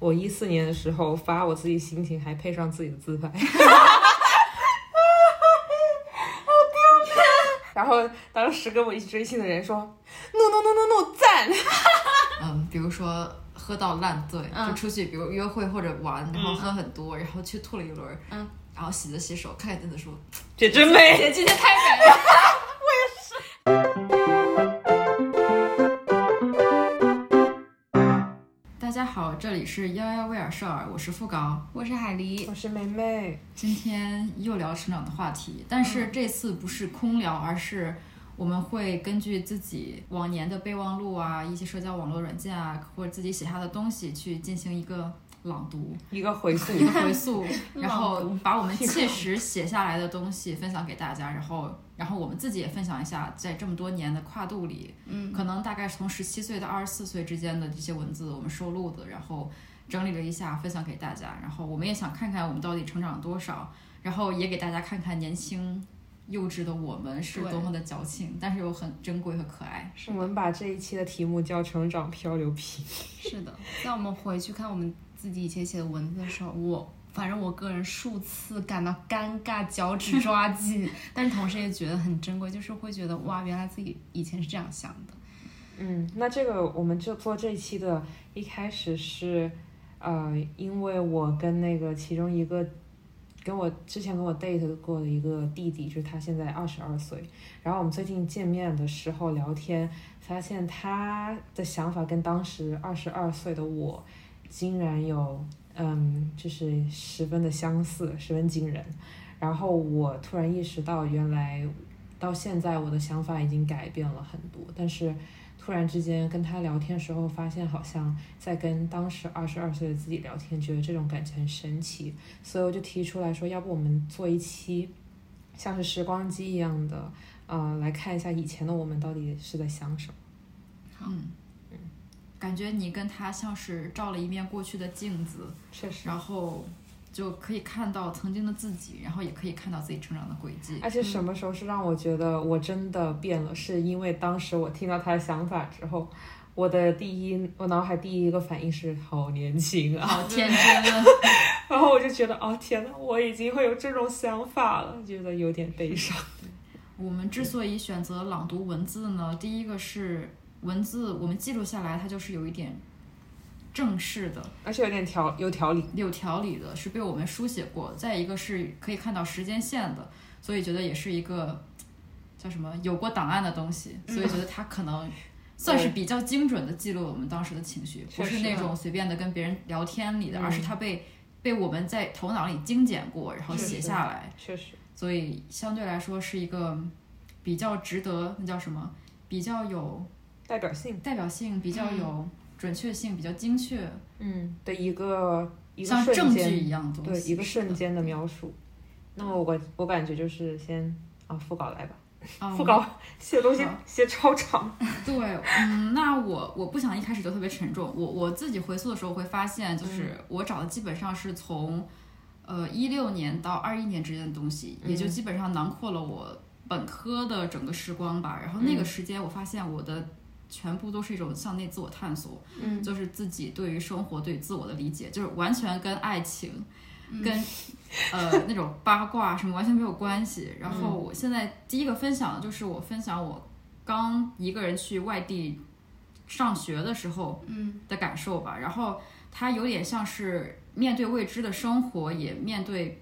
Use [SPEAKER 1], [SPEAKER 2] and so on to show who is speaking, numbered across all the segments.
[SPEAKER 1] 我一四年的时候发我自己心情，还配上自己的自拍， 啊然后当时跟我一起追星的人说，no no no no no，赞。
[SPEAKER 2] 嗯，比如说喝到烂醉，
[SPEAKER 3] 嗯
[SPEAKER 2] 就出去，比如约会或者玩，然后
[SPEAKER 1] 嗯
[SPEAKER 2] 喝很多，然后去吐了一轮，
[SPEAKER 3] 嗯，
[SPEAKER 2] 然后洗了洗手，看看镜子说，
[SPEAKER 1] 这真美。
[SPEAKER 3] 姐今天太美了。
[SPEAKER 2] 大家好，这里是幺幺威尔少儿，我是付高，
[SPEAKER 3] 我是海狸，
[SPEAKER 1] 我是梅梅，
[SPEAKER 2] 今天又聊成长的话题，但是这次不是空聊，而是我们会根据自己往年的备忘录啊，一些社交网络软件啊，或者自己写下的东西去进行一个朗读。
[SPEAKER 1] 一个回溯，
[SPEAKER 2] 一个回 溯，然
[SPEAKER 3] 朗
[SPEAKER 2] 后把我们切实写下来的东西分享给大家，然后然后我们自己也分享一下，在这么多年的跨度里，
[SPEAKER 3] 嗯，
[SPEAKER 2] 可能大概从十七岁到二十四岁之间的这些文字，我们收录的，然后整理了一下，分享给大家，然后我们也想看看我们到底成长了多少，然后也给大家看看年轻。幼稚的我们是
[SPEAKER 3] 对
[SPEAKER 2] 多么的矫情，但是又很珍贵和可爱。
[SPEAKER 1] 我们把这一期的题目叫“成长漂流瓶
[SPEAKER 3] 是的。当我们回去看我们自己以前写的文字的时候，我反正我个人数次感到尴尬，脚趾抓 紧，但是同时也觉得很珍贵，就是会觉得哇，原来自己以前是这样想的。”。
[SPEAKER 1] 嗯，那这个我们就做这一期的一开始是，呃，因为我跟那个其中一个跟我之前跟我 date 过的一个弟弟，就是他现在二十二岁，然后我们最近见面的时候聊天，发现他的想法跟当时二十二岁的我，竟然有嗯，就是十分的相似，十分惊人。然后我突然意识到，原来到现在我的想法已经改变了很多，但是突然之间跟他聊天时候，发现好像在跟当时二十二岁的自己聊天，觉得这种感觉很神奇，所以我就提出来说，要不我们做一期像是时光机一样的，呃，来看一下以前的我们到底是在想什么。
[SPEAKER 2] 嗯，感觉你跟他像是照了一面过去的镜子，
[SPEAKER 1] 确实，
[SPEAKER 2] 然后就可以看到曾经的自己，然后也可以看到自己成长的轨迹。
[SPEAKER 1] 而且什么时候是让我觉得我真的变了？是因为当时我听到他的想法之后，我的第一，我脑海第一个反应是好年轻啊，
[SPEAKER 2] 好天真，
[SPEAKER 1] 然后我就觉得哦天呐，我已经会有这种想法了，觉得有点悲伤。
[SPEAKER 2] 我们之所以选择朗读文字呢，第一个是文字，我们记录下来，它就是有一点正式的、
[SPEAKER 1] 而且有点条有条理，
[SPEAKER 2] 有条理的，是被我们书写过；再一个是可以看到时间线的，所以觉得也是一个叫什么有过档案的东西，
[SPEAKER 1] 嗯
[SPEAKER 2] 所以觉得它可能。算是比较精准的记录了我们当时的情绪，
[SPEAKER 1] 确
[SPEAKER 2] 不是
[SPEAKER 1] 实
[SPEAKER 2] 那种随便的跟别人聊天里的，
[SPEAKER 1] 嗯
[SPEAKER 2] 而是它被被我们在头脑里精简过，然后
[SPEAKER 1] 是
[SPEAKER 2] 写
[SPEAKER 1] 是
[SPEAKER 2] 下来，
[SPEAKER 1] 确实，
[SPEAKER 2] 所以相对来说是一个比较值得那叫什么，比较有
[SPEAKER 1] 代表性，
[SPEAKER 2] 代表性、比较有准确性、比较精确，
[SPEAKER 1] 嗯的一个一个
[SPEAKER 2] 像
[SPEAKER 1] 瞬
[SPEAKER 2] 证据
[SPEAKER 1] 间，
[SPEAKER 2] 一样的东
[SPEAKER 1] 对
[SPEAKER 2] 西，
[SPEAKER 1] 一个瞬
[SPEAKER 2] 是的
[SPEAKER 1] 间的描述。那么我我感觉就是先啊副稿来吧，
[SPEAKER 2] 啊，
[SPEAKER 1] 副稿 写东西
[SPEAKER 2] 好
[SPEAKER 1] 写超长，
[SPEAKER 2] 对，嗯，那我我不想一开始就特别沉重，我我自己回溯的时候会发现，就是
[SPEAKER 1] 嗯
[SPEAKER 2] 我找的基本上是从，呃，一六年到二一年之间的东西，也就
[SPEAKER 1] 嗯
[SPEAKER 2] 基本上囊括了我本科的整个时光吧。然后那个
[SPEAKER 1] 嗯
[SPEAKER 2] 时间，我发现我的全部都是一种向内自我探索，
[SPEAKER 1] 嗯，
[SPEAKER 2] 就是自己对于生活、对自我的理解，就是完全跟爱情、
[SPEAKER 1] 嗯
[SPEAKER 2] 跟 呃那种八卦什么完全没有关系。然后
[SPEAKER 1] 嗯
[SPEAKER 2] 我现在第一个分享的就是我分享我刚一个人去外地上学的时候
[SPEAKER 3] 嗯
[SPEAKER 2] 的感受吧。然后它有点像是面对未知的生活，也面对。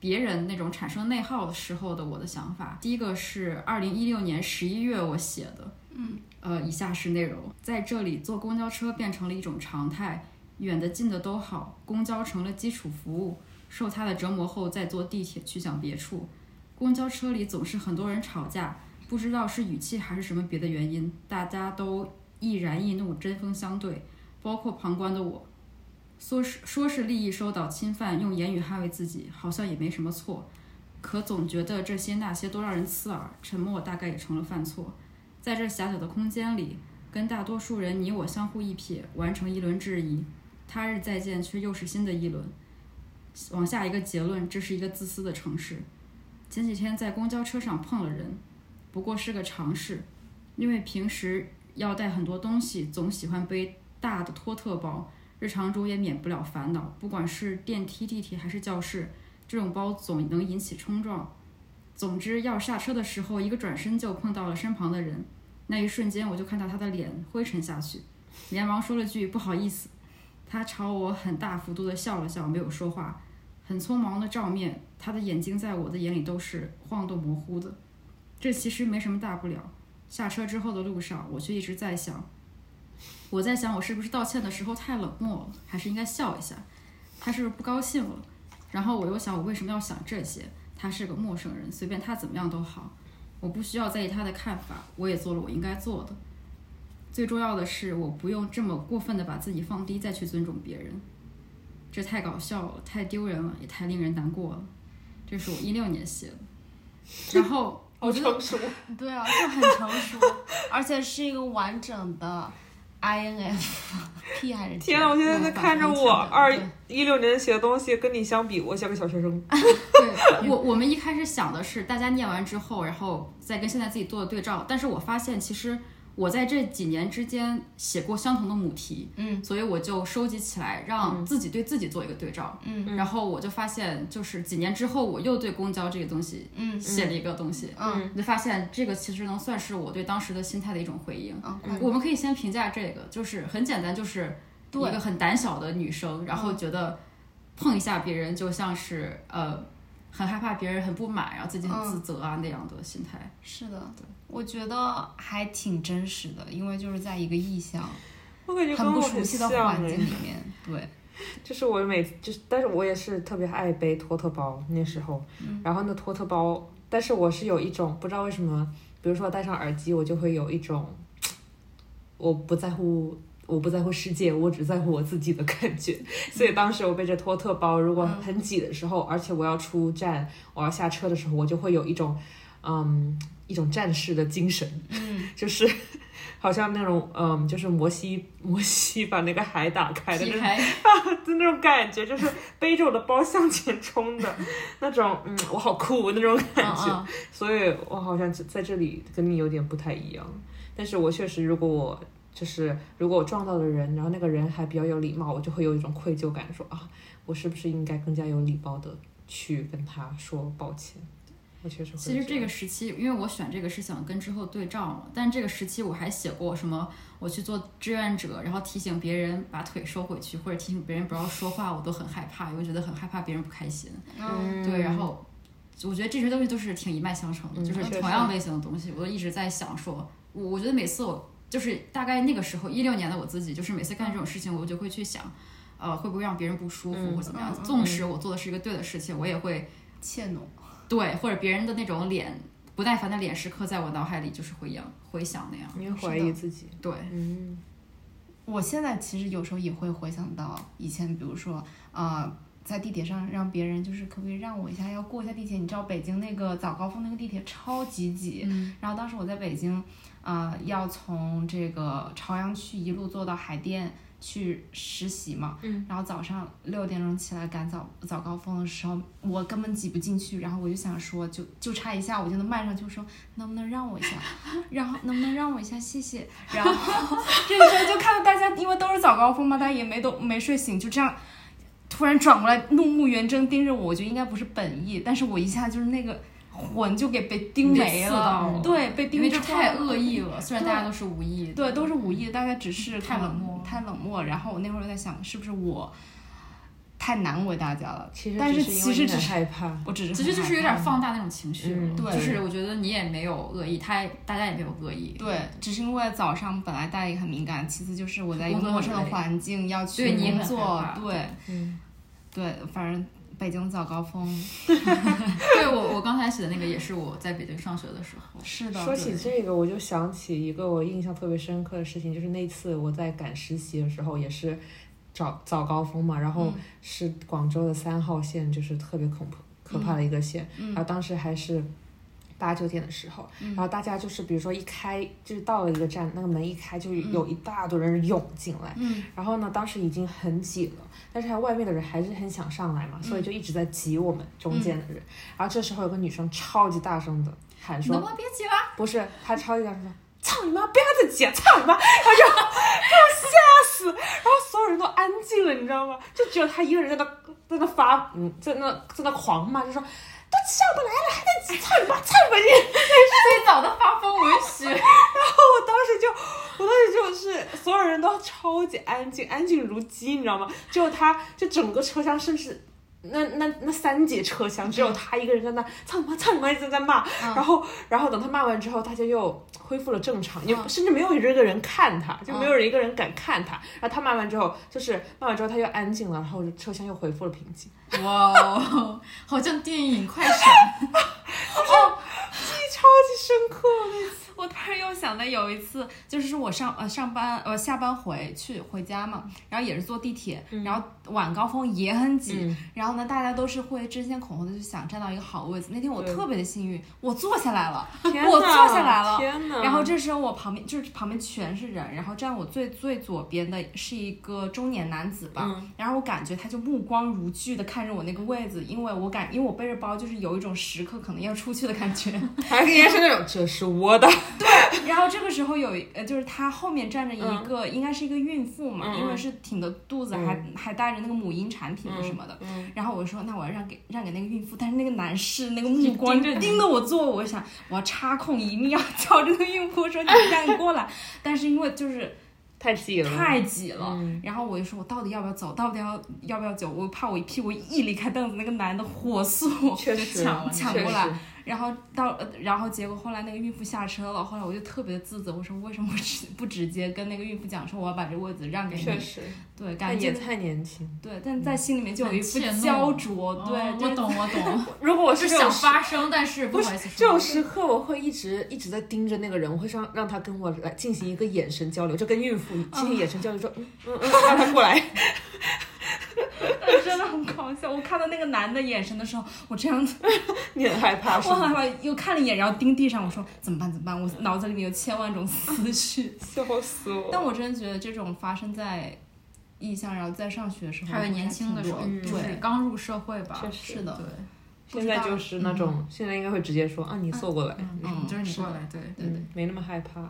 [SPEAKER 2] 别人那种产生内耗的时候的我的想法，第一个是二零一六年十一月我写的，
[SPEAKER 3] 嗯
[SPEAKER 2] 呃，以下是内容：在这里，坐公交车变成了一种常态，远的近的都好，公交成了基础服务。受它的折磨后，再坐地铁去向别处。公交车里总是很多人吵架，不知道是语气还是什么别的原因，大家都易燃易怒，针锋相对，包括旁观的我。说是说是利益受到侵犯，用言语捍卫自己，好像也没什么错，可总觉得这些那些都让人刺耳。沉默大概也成了犯错。在这狭小的空间里，跟大多数人你我相互一瞥，完成一轮质疑。他日再见，却又是新的一轮。往下一个结论，这是一个自私的城市。前几天在公交车上碰了人，不过是个尝试，因为平时要带很多东西，总喜欢背大的托特包，日常中也免不了烦恼，不管是电梯、地铁还是教室，这种包总能引起冲撞。总之，要下车的时候，一个转身就碰到了身旁的人，那一瞬间我就看到他的脸灰沉下去，连忙说了句不好意思。他朝我很大幅度的笑了笑，没有说话。很匆忙的照面，他的眼睛在我的眼里都是晃动模糊的。这其实没什么大不了。下车之后的路上，我却一直在想，我在想我是不是道歉的时候太冷漠了，还是应该笑一下？他是不是不高兴了？然后我又想，我为什么要想这些？他是个陌生人，随便他怎么样都好，我不需要在意他的看法，我也做了我应该做的。最重要的是，我不用这么过分的把自己放低，再去尊重别人。这太搞笑了，太丢人了，也太令人难过了。这是我一六年写的，然后我觉得
[SPEAKER 1] 熟。
[SPEAKER 3] 对啊，就很成熟， 而且是一个完整的 INFP 还是
[SPEAKER 1] 天啊！我现在在看着我
[SPEAKER 2] 我
[SPEAKER 1] 二
[SPEAKER 3] 对
[SPEAKER 1] 一六年写的东西，跟你相比，我像个小学生。
[SPEAKER 2] 对 我我们一开始想的是大家念完之后，然后再跟现在自己做的对照，但是我发现其实我在这几年之间写过相同的母题，
[SPEAKER 3] 嗯
[SPEAKER 2] 所以我就收集起来，让自己对自己做一个对照。
[SPEAKER 3] 嗯
[SPEAKER 2] 然后我就发现，就是几年之后，我又对公交这个东西
[SPEAKER 3] 嗯
[SPEAKER 2] 写了一个东西，
[SPEAKER 3] 嗯
[SPEAKER 2] 我就发现这个其实能算是我对当时的心态的一种回应。
[SPEAKER 3] 嗯，
[SPEAKER 2] 我们可以先评价这个，就是很简单，就是一
[SPEAKER 3] 对
[SPEAKER 2] 个很胆小的女生，然后觉得碰一下别人就像是呃很害怕别人很不满，然后自己很自责啊、那样的心态。
[SPEAKER 3] 嗯是的，我觉得还挺真实的，因为就是在一个异乡、
[SPEAKER 1] 我感觉跟
[SPEAKER 3] 很
[SPEAKER 1] 我
[SPEAKER 3] 不
[SPEAKER 1] 很
[SPEAKER 3] 熟悉的
[SPEAKER 1] 像
[SPEAKER 3] 环境
[SPEAKER 1] 哎，
[SPEAKER 3] 里面， 对，嗯
[SPEAKER 1] 就是我每次就是，但是我也是特别爱背托特包那时候，然后那托特包，但是我是有一种不知道为什么，比如说我戴上耳机，我就会有一种我不在乎。我不在乎世界，我只在乎我自己的感觉。所以当时我背着托特包，如果很挤的时候，而且我要出站，我要下车的时候，我就会有一种，嗯，一种战士的精神，
[SPEAKER 3] 嗯，
[SPEAKER 1] 就是好像那种，嗯，就是摩西摩西把那个海打开的那
[SPEAKER 2] 劈
[SPEAKER 1] 种
[SPEAKER 2] 开
[SPEAKER 1] 就那种感觉，就是背着我的包向前冲的那种，嗯，我好酷那种感觉。
[SPEAKER 2] 嗯嗯
[SPEAKER 1] 所以我好像在这里跟你有点不太一样，但是我确实，如果我就是如果我撞到了人，然后那个人还比较有礼貌，我就会有一种愧疚感说啊，我是不是应该更加有礼貌的去跟他说抱歉？我确实会。
[SPEAKER 2] 其实这个时期，因为我选这个是想跟之后对照嘛，但这个时期我还写过什么，我去做志愿者，然后提醒别人把腿收回去，或者提醒别人不要说话，我都很害怕，因为觉得很害怕别人不开心。
[SPEAKER 3] 嗯
[SPEAKER 2] 对，然后我觉得这些东西都是挺一脉相承的，
[SPEAKER 1] 嗯
[SPEAKER 2] 就是
[SPEAKER 1] 确实
[SPEAKER 2] 同样类型的东西，我都一直在想说，我我觉得每次我就是大概那个时候一六年的我自己，就是每次干这种事情，我就会去想，呃，会不会让别人不舒服
[SPEAKER 1] 嗯
[SPEAKER 2] 或怎么样
[SPEAKER 3] 嗯？嗯
[SPEAKER 2] 纵使我做的是一个对的事情，我也会
[SPEAKER 3] 怯懦，
[SPEAKER 2] 对，或者别人的那种脸不耐烦的脸时刻在我脑海里就是回想回想那样。
[SPEAKER 1] 你会怀疑自己，
[SPEAKER 2] 对，
[SPEAKER 1] 嗯，
[SPEAKER 3] 我现在其实有时候也会回想到以前，比如说，呃，在地铁上让别人就是可不可以让我一下，要过一下地铁。你知道北京那个早高峰那个地铁超级挤，
[SPEAKER 2] 嗯
[SPEAKER 3] 然后当时我在北京，呃，要从这个朝阳区一路坐到海淀去实习嘛，
[SPEAKER 1] 嗯，
[SPEAKER 3] 然后早上六点钟起来赶早早高峰的时候，我根本挤不进去，然后我就想说，就就差一下我就能迈上去，我说能不能让我一下， 然后能不能让我一下，谢谢，然后这个时候就看到大家因为都是早高峰嘛，大家也没都没睡醒，就这样。突然转过来，怒目圆睁盯着我，我觉得应该不是本意，但是我一下就是那个魂就给被盯
[SPEAKER 2] 被
[SPEAKER 3] 没
[SPEAKER 2] 刺
[SPEAKER 3] 了，
[SPEAKER 2] 到了
[SPEAKER 3] 对，被
[SPEAKER 2] 因
[SPEAKER 3] 盯
[SPEAKER 2] 为这
[SPEAKER 3] 穿
[SPEAKER 2] 太恶意了，虽然大家都是无意的。
[SPEAKER 3] 对，都是无意，大家只是
[SPEAKER 2] 太
[SPEAKER 3] 可能
[SPEAKER 2] 冷漠了
[SPEAKER 3] 太冷漠。然后我那会儿在想，是不是我太难为大家了？
[SPEAKER 1] 其实
[SPEAKER 3] 但是
[SPEAKER 1] 只因
[SPEAKER 3] 其
[SPEAKER 1] 为
[SPEAKER 3] 实
[SPEAKER 1] 你
[SPEAKER 3] 只
[SPEAKER 1] 很
[SPEAKER 3] 是
[SPEAKER 1] 害怕，
[SPEAKER 3] 我只是
[SPEAKER 2] 其实就
[SPEAKER 3] 很
[SPEAKER 2] 是有
[SPEAKER 3] 害怕
[SPEAKER 2] 点放大那种情绪了，
[SPEAKER 1] 嗯
[SPEAKER 3] 对
[SPEAKER 2] 就是我觉得你也没有恶意，他也大家也没有恶意，
[SPEAKER 3] 对，只是因为早上本来大家也很敏感，其次就是我在一个
[SPEAKER 2] 工作
[SPEAKER 3] 陌
[SPEAKER 2] 很
[SPEAKER 3] 生的
[SPEAKER 2] 累
[SPEAKER 3] 环境要去
[SPEAKER 2] 对你也
[SPEAKER 3] 工
[SPEAKER 2] 很
[SPEAKER 3] 作
[SPEAKER 2] 害，怕
[SPEAKER 3] 对
[SPEAKER 1] 嗯，
[SPEAKER 3] 对，反正北京早高峰
[SPEAKER 2] 对我，我刚才写的那个也是我在北京上学的时候。
[SPEAKER 3] 是的，
[SPEAKER 1] 说起
[SPEAKER 3] 对
[SPEAKER 1] 这个，我就想起一个我印象特别深刻的事情，就是那次我在赶实习的时候，也是早早高峰嘛，然后
[SPEAKER 3] 嗯
[SPEAKER 1] 是广州的三号线，就是特别恐怖可怕
[SPEAKER 3] 嗯
[SPEAKER 1] 的一个线，然后当时还是。八九点的时候，
[SPEAKER 3] 嗯
[SPEAKER 1] 然后大家就是，比如说一开，就是到了一个站，那个门一开，就有一大堆人涌进来。
[SPEAKER 3] 嗯
[SPEAKER 1] 然后呢，当时已经很挤了，但是还外面的人还是很想上来嘛，所
[SPEAKER 3] 嗯
[SPEAKER 1] 以就一直在挤我们中间的人。然后这时候有个女生超级大声的喊说：“
[SPEAKER 2] 能不能别挤了？
[SPEAKER 1] 不是，他超级大声说：“操！”操你妈，不要再姐，操你妈，然后就给我吓死，然后所有人都安静了，你知道吗？就只有他一个人在那在那发，嗯，在那在那狂骂，就说都叫不来了，还在挤，操你妈，操你妈你！
[SPEAKER 2] 最早的发疯文学，
[SPEAKER 1] 然后我当时就，我当时就是所有人都超级安静，安静如鸡，你知道吗？只有他，就整个车厢，甚至那那那三节车厢，只
[SPEAKER 3] 嗯
[SPEAKER 1] 有他一个人在那操你妈操你妈一直在骂。
[SPEAKER 2] 嗯
[SPEAKER 1] 然后然后等他骂完之后，大家又恢复了正常，也
[SPEAKER 2] 嗯
[SPEAKER 1] 甚至没有一个人看他，就
[SPEAKER 2] 嗯
[SPEAKER 1] 没有人一个人敢看他。然后他骂完之后，就是骂完之后他又安静了，然后车厢又恢复了平静。
[SPEAKER 2] 哇哦，好像电影快闪。
[SPEAKER 1] 记忆超级深刻，
[SPEAKER 3] 我突然又想到有一次，就是我上呃上班呃下班回去回家嘛，然后也是坐地铁，
[SPEAKER 2] 嗯
[SPEAKER 3] 然后晚高峰也很挤，
[SPEAKER 1] 嗯
[SPEAKER 3] 然后呢大家都是会争先恐后的就想占到一个好位置。那天我
[SPEAKER 1] 对
[SPEAKER 3] 特别的幸运，我坐下来了，
[SPEAKER 1] 天
[SPEAKER 3] 我坐
[SPEAKER 1] 哪
[SPEAKER 3] 下来了
[SPEAKER 1] 天哪！
[SPEAKER 3] 然后这时候我旁边就是旁边全是人，然后站我最最左边的是一个中年男子吧，
[SPEAKER 1] 嗯
[SPEAKER 3] 然后我感觉他就目光如炬的看着我那个位子，因为我感因为我背着包，就是有一种时刻可能要出去的 感觉。
[SPEAKER 1] 还应该是那种这是我的，
[SPEAKER 3] 然后这个时候有一呃，就是她后面站着一个，应该是一个孕妇嘛，
[SPEAKER 1] 嗯嗯嗯
[SPEAKER 3] 因为是挺着肚子，
[SPEAKER 1] 嗯
[SPEAKER 3] 还还带着那个母婴产品什么的。
[SPEAKER 1] 嗯
[SPEAKER 3] 然后我说，那我要让给让给那个孕妇，但是那个男士那个目光盯着我坐，我想我要插空一定要叫这个孕妇说你赶紧过来。 但是因为就是
[SPEAKER 1] 太细了，
[SPEAKER 3] 太挤了，
[SPEAKER 1] 嗯
[SPEAKER 3] 然后我就说我到底要不要走，到底要要不要走？我怕我一屁股一离开凳子，那个男的火速
[SPEAKER 1] 确
[SPEAKER 2] 就
[SPEAKER 1] 实
[SPEAKER 2] 抢了
[SPEAKER 3] 抢
[SPEAKER 1] 确
[SPEAKER 3] 过来
[SPEAKER 1] 实
[SPEAKER 3] 然后到，呃然后结果后来那个孕妇下车了，后来我就特别自责，我说为什么我直不直接跟那个孕妇讲说我要把这个位置让给
[SPEAKER 1] 确
[SPEAKER 3] 你？
[SPEAKER 1] 实，
[SPEAKER 3] 对，
[SPEAKER 1] 但
[SPEAKER 3] 感
[SPEAKER 1] 也
[SPEAKER 3] 觉
[SPEAKER 1] 太年轻。
[SPEAKER 3] 对，但在心里面就有一副
[SPEAKER 2] 很怯懦
[SPEAKER 3] 焦灼，对，
[SPEAKER 2] 哦
[SPEAKER 3] 就
[SPEAKER 2] 我懂，我懂，
[SPEAKER 1] 如果我
[SPEAKER 2] 我
[SPEAKER 1] 是
[SPEAKER 2] 是
[SPEAKER 1] 这
[SPEAKER 2] 想
[SPEAKER 1] 种时
[SPEAKER 2] 发声，但是
[SPEAKER 1] 不
[SPEAKER 2] 好
[SPEAKER 1] 是
[SPEAKER 2] 意思说
[SPEAKER 1] 这种时刻，我会一直一直在盯着那个人，我会让让他跟我来进行一个眼神交流，就跟孕妇进行眼神交流，说嗯嗯嗯，让他过来。
[SPEAKER 3] 但 真的很搞笑。我看到那个男的眼神的时候，我这样子，
[SPEAKER 1] 你很害怕
[SPEAKER 3] 我
[SPEAKER 1] 是吗？
[SPEAKER 3] 很害怕，又看了一眼，然后盯地上，我说怎么办？怎么办？我脑子里面有千万种 思绪。
[SPEAKER 1] 笑死我！
[SPEAKER 3] 但我真的觉得这种发生在异乡，然后在上学的时候，
[SPEAKER 2] 还有年轻的时候，
[SPEAKER 3] 还挺
[SPEAKER 2] 就
[SPEAKER 3] 多
[SPEAKER 2] 是
[SPEAKER 3] 对，
[SPEAKER 2] 刚入社会吧
[SPEAKER 1] 确，实
[SPEAKER 3] 是的，
[SPEAKER 2] 对，
[SPEAKER 1] 现在就是那种，现在应该会直接说啊，你坐过来，嗯
[SPEAKER 2] 嗯，就是你
[SPEAKER 3] 是的
[SPEAKER 2] 过来，对。
[SPEAKER 3] 对对，
[SPEAKER 1] 没那么害怕。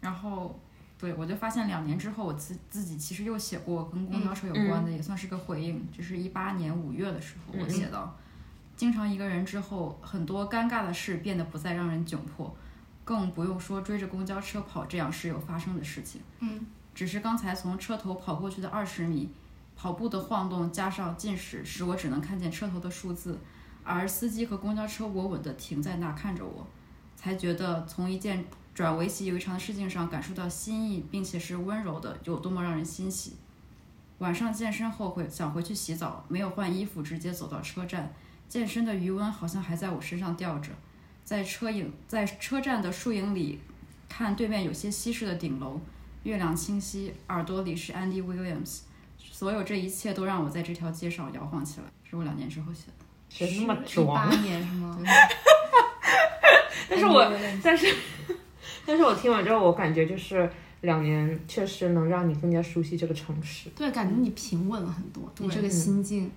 [SPEAKER 2] 然后，对我就发现两年之后，我自自己其实又写过跟公交车有关的，也算是个回应。就是一八年五月的时候，我写到，经常一个人之后，很多尴尬的事变得不再让人窘迫，更不用说追着公交车跑这样时有发生的事情。
[SPEAKER 3] 嗯，
[SPEAKER 2] 只是刚才从车头跑过去的二十米，跑步的晃动加上近视，使我只能看见车头的数字，而司机和公交车稳稳地停在那儿看着我，才觉得从一件转为习以为常的事情上感受到新意，并且是温柔的，有多么让人欣喜。晚上健身后回想回去洗澡，没有换衣服，直接走到车站。健身的余温好像还在我身上吊着，在车影在车站的树影里，看对面有些西式的顶楼，月亮清晰，耳朵里是 Andy Williams。所有这一切都让我在这条街上摇晃起来。是我两年之后写的，
[SPEAKER 1] 谁那么
[SPEAKER 3] 一八
[SPEAKER 1] 装？
[SPEAKER 3] 年是吗？
[SPEAKER 1] 但是我，但是，但是我听完之后，我感觉就是两年确实能让你更加熟悉这个城市。
[SPEAKER 3] 对，感觉你平稳了很多，
[SPEAKER 2] 对嗯
[SPEAKER 3] 你这个心境，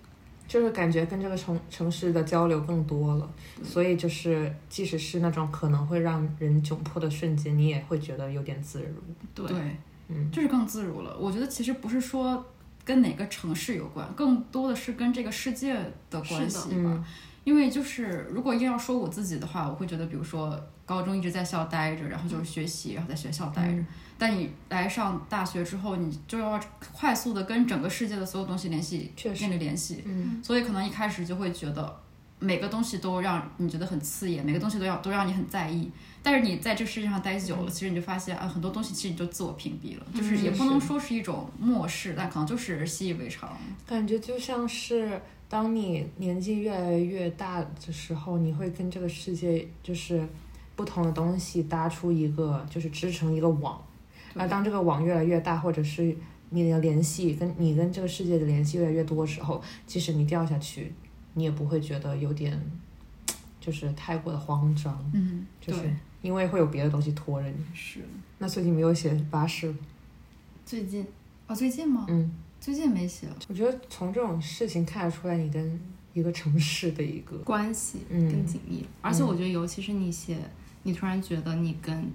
[SPEAKER 1] 就是感觉跟这个城城市的交流更多了，所以就是即使是那种可能会让人窘迫的瞬间，你也会觉得有点自如。
[SPEAKER 3] 对
[SPEAKER 2] 对，
[SPEAKER 1] 嗯，
[SPEAKER 2] 就是更自如了。我觉得其实不是说跟哪个城市有关，更多的是跟这个世界的关系
[SPEAKER 3] 是
[SPEAKER 2] 吧。
[SPEAKER 1] 的嗯
[SPEAKER 2] 因为就是如果硬要说我自己的话，我会觉得，比如说高中一直在校待着，然后就是学习，然后在学校待着。但你来上大学之后，你就要快速的跟整个世界的所有东西联系，
[SPEAKER 1] 确实
[SPEAKER 2] 建立联系。
[SPEAKER 1] 嗯，
[SPEAKER 2] 所以可能一开始就会觉得每个东西都让你觉得很刺眼，每个东西都要都让你很在意。但是你在这个世界上待久了，其实你就发现啊，很多东西其实你就自我屏蔽了，嗯就是也
[SPEAKER 1] 确
[SPEAKER 2] 不能
[SPEAKER 1] 实
[SPEAKER 2] 说是一种漠视，但可能就是习以为常。
[SPEAKER 1] 感觉就像是当你年纪越来越大的时候，你会跟这个世界就是不同的东西搭出一个，就是织成一个网。
[SPEAKER 2] 对
[SPEAKER 1] 然后当这个网越来越大，或者是你的联系跟你跟这个世界的联系越来越多的时候，即使你掉下去，你也不会觉得有点就是太过的慌张。
[SPEAKER 2] 嗯，
[SPEAKER 1] 就是
[SPEAKER 2] 对，
[SPEAKER 1] 因为会有别的东西拖着你。
[SPEAKER 2] 是。
[SPEAKER 1] 那最近没有写巴士，
[SPEAKER 3] 最近
[SPEAKER 2] 哦，最近吗？
[SPEAKER 1] 嗯，
[SPEAKER 2] 最近没写。
[SPEAKER 1] 我觉得从这种事情看得出来，你跟一个城市的一个，
[SPEAKER 3] 关系
[SPEAKER 1] 嗯
[SPEAKER 3] 更紧密了，而且我觉得，尤其是你写，你突然觉得你跟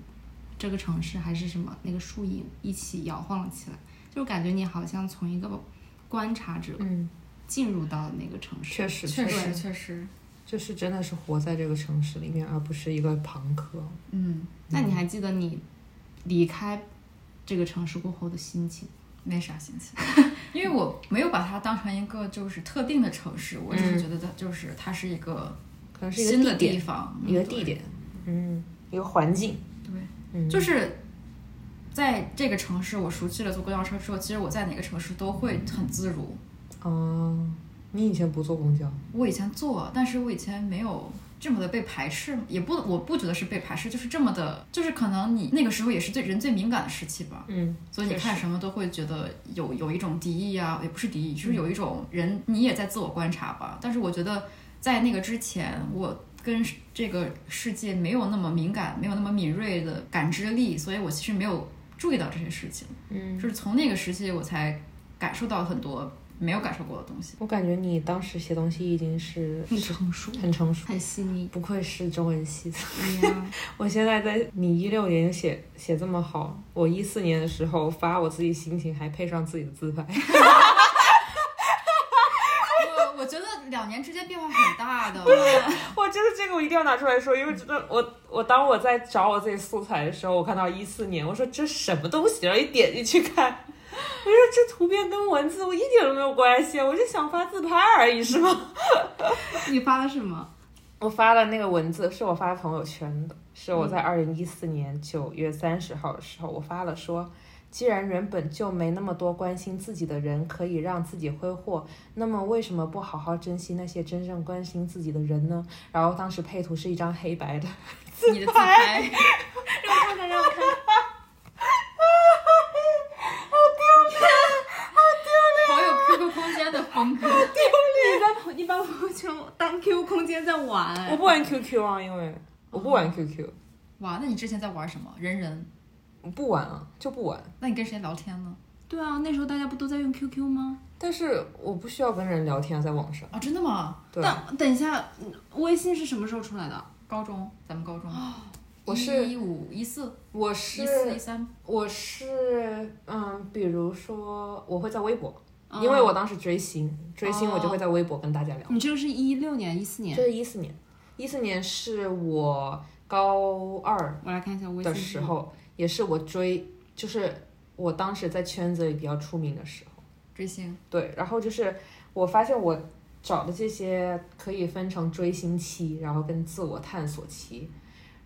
[SPEAKER 3] 这个城市还是什么那个树影一起摇晃了起来，就是感觉你好像从一个观察者
[SPEAKER 1] 嗯，
[SPEAKER 3] 进入到了那个城市。
[SPEAKER 1] 确实，
[SPEAKER 2] 确实
[SPEAKER 1] 实，
[SPEAKER 2] 确实，
[SPEAKER 1] 就是真的是活在这个城市里面，而不是一个朋克。
[SPEAKER 2] 嗯，
[SPEAKER 3] 那你还记得你离开这个城市过后的心情？
[SPEAKER 2] 没啥心 情，因为我没有把它当成一个就是特定的城市，我只是觉得它就是它是一个
[SPEAKER 1] 嗯可能是一
[SPEAKER 2] 新
[SPEAKER 1] 个
[SPEAKER 2] 的
[SPEAKER 1] 地点，
[SPEAKER 2] 地方，
[SPEAKER 1] 一个
[SPEAKER 2] 嗯
[SPEAKER 1] 地点，嗯，一个环境，
[SPEAKER 2] 对。
[SPEAKER 1] 嗯，
[SPEAKER 2] 就是在这个城市，我熟悉了坐公交车之后，其实我在哪个城市都会很自如。
[SPEAKER 1] 哦，你以前不坐公交，
[SPEAKER 2] 我以前坐，但是我以前没有这么的被排斥，也不，我不觉得是被排斥，就是这么的，就是可能你那个时候也是对人最敏感的时期吧，
[SPEAKER 1] 嗯，
[SPEAKER 2] 所以你
[SPEAKER 1] 确
[SPEAKER 2] 看什么都会觉得有有一种敌意啊，也不是敌意，
[SPEAKER 1] 嗯
[SPEAKER 2] 就是有一种人你也在自我观察吧。但是我觉得在那个之前，我跟这个世界没有那么敏感，没有那么敏锐的感知力，所以我其实没有注意到这些事情。
[SPEAKER 1] 嗯，
[SPEAKER 2] 就是从那个时期我才感受到很多没有感受过的东西。
[SPEAKER 1] 我感觉你当时写东西已经是
[SPEAKER 3] 很成熟，
[SPEAKER 1] 很成熟，
[SPEAKER 3] 很细腻。
[SPEAKER 1] 不愧是中文系的。
[SPEAKER 3] 哎呀，
[SPEAKER 1] 我现在在你一六年写写这么好，我一四年的时候发我自己心情，还配上自己的自拍。
[SPEAKER 2] 我我觉得两年之间变化很大的，
[SPEAKER 1] 我觉得这个我一定要拿出来说，因为真的，我我当我在找我自己素材的时候，我看到一四年，我说这什么东西，然后一点进去看，我说这图片跟文字我一点都没有关系，我就想发自拍而已，是吗？
[SPEAKER 3] 你发了什么？
[SPEAKER 1] 我发了那个文字，是我发朋友圈的，是我在二零一四年九月三十号的时候，我发了说，既然原本就没那么多关心自己的人可以让自己挥霍，那么为什么不好好珍惜那些真正关心自己的人呢？然后当时配图是一张黑白的，
[SPEAKER 2] 你的自拍。
[SPEAKER 3] 让我看看，让我看。
[SPEAKER 2] 好有 QQ 空间的风格。
[SPEAKER 3] 你把你把朋友圈当 QQ 空间在
[SPEAKER 1] 我
[SPEAKER 3] 玩，
[SPEAKER 1] 不玩 QQ 啊，因为我不玩 QQ，
[SPEAKER 2] 哇，那你之前在玩什么？人人？
[SPEAKER 1] 我不玩啊，就不玩。
[SPEAKER 2] 那你跟谁聊天呢？
[SPEAKER 3] 对啊，那时候大家不都在用 QQ 吗？
[SPEAKER 1] 但是我不需要跟人聊天啊，在网上。
[SPEAKER 2] 啊，真的吗？
[SPEAKER 1] 对，
[SPEAKER 3] 但等一下，嗯微信是什么时候出来的？
[SPEAKER 2] 高中，咱们高中，
[SPEAKER 1] 我是
[SPEAKER 2] 一五一四
[SPEAKER 1] 我
[SPEAKER 2] 一四一
[SPEAKER 1] 是
[SPEAKER 2] 三，
[SPEAKER 1] 我是嗯，比如说我会在微博，因为我当时追星，追星我就会在微博跟大家聊。
[SPEAKER 3] 你这个是一六年、一四
[SPEAKER 1] 这
[SPEAKER 3] 年，
[SPEAKER 1] 是一四年，一四年是我高二
[SPEAKER 3] 我来看一下微信
[SPEAKER 1] 的
[SPEAKER 3] 是
[SPEAKER 1] 时候，也是我追，就是我当时在圈子里比较出名的时候。
[SPEAKER 2] 追星。
[SPEAKER 1] 对，然后就是我发现我找的这些可以分成追星期，然后跟自我探索期，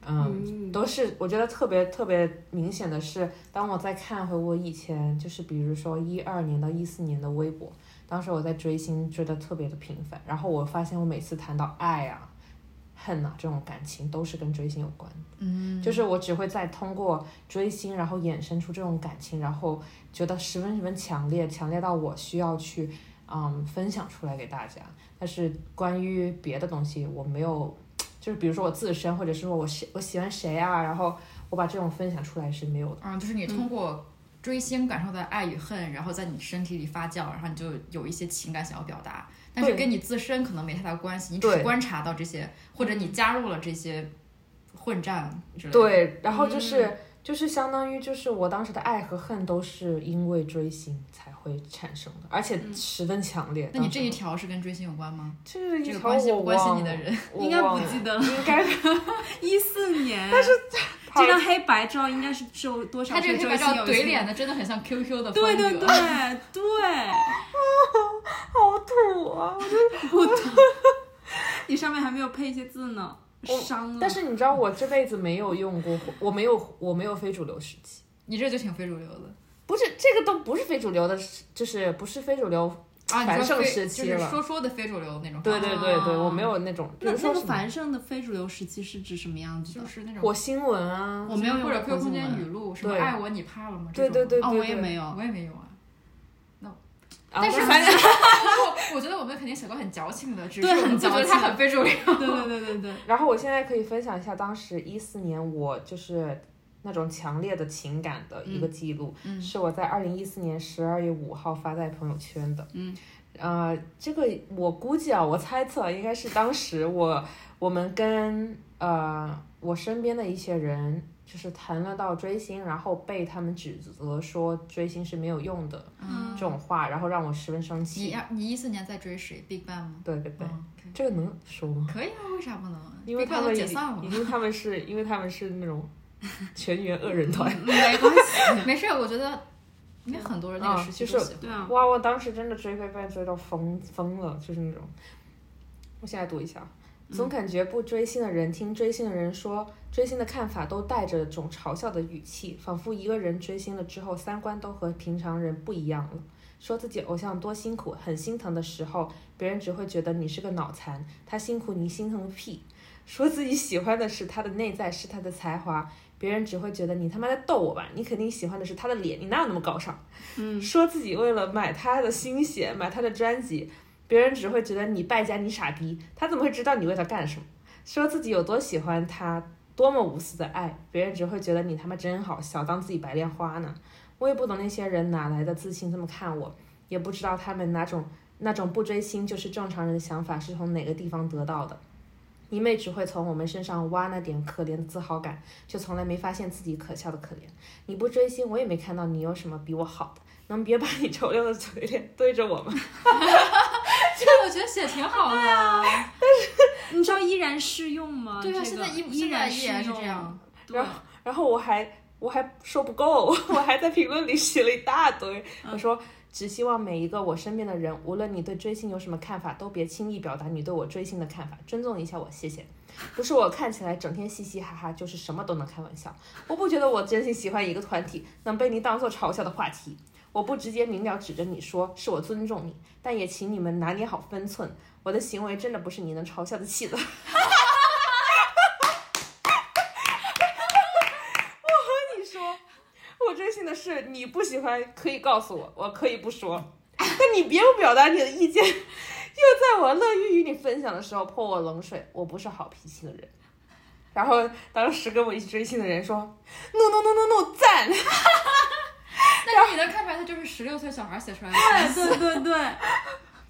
[SPEAKER 1] 嗯，
[SPEAKER 3] 嗯
[SPEAKER 1] 都是我觉得特别特别明显的是，当我在看回我以前，就是比如说一二年到一四年的微博，当时我在追星追的特别的频繁，然后我发现我每次谈到爱啊、恨啊这种感情，都是跟追星有关。
[SPEAKER 2] 嗯
[SPEAKER 1] 就是我只会再通过追星，然后衍生出这种感情，然后觉得十分十分强烈，强烈到我需要去嗯分享出来给大家。但是关于别的东西，我没有，就是比如说我自身，或者是说我喜我喜欢谁啊，然后我把这种分享出来是没有的。
[SPEAKER 2] 啊，就是你
[SPEAKER 1] 嗯
[SPEAKER 2] 通过追星感受到爱与恨，然后在你身体里发酵，然后你就有一些情感想要表达，但是
[SPEAKER 1] 对
[SPEAKER 2] 跟你自身可能没太大关系，你只是
[SPEAKER 1] 对
[SPEAKER 2] 观察到这些，或者你加入了这些混战之类的。，
[SPEAKER 1] 对，然后就是、
[SPEAKER 2] 嗯
[SPEAKER 1] 就是相当于就是我当时的爱和恨都是因为追星才会产生的，而且十分强烈。
[SPEAKER 2] 嗯那你
[SPEAKER 1] 当时
[SPEAKER 2] 这一条是跟追星有关吗？
[SPEAKER 1] 嗯这是一
[SPEAKER 2] 这个
[SPEAKER 1] 条
[SPEAKER 2] 关心
[SPEAKER 1] 我
[SPEAKER 2] 不关心
[SPEAKER 1] 忘
[SPEAKER 2] 你的
[SPEAKER 1] 了
[SPEAKER 2] 人？
[SPEAKER 1] 我
[SPEAKER 3] 应该
[SPEAKER 1] 忘
[SPEAKER 3] 不
[SPEAKER 1] 了
[SPEAKER 3] 记 得了。
[SPEAKER 1] 应该
[SPEAKER 3] 一四年，但是这张黑白照应该是只有多少
[SPEAKER 2] 他这
[SPEAKER 3] 是
[SPEAKER 2] 个黑
[SPEAKER 3] 追
[SPEAKER 2] 白
[SPEAKER 3] 星
[SPEAKER 2] 照
[SPEAKER 3] 有
[SPEAKER 2] 怼脸的真的很像 QQ 的风格。
[SPEAKER 3] 对对对 对，
[SPEAKER 1] 好土啊！
[SPEAKER 3] 不懂，你上面还没有配一些字呢，
[SPEAKER 1] 我
[SPEAKER 3] 伤了。
[SPEAKER 1] 哦但是你知道，我这辈子没有用过，我没有，我没有非主流时期。
[SPEAKER 2] 你这就挺非主流的
[SPEAKER 1] 不是这个都不是非主流的，就是不是非主流。
[SPEAKER 2] 啊！
[SPEAKER 1] 繁
[SPEAKER 2] 你说
[SPEAKER 1] 盛
[SPEAKER 2] 非
[SPEAKER 1] 时期
[SPEAKER 2] 就是
[SPEAKER 1] 了
[SPEAKER 2] 说说的非主流那种方啊
[SPEAKER 1] 对对
[SPEAKER 2] 式，
[SPEAKER 1] 对对，我没有那种，比
[SPEAKER 3] 那
[SPEAKER 1] 如
[SPEAKER 3] 那
[SPEAKER 1] 说
[SPEAKER 3] 个
[SPEAKER 1] 什么
[SPEAKER 3] 繁盛的非主流时期是指什么样子
[SPEAKER 2] 就
[SPEAKER 3] 的？
[SPEAKER 2] 是那种
[SPEAKER 1] 火星文啊，
[SPEAKER 3] 我没有用
[SPEAKER 2] 或者 QQ
[SPEAKER 3] 过
[SPEAKER 2] 空
[SPEAKER 3] 中
[SPEAKER 2] 间
[SPEAKER 3] 文
[SPEAKER 2] 语录，什么
[SPEAKER 1] 对
[SPEAKER 2] 爱我你怕了吗？这
[SPEAKER 1] 对对对
[SPEAKER 2] 种
[SPEAKER 1] 对
[SPEAKER 3] 哦，
[SPEAKER 1] 对，
[SPEAKER 3] 我也没 有。
[SPEAKER 2] 我也没有啊。
[SPEAKER 1] 啊。
[SPEAKER 2] 但是
[SPEAKER 1] 那
[SPEAKER 2] 反正我我 觉得我们肯定写过很矫情的，只是
[SPEAKER 3] 对
[SPEAKER 2] 我们
[SPEAKER 3] 很
[SPEAKER 2] 不觉得
[SPEAKER 3] 矫
[SPEAKER 2] 它
[SPEAKER 3] 情
[SPEAKER 2] 很非主流。
[SPEAKER 3] 对对对对对，
[SPEAKER 1] 然后我现在可以分享一下，当时一四年我就是那种强烈的情感的一个记录，
[SPEAKER 2] 嗯
[SPEAKER 1] 是我在二零一四年十二月五号发在朋友圈的。
[SPEAKER 3] 嗯，
[SPEAKER 1] 呃，这个我估计啊，我猜测应该是当时我我们跟呃我身边的一些人。就是谈论到追星，然后被他们指责说追星是没有用的
[SPEAKER 2] 嗯
[SPEAKER 1] 这种话，然后让我十分生
[SPEAKER 2] 你
[SPEAKER 1] 气。
[SPEAKER 2] 二你一四年在追谁？Big Bang 吗？
[SPEAKER 1] 对对对，
[SPEAKER 2] 嗯可以
[SPEAKER 1] 这个能说吗？
[SPEAKER 2] 可以啊，为啥不能啊？
[SPEAKER 1] 因为
[SPEAKER 2] Big
[SPEAKER 1] 他
[SPEAKER 2] Bang 都
[SPEAKER 1] 们已
[SPEAKER 2] 解散了
[SPEAKER 1] 已经他们是因为他们是那种全员恶人团。
[SPEAKER 2] 嗯没 关系，没事，我觉得应该很多人那个时期都
[SPEAKER 1] 啊就
[SPEAKER 2] 喜欢。
[SPEAKER 4] 对啊，
[SPEAKER 1] 哇，我当时真的追 BigBang 追到疯疯了，就是那种。我现在读一下，啊
[SPEAKER 4] 嗯
[SPEAKER 1] 总感觉不追星的人听追星的人说追星的看法，都带着种嘲笑的语气，仿佛一个人追星了之后，三观都和平常人不一样了。说自己偶像多辛苦，很心疼的时候，别人只会觉得你是个脑残，他辛苦你心疼个屁。说自己喜欢的是他的内在，是他的才华，别人只会觉得你他妈在逗我吧，你肯定喜欢的是他的脸，你哪有那么高尚？说自己为了买他的新鞋，买他的专辑，别人只会觉得你败家，你傻逼，他怎么会知道你为他干什么？说自己有多喜欢他，多么无私的爱，别人只会觉得你他妈真好笑，当自己白莲花呢。我也不懂那些人哪来的自信这么看我，也不知道他们哪种那种不追星就是正常人的想法是从哪个地方得到的。一昧只会从我们身上挖那点可怜的自豪感，却从来没发现自己可笑的可怜。你不追星，我也没看到你有什么比我好的。能别把你丑陋的嘴脸对着我吗？
[SPEAKER 2] 其实我觉得写挺好的啊。
[SPEAKER 4] 你知道依然适用吗？
[SPEAKER 2] 对啊，
[SPEAKER 4] 这
[SPEAKER 2] 现
[SPEAKER 4] 个
[SPEAKER 2] 在依
[SPEAKER 4] 依
[SPEAKER 2] 现在依
[SPEAKER 4] 适
[SPEAKER 2] 然是
[SPEAKER 4] 用
[SPEAKER 2] 这样。
[SPEAKER 4] 对啊，
[SPEAKER 1] 然后我还我还说不够， 我还在评论里写了一大堆。我说，只希望每一个我身边的人，无论你对追星有什么看法，都别轻易表达你对我追星的看法，尊重一下我，谢谢。不是我看起来整天嘻嘻哈哈，就是什么都能开玩笑。我不觉得我真心喜欢一个团体能被你当做嘲笑的话题。我不直接明了指着你说，是我尊重你，但也请你们拿捏好分寸。我的行为真的不是你能嘲笑得起的。我和你说，我追星的事你不喜欢可以告诉我，我可以不说， 但你别不表达你的意见，又在我乐于与你分享的时候泼我冷水，我不是好脾气的人。然后当时跟我一起追星的人说，no no no no no，赞。
[SPEAKER 2] 但是你能看出来，他就是十六岁小孩写出来的，
[SPEAKER 3] 哎
[SPEAKER 4] 对对对，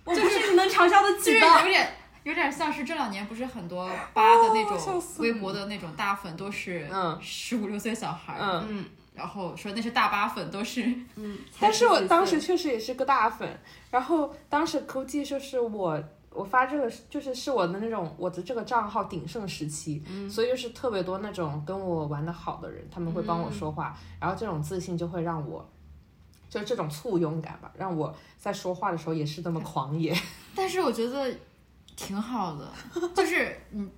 [SPEAKER 4] 我不是你能嘲笑得
[SPEAKER 2] 就
[SPEAKER 4] 起
[SPEAKER 2] 是
[SPEAKER 4] 的。
[SPEAKER 2] 有点有点像是这两年不是很多八的那
[SPEAKER 1] 哦笑
[SPEAKER 2] 种
[SPEAKER 1] 死
[SPEAKER 2] 微博的那种大粉都是
[SPEAKER 1] 嗯
[SPEAKER 2] 十五六岁小孩，
[SPEAKER 1] 嗯
[SPEAKER 3] 嗯，
[SPEAKER 2] 然后说那些大八粉 都是
[SPEAKER 1] 但是我当 时确实也是个大粉，然后当时估计就是我我发这个是就是是我的那种我的这个账号鼎盛时期，所以就是特别多那种跟我玩的好的人，他们会帮我说话，然后这种自信就会让我。就是这种簇拥感吧，让我在说话的时候也是那么狂野。
[SPEAKER 2] 但是我觉得挺好的，就是你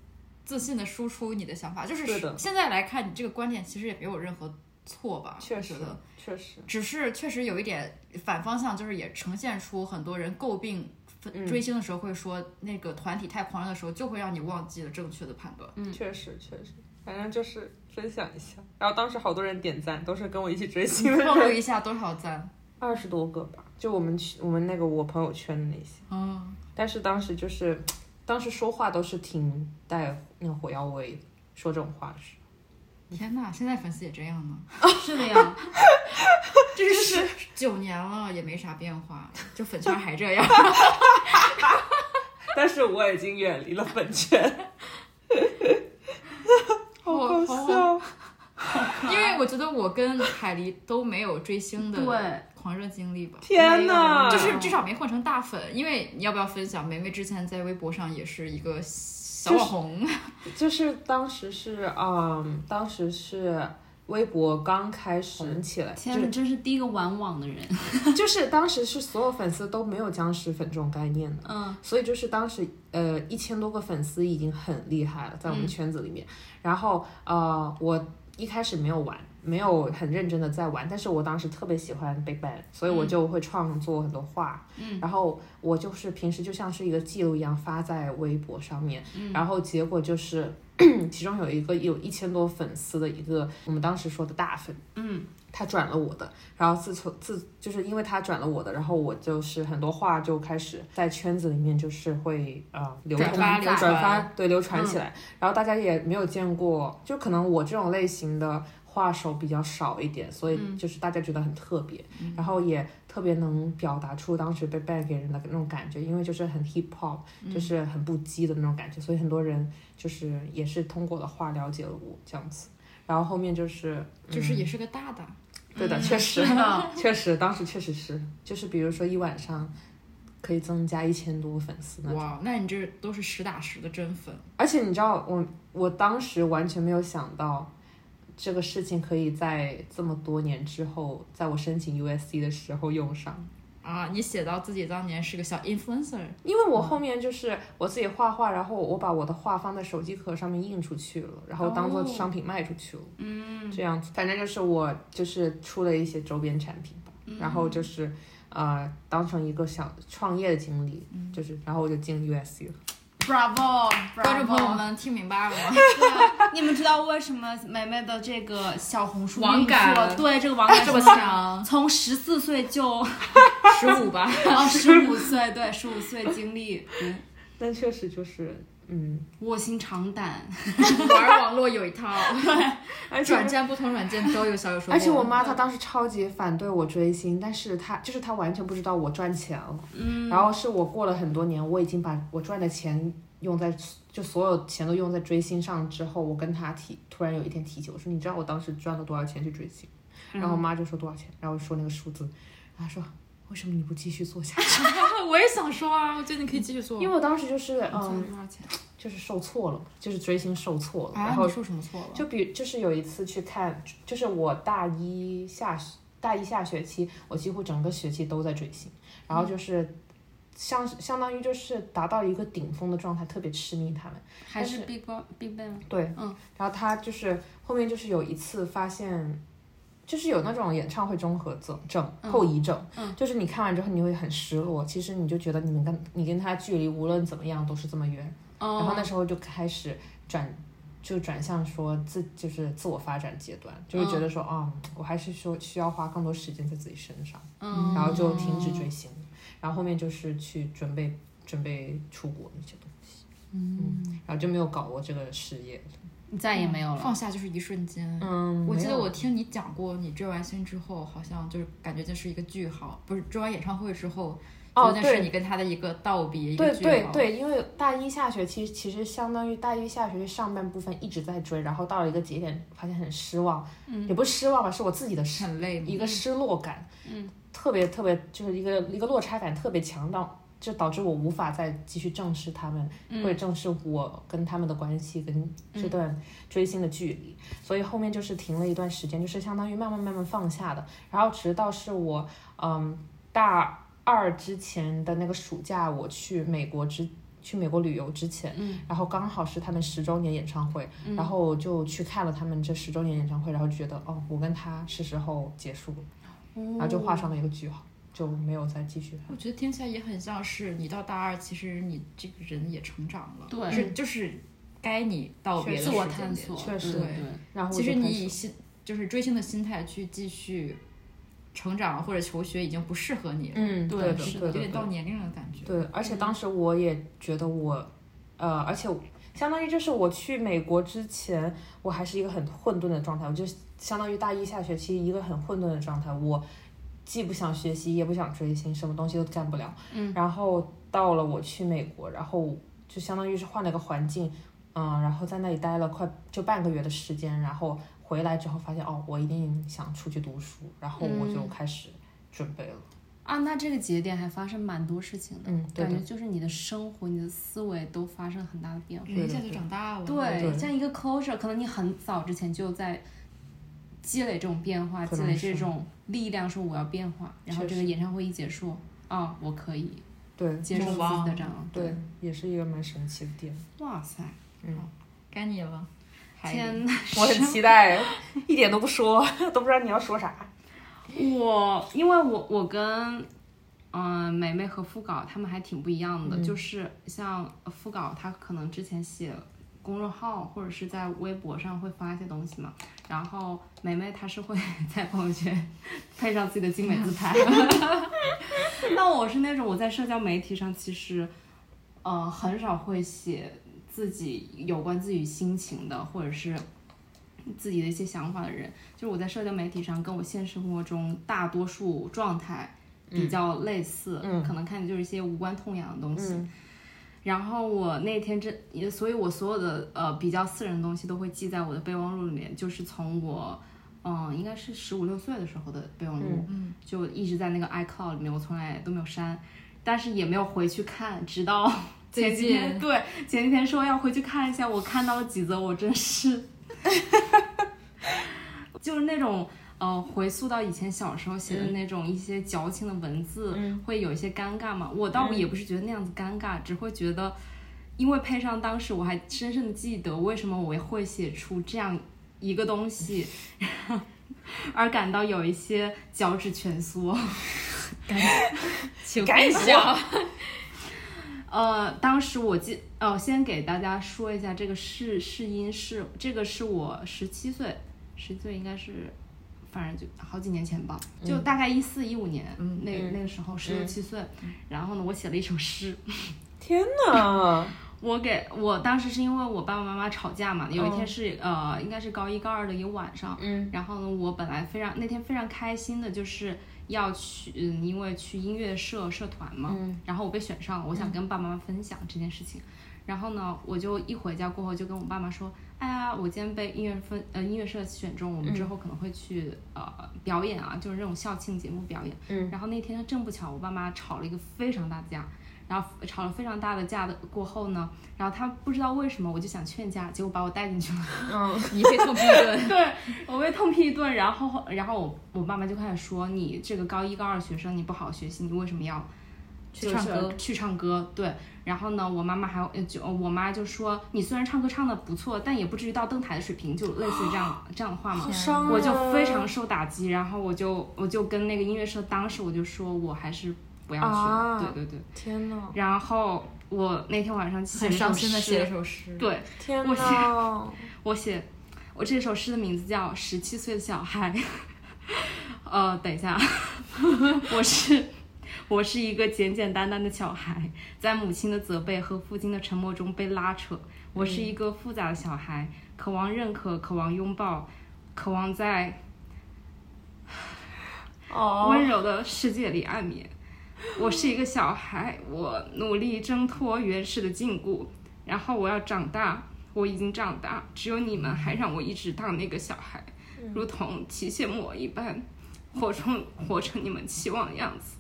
[SPEAKER 2] 自信的输出你的想法，就是
[SPEAKER 1] 对的
[SPEAKER 2] 现在来看，你这个观点其实也没有任何错吧？
[SPEAKER 1] 确
[SPEAKER 2] 我
[SPEAKER 1] 实
[SPEAKER 2] 觉得，
[SPEAKER 1] 确实，
[SPEAKER 2] 只是确实有一点反方向，就是也呈现出很多人诟病。
[SPEAKER 1] 嗯
[SPEAKER 2] 追星的时候会说那个团体太狂热的时候，就会让你忘记了正确的判 断。
[SPEAKER 1] 确实，确实，反正就是分享一下。然后当时好多人点赞，都是跟我一起追星 的
[SPEAKER 2] 透露
[SPEAKER 1] 人，
[SPEAKER 2] 一下多少赞？
[SPEAKER 1] 二十多个吧。就我们去我们那个我朋友圈的那些。
[SPEAKER 2] 嗯，
[SPEAKER 1] 但是当时就是，当时说话都是挺带那个火药味的，说这种话的时候，
[SPEAKER 2] 天哪！现在粉丝也这样吗？
[SPEAKER 4] 是 的呀，
[SPEAKER 2] 这是十九年了，也没啥变化，就粉圈还这样。
[SPEAKER 1] 但是我已经远离了粉圈，好搞笑。
[SPEAKER 2] 因为我觉得我跟海狸都没有追星的
[SPEAKER 4] 对
[SPEAKER 2] 狂热经历吧，
[SPEAKER 1] 天哪！
[SPEAKER 2] 就
[SPEAKER 4] 没有
[SPEAKER 2] 是至少没混成大粉。因为你要不要分享？梅梅之前在微博上也是一个小网红，
[SPEAKER 1] 就是当时是嗯，当时是微博刚开始红起来，
[SPEAKER 4] 天哪，真是第一个玩网的人。
[SPEAKER 1] 就就是当时是所有粉丝都没有僵尸粉这种概念的。
[SPEAKER 4] 嗯，
[SPEAKER 1] 所以就是当时呃一千多个粉丝已经很厉害了，在我们圈子里面。然后呃，我一开始没有玩，没有很认真的在玩，但是我当时特别喜欢 BigBang，所以
[SPEAKER 2] 嗯
[SPEAKER 1] 我就会创作很多画。嗯，然后我就是平时就像是一个记录一样发在微博上面，
[SPEAKER 2] 嗯
[SPEAKER 1] 然后结果就是。 其中有一个有一千多粉丝的一个，我们当时说的大粉，嗯，他转了我的，然后自从自就是因为他转了我的，然后我就是很多话就开始在圈子里面就是会呃流通
[SPEAKER 2] 转发流传
[SPEAKER 1] 转发对流传
[SPEAKER 2] 嗯
[SPEAKER 1] 起来，然后大家也没有见过，就可能我这种类型的画手比较少一点，所
[SPEAKER 2] 嗯
[SPEAKER 1] 以就是大家觉得很特别，然后也特别能表达出当时被 ban 给人的那种感觉，因为就是很 hip hop，就是
[SPEAKER 2] 嗯
[SPEAKER 1] 很不羁的那种感觉，所以很多人就是也是通过我的画了解了我这样子。然后后面就是嗯
[SPEAKER 2] 就是哦也是个大大，
[SPEAKER 1] 对
[SPEAKER 2] 嗯
[SPEAKER 1] 的，确实，
[SPEAKER 3] 是的，
[SPEAKER 1] 确实，当时确实是，就是比如说一晚上可以增加一千多粉丝那种。
[SPEAKER 2] 哇，那你这都是实打实的真粉，
[SPEAKER 1] 而且你知道，我我当时完全没有想到这个事情可以在这么多年之后，在我申请 USC 的时候用上。
[SPEAKER 2] 啊！你写到自己当年是个小 influencer，
[SPEAKER 1] 因为我后面就是我自己画画，然后我把我的画放在手机壳上面印出去了，然后当做商品卖出去了，嗯，这样子，反正就是我就是出了一些周边产品吧，然后就是呃当成一个小创业的经历，就是然后我就进 USC 了，
[SPEAKER 3] Bravo，啊
[SPEAKER 2] 观众朋友，们听明白了 吗？
[SPEAKER 3] 你们知道为什么梅梅的这个小红书
[SPEAKER 2] 网感
[SPEAKER 3] 运作对这个网感
[SPEAKER 2] 这么
[SPEAKER 3] 强
[SPEAKER 2] 强
[SPEAKER 3] 从十四岁就
[SPEAKER 2] 十五 吧，
[SPEAKER 3] 到十五岁，对，十五岁经历，嗯，
[SPEAKER 1] 但确实就是嗯，
[SPEAKER 3] 卧薪尝胆，嗯
[SPEAKER 2] 玩网络有一套，
[SPEAKER 1] 而且
[SPEAKER 2] 转战不同软件都有小有收获。
[SPEAKER 1] 而且我妈她当时超级反对我追星，但是她就是她完全不知道我赚钱了。嗯，然后是我过了很多年，我已经把我赚的钱用在就所有钱都用在追星上之后，我跟她提，突然有一天提起，我说你知道我当时赚了多少钱去追星？然
[SPEAKER 2] 嗯
[SPEAKER 1] 后我妈就说多少钱，然后我说那个数字，然后她说为什么你不继续做下去？
[SPEAKER 2] 我也想说啊，我觉得你可以继续做。
[SPEAKER 1] 因为我当时就是嗯，
[SPEAKER 2] 多少钱？
[SPEAKER 1] 就是受挫了嘛，就是追星受挫了，然
[SPEAKER 2] 啊，
[SPEAKER 1] 后
[SPEAKER 2] 你说什么错了？
[SPEAKER 1] 就比就是有一次去看，就是我大一下学大一下学期，我几乎整个学期都在追星，然后
[SPEAKER 2] 嗯
[SPEAKER 1] 就是相相当于就是达到一个顶峰的状态，特别痴迷他们。
[SPEAKER 3] 还是 Big Bang Big Bang，
[SPEAKER 1] 对，
[SPEAKER 3] 嗯，
[SPEAKER 1] 然后他就是后面就是有一次发现。就是有那种演唱会综合症症
[SPEAKER 3] 嗯
[SPEAKER 1] 后遗症，就是你看完之后你会很失落，其实你就觉得你们跟你跟他距离无论怎么样都是这么远，
[SPEAKER 3] 哦
[SPEAKER 1] 然后那时候就开始转，就转向说自就是自我发展阶段，就
[SPEAKER 3] 嗯
[SPEAKER 1] 会觉得说啊、我还是说需要花更多时间在自己身上，
[SPEAKER 3] 嗯
[SPEAKER 1] 然后就停止追星，然后后面就是去准备准备出国那些东西，嗯，然后就没有搞过这个事业，
[SPEAKER 3] 你再也没有了。
[SPEAKER 2] 放下就是一瞬间。
[SPEAKER 1] 嗯，
[SPEAKER 2] 我记得
[SPEAKER 1] 没有
[SPEAKER 2] 我听你讲过，你追完星之后，好像就是感觉就是一个句号，不是追完演唱会之后，
[SPEAKER 1] 哦
[SPEAKER 2] 觉得那是
[SPEAKER 1] 对
[SPEAKER 2] 你跟他的一个道别，一个
[SPEAKER 1] 对
[SPEAKER 2] 句
[SPEAKER 1] 对
[SPEAKER 2] 号。
[SPEAKER 1] 对，因为大一下学期其实相当于大一下学期上半部分一直在追，然后到了一个节点发现很失望，
[SPEAKER 2] 嗯
[SPEAKER 1] 也不是失望吧，是我自己的失
[SPEAKER 2] 很累嘛，
[SPEAKER 1] 一个失落感，嗯，特别特别就是一个一个落差感特别强到，就导致我无法再继续正视他们，或者正视我跟他们的关系跟这段追星的距离，所以后面就是停了一段时间，就是相当于慢慢慢慢放下的，然后直到是我嗯大二之前的那个暑假，我去美国之。去美国旅游之前，然后刚好是他们十周年演唱会，然后我就去看了他们这十周年演唱会，然后就觉得哦，我跟他是时候结束了，然后就画上了一个句号，就没有再继续。
[SPEAKER 2] 我觉得听起来也很像是你到大二，其实你这个人也成长了，
[SPEAKER 3] 对
[SPEAKER 2] 是就是该你道别的
[SPEAKER 3] 自我
[SPEAKER 2] 时间
[SPEAKER 3] 探
[SPEAKER 2] 点
[SPEAKER 3] 索，
[SPEAKER 1] 确实
[SPEAKER 3] 对
[SPEAKER 2] 对
[SPEAKER 1] 然后我
[SPEAKER 2] 其
[SPEAKER 1] 就开
[SPEAKER 2] 实你
[SPEAKER 1] 始
[SPEAKER 2] 以心就是追星的心态去继续成长或者求学，已经不适合你了，
[SPEAKER 1] 嗯，
[SPEAKER 3] 对
[SPEAKER 1] 对的，
[SPEAKER 3] 是的
[SPEAKER 1] 对的
[SPEAKER 2] 有点到年龄了的感觉。
[SPEAKER 1] 对，而且当时我也觉得我，呃，而且相当于就是我去美国之前，我还是一个很混沌的状态，我就相当于大一下学期一个很混沌的状态，我既不想学习，也不想追星，什么东西都干不了。嗯，然后到了我去美国，然后就相当于是换了个环境，嗯，然后在那里待了快就半个月的时间，然后回来之后发现哦，我一定想出去读书，然后我就开始准备了。
[SPEAKER 3] 啊，那这个节点还发生蛮多事情的，
[SPEAKER 1] 嗯对
[SPEAKER 3] 感觉就是你的生活、你的思维都发生了很大的变化。
[SPEAKER 2] 人一下
[SPEAKER 1] 对
[SPEAKER 2] 就
[SPEAKER 1] 对
[SPEAKER 2] 长大了，
[SPEAKER 3] 对，
[SPEAKER 1] 对
[SPEAKER 3] 像一个 culture，可能你很早之前就在积累这种变化，
[SPEAKER 1] 可
[SPEAKER 3] 积
[SPEAKER 1] 能
[SPEAKER 3] 累
[SPEAKER 1] 是
[SPEAKER 3] 这种力量，说我要变化。然后
[SPEAKER 1] 确
[SPEAKER 3] 这个演唱会一结束，啊，我可以
[SPEAKER 1] 对，
[SPEAKER 3] 接受
[SPEAKER 2] 猛
[SPEAKER 3] 自己的
[SPEAKER 2] 王
[SPEAKER 3] 这样。
[SPEAKER 1] 对，，也是一个蛮神奇的点。
[SPEAKER 3] 哇塞，
[SPEAKER 2] 该你了。海里
[SPEAKER 3] 天呐，
[SPEAKER 1] 我很期待，一点都不说，都不知道你要说啥。
[SPEAKER 3] 我因为我我跟嗯、呃梅梅和副稿他们还挺不一样的，就是像副稿他可能之前写公众号或者是在微博上会发一些东西嘛，然后梅梅她是会在朋友圈配上自己的精美自拍，那我是那种我在社交媒体上其实呃很少会写自己有关自己心情的或者是自己的一些想法的人。就是我在社交媒体上跟我现实生活中大多数状态比较类似，可能看的就是一些无关痛痒的东西。然后我那天真，也所以我所有的呃比较私人的东西都会记在我的备忘录里面，就是从我嗯、应该是十五六岁的时候的备忘录，
[SPEAKER 5] 嗯
[SPEAKER 3] 就一直在那个 iCloud 里面，我从来都没有删，但是也没有回去看，直到前几天，对前几天说要回去看一下，我看到了几则，我真是，就是那种呃回溯到以前小时候写的那种一些矫情的文字，会有一些尴尬嘛。我倒也不是觉得那样子尴尬，只会觉得。因为配上当时我还深深的记得为什么我会写出这样一个东西，而感到有一些脚趾蜷缩。
[SPEAKER 2] 请
[SPEAKER 1] 敢想，
[SPEAKER 3] 呃，当时我记，哦，先给大家说一下这个试试音是这个是我十七岁，十七岁应该是，反正就好几年前吧，就大概一四一五年，
[SPEAKER 5] 嗯
[SPEAKER 3] 那
[SPEAKER 1] 嗯
[SPEAKER 3] 那个时候十六七岁，然后呢，我写了一首诗，
[SPEAKER 1] 天哪！
[SPEAKER 3] 我给我当时是因为我爸爸妈妈吵架嘛，有一天是、呃，应该是高一高二的一个晚上，
[SPEAKER 1] 哦嗯，
[SPEAKER 3] 然后呢，我本来非常那天非常开心的，就是要去，嗯，因为去音乐社社团嘛，
[SPEAKER 1] 嗯
[SPEAKER 3] 然后我被选上了，我想跟爸妈分享这件事情，然后呢，我就一回家过后就跟我爸妈说，哎呀，我今天被音乐分呃音乐社选中，我
[SPEAKER 1] 嗯
[SPEAKER 3] 们之后可能会去、呃表演啊，就是那种校庆节目表演，
[SPEAKER 1] 嗯
[SPEAKER 3] 然后那天正不巧，我爸妈吵了一个非常大的架，然后吵了非常大的架的过后呢，然后他不知道为什么，我就想劝架，结果把我带进去 了。
[SPEAKER 1] 嗯
[SPEAKER 2] 你被痛批一顿，
[SPEAKER 3] 对我被痛批一顿，然后然后我我爸妈就开始说你这个高一高二学生你不好好学习，你为什么要
[SPEAKER 2] 去
[SPEAKER 3] 就是
[SPEAKER 2] 唱歌
[SPEAKER 3] 去唱歌？对，然后呢，我妈妈还呃就我妈就说你虽然唱歌唱的不错，但也不至于到登台的水平，就类似于这样这样的话嘛。
[SPEAKER 1] 伤
[SPEAKER 3] 我就非
[SPEAKER 1] 啊
[SPEAKER 3] 常受打击，然后我就我就跟那个音乐社，当时我就说我还是不要去了，
[SPEAKER 1] 啊
[SPEAKER 3] 对对对。
[SPEAKER 1] 天哪！
[SPEAKER 3] 然后我那天晚上写
[SPEAKER 2] 很
[SPEAKER 3] 了一首
[SPEAKER 2] 伤心的写了
[SPEAKER 3] 诗，
[SPEAKER 2] 首诗。
[SPEAKER 3] 对
[SPEAKER 1] 天
[SPEAKER 3] 我
[SPEAKER 1] 哪！
[SPEAKER 3] 我写，我这首诗的名字叫《十七岁的小孩》。 呃，等一下，我是我是一个简简单单的小孩，在母亲的责备和父亲的沉默中被拉扯。我是一个复杂的小孩，渴望认可，渴望拥抱，渴望在
[SPEAKER 1] 哦，
[SPEAKER 3] 温柔的世界里安眠。我是一个小孩，我努力挣脱原始的禁锢，然后我要长大，我已经长大，只有你们还让我一直当那个小孩，
[SPEAKER 2] 嗯
[SPEAKER 3] 如同提线木偶一般，活成活成你们期望的样子。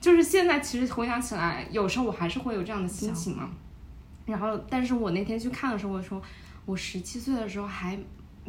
[SPEAKER 3] 就是现在，其实回想起来，有时候我还是会有这样的心情嘛。
[SPEAKER 2] 嗯
[SPEAKER 3] 然后，但是我那天去看的时候，我说我十七岁的时候还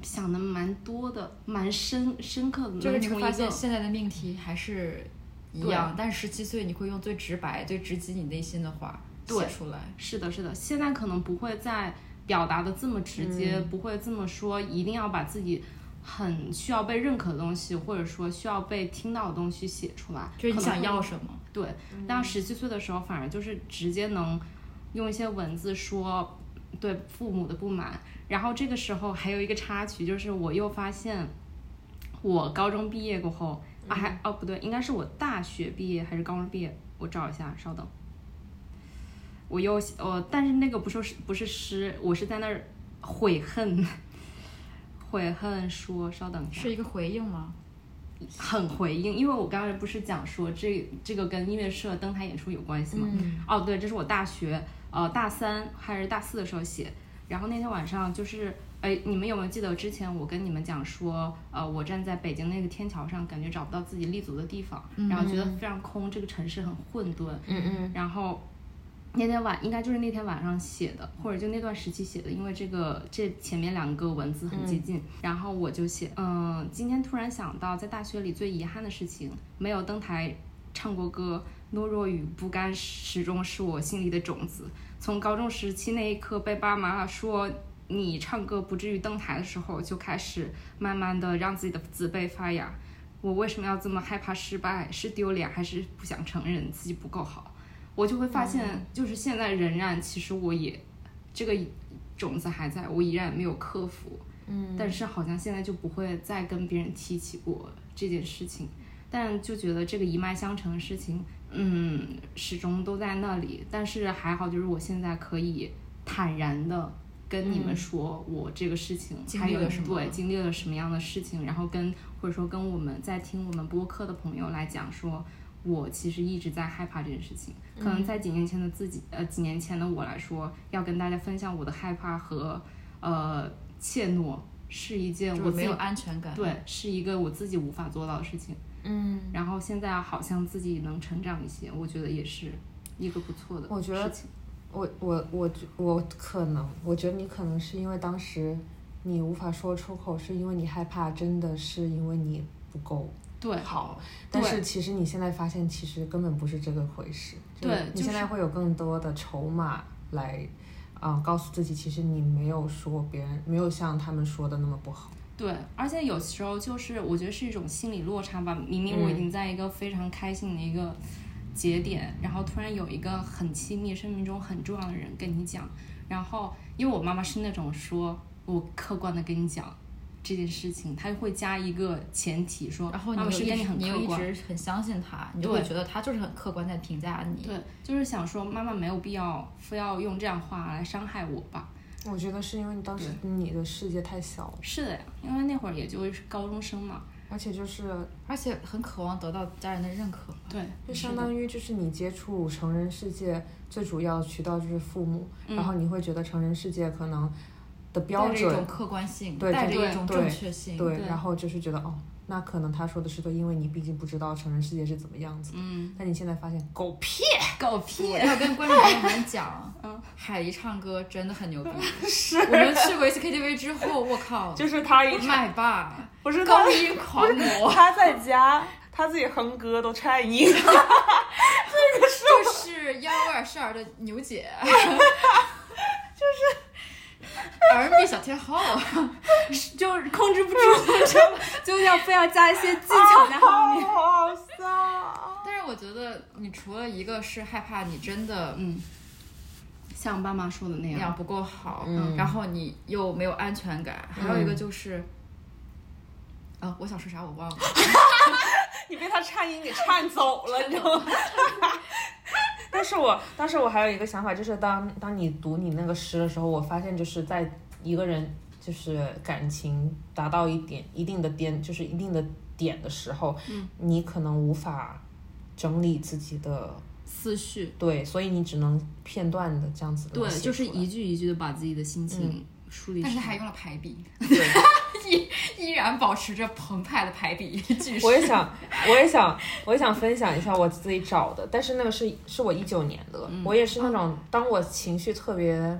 [SPEAKER 3] 想的蛮多的，蛮深深刻的，
[SPEAKER 2] 就是
[SPEAKER 3] 能
[SPEAKER 2] 你会
[SPEAKER 3] 从一
[SPEAKER 2] 发
[SPEAKER 3] 个
[SPEAKER 2] 现现在的命题还是一样，但十七岁你会用最直白、最直击你内心的话
[SPEAKER 3] 对
[SPEAKER 2] 写出来。
[SPEAKER 3] 是的，是的，现在可能不会再表达的这么直接，
[SPEAKER 2] 嗯
[SPEAKER 3] 不会这么说，一定要把自己很需要被认可的东西，或者说需要被听到的东西写出来。
[SPEAKER 2] 就是你
[SPEAKER 3] 可能
[SPEAKER 2] 想
[SPEAKER 3] 会
[SPEAKER 2] 要什么？
[SPEAKER 3] 对，但十七岁的时候，反而就是直接能用一些文字说对父母的不满。然后这个时候还有一个插曲，就是我又发现，我高中毕业过后，啊还哦不对，应该是我大学毕业还是高中毕业？我找一下，稍等。我又呃，但是那个不是诗不是诗，我是在那儿悔恨，悔恨说，稍等一下，
[SPEAKER 2] 是一个回应吗？
[SPEAKER 3] 很回应，因为我刚才不是讲说这这个跟音乐社登台演出有关系吗？
[SPEAKER 1] 嗯
[SPEAKER 3] 哦，对，这是我大学呃大三还是大四的时候写，然后那天晚上就是，哎，你们有没有记得之前我跟你们讲说，呃，我站在北京那个天桥上，感觉找不到自己立足的地方，然后觉得非常空，这个城市很混沌，
[SPEAKER 1] 嗯嗯
[SPEAKER 3] 然后那天晚应该就是那天晚上写的，或者就那段时期写的，因为这个这前面两个文字很接近，然后我就写，嗯、今天突然想到，在大学里最遗憾的事情，没有登台唱过歌，懦弱与不甘始终是我心里的种子。从高中时期那一刻被爸妈说。你唱歌不至于登台的时候，就开始慢慢的让自己的自卑发芽。我为什么要这么害怕失败？是丢脸，还是不想承认自己不够好？我就会发现，就是现在仍然，其实我也这个种子还在，我依然没有克服。嗯，但是好像现在就不会再跟别人提起过这件事情，但就觉得这个一脉相承的事情，嗯，始终都在那里。但是还好，就是我现在可以坦然的跟你们说，我这个事情
[SPEAKER 2] 经
[SPEAKER 3] 还
[SPEAKER 2] 历
[SPEAKER 3] 有
[SPEAKER 2] 了什么
[SPEAKER 3] 对经历了什么样的事情，然后跟或者说跟我们在听我们播客的朋友来讲说，我其实一直在害怕这件事情。可
[SPEAKER 2] 嗯
[SPEAKER 3] 能在几年前的自己，呃，几年前的我来说，要跟大家分享我的害怕和呃怯懦，是一件
[SPEAKER 2] 就是
[SPEAKER 3] 我自
[SPEAKER 2] 没
[SPEAKER 3] 己
[SPEAKER 2] 有安全感。
[SPEAKER 3] 对，是一个我自己无法做到的事情。
[SPEAKER 1] 嗯，
[SPEAKER 3] 然后现在好像自己能成长一些，我觉得也是一个不错的
[SPEAKER 1] 我觉得
[SPEAKER 3] 事情。
[SPEAKER 1] 我我我觉我可能，我觉得你可能是因为当时你无法说出口，是因为你害怕，真的是因为你不够。
[SPEAKER 3] 对，
[SPEAKER 1] 好，但是其实你现在发现，其实根本不是这个回事。就是
[SPEAKER 3] 对
[SPEAKER 1] 你现在会有更多的筹码来，啊、告诉自己，其实你没有说别人，没有像他们说的那么不好。
[SPEAKER 3] 对，而且有时候就是我觉得是一种心理落差吧。明明
[SPEAKER 2] 嗯
[SPEAKER 3] 我已经在一个非常开心的一个节点，然后突然有一个很亲密、生命中很重要的人跟你讲，然后因为我妈妈是那种说我客观的跟你讲这件事情，她会加一个前提说，
[SPEAKER 2] 然后你
[SPEAKER 3] 妈妈
[SPEAKER 2] 又
[SPEAKER 3] 嗯啊是
[SPEAKER 2] 一
[SPEAKER 3] 跟
[SPEAKER 2] 直
[SPEAKER 3] 很
[SPEAKER 2] 你又
[SPEAKER 3] 客
[SPEAKER 2] 一
[SPEAKER 3] 观。
[SPEAKER 2] 直很相信他，你就
[SPEAKER 3] 对
[SPEAKER 2] 会觉得他就是很客观在评价你。
[SPEAKER 3] 对，就是想说妈妈没有必要非要用这样话来伤害我吧。
[SPEAKER 1] 我觉得是因为你当时你的世界太小了，
[SPEAKER 3] 是的呀，因为那会儿也就是高中生嘛。
[SPEAKER 1] 而且就是
[SPEAKER 2] 而且很渴望得到家人的认可。
[SPEAKER 3] 对，
[SPEAKER 1] 就是相
[SPEAKER 3] 的
[SPEAKER 1] 当于就是你接触成人世界最主要渠道就是父母，
[SPEAKER 3] 嗯
[SPEAKER 1] 然后你会觉得成人世界可能的标
[SPEAKER 2] 带着一种
[SPEAKER 1] 准，
[SPEAKER 2] 客观性，
[SPEAKER 1] 对
[SPEAKER 2] 带着
[SPEAKER 3] 对
[SPEAKER 2] 一种
[SPEAKER 1] 对
[SPEAKER 2] 正确性，
[SPEAKER 1] 对，
[SPEAKER 3] 对
[SPEAKER 1] 然后就是觉得哦，那可能他说的是对，因为你毕竟不知道成人世界是怎么样子。
[SPEAKER 3] 嗯，
[SPEAKER 1] 但你现在发现狗屁，
[SPEAKER 3] 狗屁。
[SPEAKER 2] 我要跟观众朋友们讲
[SPEAKER 3] 嗯，
[SPEAKER 2] 海怡唱歌真的很牛逼。是我们去过一次 KTV 之后，我靠，
[SPEAKER 1] 就是他一
[SPEAKER 2] 麦霸，
[SPEAKER 1] 不是
[SPEAKER 2] 高音狂 魔，
[SPEAKER 1] 他在家他自己哼歌都颤音。
[SPEAKER 2] 就是幺二少儿的牛 姐，就是。R&B 小天后，
[SPEAKER 3] 就是控制不住， 就就要非要加一些技巧在后 面。
[SPEAKER 1] 好笑。
[SPEAKER 2] 但是我觉得你除了一个是害怕你真的
[SPEAKER 3] 嗯，像爸妈说的那
[SPEAKER 2] 那
[SPEAKER 3] 样，
[SPEAKER 2] 样不够好，
[SPEAKER 1] 嗯
[SPEAKER 2] 然后你又没有安全感，还有一个就是，啊，我想说啥我忘了。
[SPEAKER 1] 你被他颤音给颤走了，你知道吗？ 但是我当时我还有一个想法，就是当当你读你那个诗的时候，我发现就是在一个人就是感情达到一点一定的点，就是一定的点的时候，嗯、你可能无法整理自己的
[SPEAKER 3] 思绪，
[SPEAKER 1] 对，所以你只能片段的这样子地
[SPEAKER 3] 对，
[SPEAKER 1] 写
[SPEAKER 3] 就是
[SPEAKER 1] 出来
[SPEAKER 3] 一句一句的把自己的心情梳理出
[SPEAKER 2] 嗯但
[SPEAKER 3] 来。
[SPEAKER 2] 是他用了排比，
[SPEAKER 1] 对
[SPEAKER 2] 依然保持着澎湃的排比 句式。
[SPEAKER 1] 我也想，我也想，我也想分享一下我自己找的，但是那个是是我一九年的
[SPEAKER 3] 嗯
[SPEAKER 1] 了，我也是
[SPEAKER 3] 哦
[SPEAKER 1] 那种当我情绪特别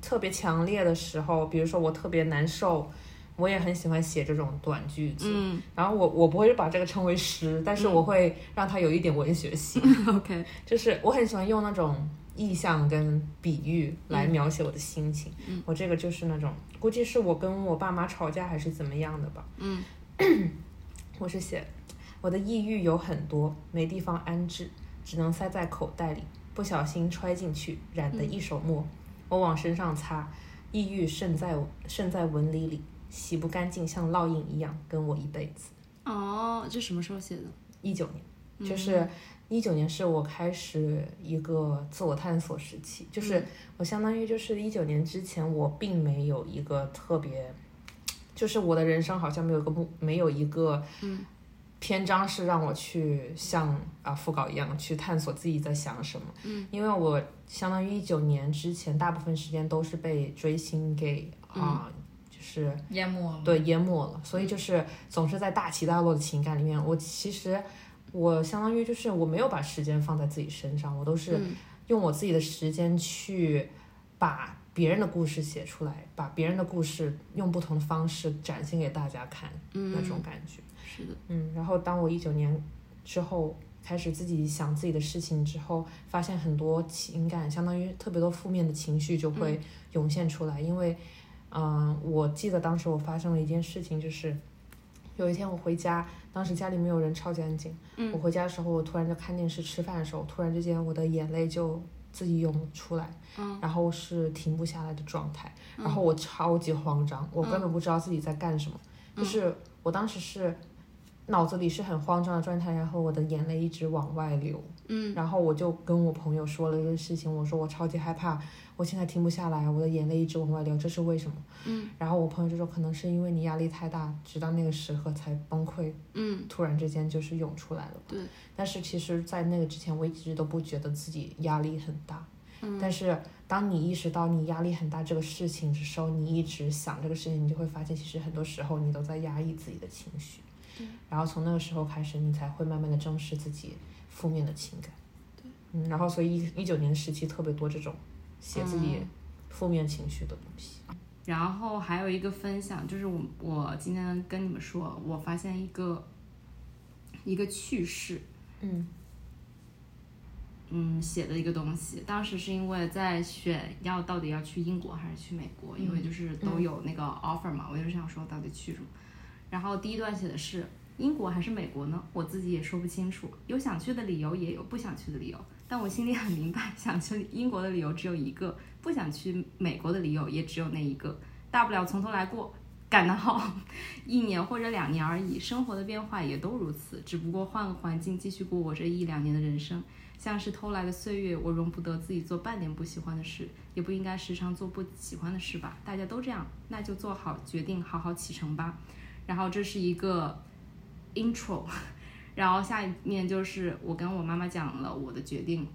[SPEAKER 1] 特别强烈的时候，比如说我特别难受，我也很喜欢写这种短句子。
[SPEAKER 3] 嗯
[SPEAKER 1] 然后我我不会把这个称为诗，但是我会让它有一点文学性，
[SPEAKER 3] ，OK，
[SPEAKER 1] 就是我很喜欢用那种意象跟比喻
[SPEAKER 3] 嗯
[SPEAKER 1] 来描写我的心情。我这个就是那种，估计是我跟我爸妈吵架还是怎么样的吧。
[SPEAKER 3] 嗯，
[SPEAKER 1] 我是写我的抑郁有很多，没地方安置，只能塞在口袋里，不小心揣进去，染得一手墨。我往身上擦，抑郁渗在渗在纹理里，洗不干净，像烙印一样跟我一辈子。
[SPEAKER 3] 哦，这什么时候写的？
[SPEAKER 1] 一九年，就是一九年是我开始一个自我探索时期，就是我相当于就是一九年之前，我并没有一个特别，就是我的人生好像没有一个目，没有一个篇章是让我去像啊副稿一样去探索自己在想什么，嗯，因为我相当于一九年之前大部分时间都是被追星给啊。就是
[SPEAKER 2] 淹没了。
[SPEAKER 1] 对，淹没了。所以就是总是在大起大落的情感里面，我其实我相当于就是我没有把时间放在自己身上，我都是
[SPEAKER 2] 嗯
[SPEAKER 1] 用我自己的时间去把别人的故事写出来，把别人的故事用不同的方式展现给大家看，那种感觉。
[SPEAKER 3] 嗯是的，
[SPEAKER 1] 嗯，然后当我一九年之后开始自己想自己的事情之后，发现很多情感，相当于特别多负面的情绪就会涌现出来。因为，嗯、我记得当时我发生了一件事情，就是有一天我回家，当时家里没有人，超级安静。嗯、我回家的时候，我突然就看电视吃饭的时候，突然之间我的眼泪就自己涌出来，嗯、然后是停不下来的状态，然后我超级慌张，我根本不知道自己在干什么，就是我当时是。脑子里是很慌张的状态，然后我的眼泪一直往外流，
[SPEAKER 3] 嗯
[SPEAKER 1] 然后我就跟我朋友说了这个事情，我说我超级害怕，我现在停不下来，我的眼泪一直往外流，这是为什么？
[SPEAKER 3] 嗯，
[SPEAKER 1] 然后我朋友就说，可能是因为你压力太大，直到那个时刻才崩溃，
[SPEAKER 3] 嗯
[SPEAKER 1] 突然之间就是涌出来了。
[SPEAKER 3] 对，
[SPEAKER 1] 但是其实，在那个之前，我一直都不觉得自己压力很大。
[SPEAKER 3] 嗯
[SPEAKER 1] 但是当你意识到你压力很大这个事情的时候，你一直想这个事情，你就会发现，其实很多时候你都在压抑自己的情绪。
[SPEAKER 3] 对。
[SPEAKER 1] 然后从那个时候开始，你才会慢慢的正视自己负面的情感。对。嗯，然后所以一一九年时期特别多这种写自己负面情绪的东西。
[SPEAKER 3] 然后还有一个分享，就是我我今天跟你们说，我发现一个一个趣事，
[SPEAKER 1] 嗯
[SPEAKER 3] 嗯写的一个东西。当时是因为在选要到底要去英国还是去美国，因为就是都有那个 offer 嘛，我就想说到底去什么。然后第一段写的是英国还是美国呢？我自己也说不清楚，有想去的理由，也有不想去的理由。但我心里很明白，想去英国的理由只有一个，不想去美国的理由也只有那一个。大不了从头来过，感到好 一年或者两年而已。生活的变化也都如此，只不过换个环境，继续过我这一两年的人生。像是偷来的岁月，我容不得自己做半点不喜欢的事，也不应该时常做不喜欢的事吧？大家都这样，那就做好决定，好好启程吧。然后这是一个 intro，然 后下面就是我跟我妈妈讲了我的决定，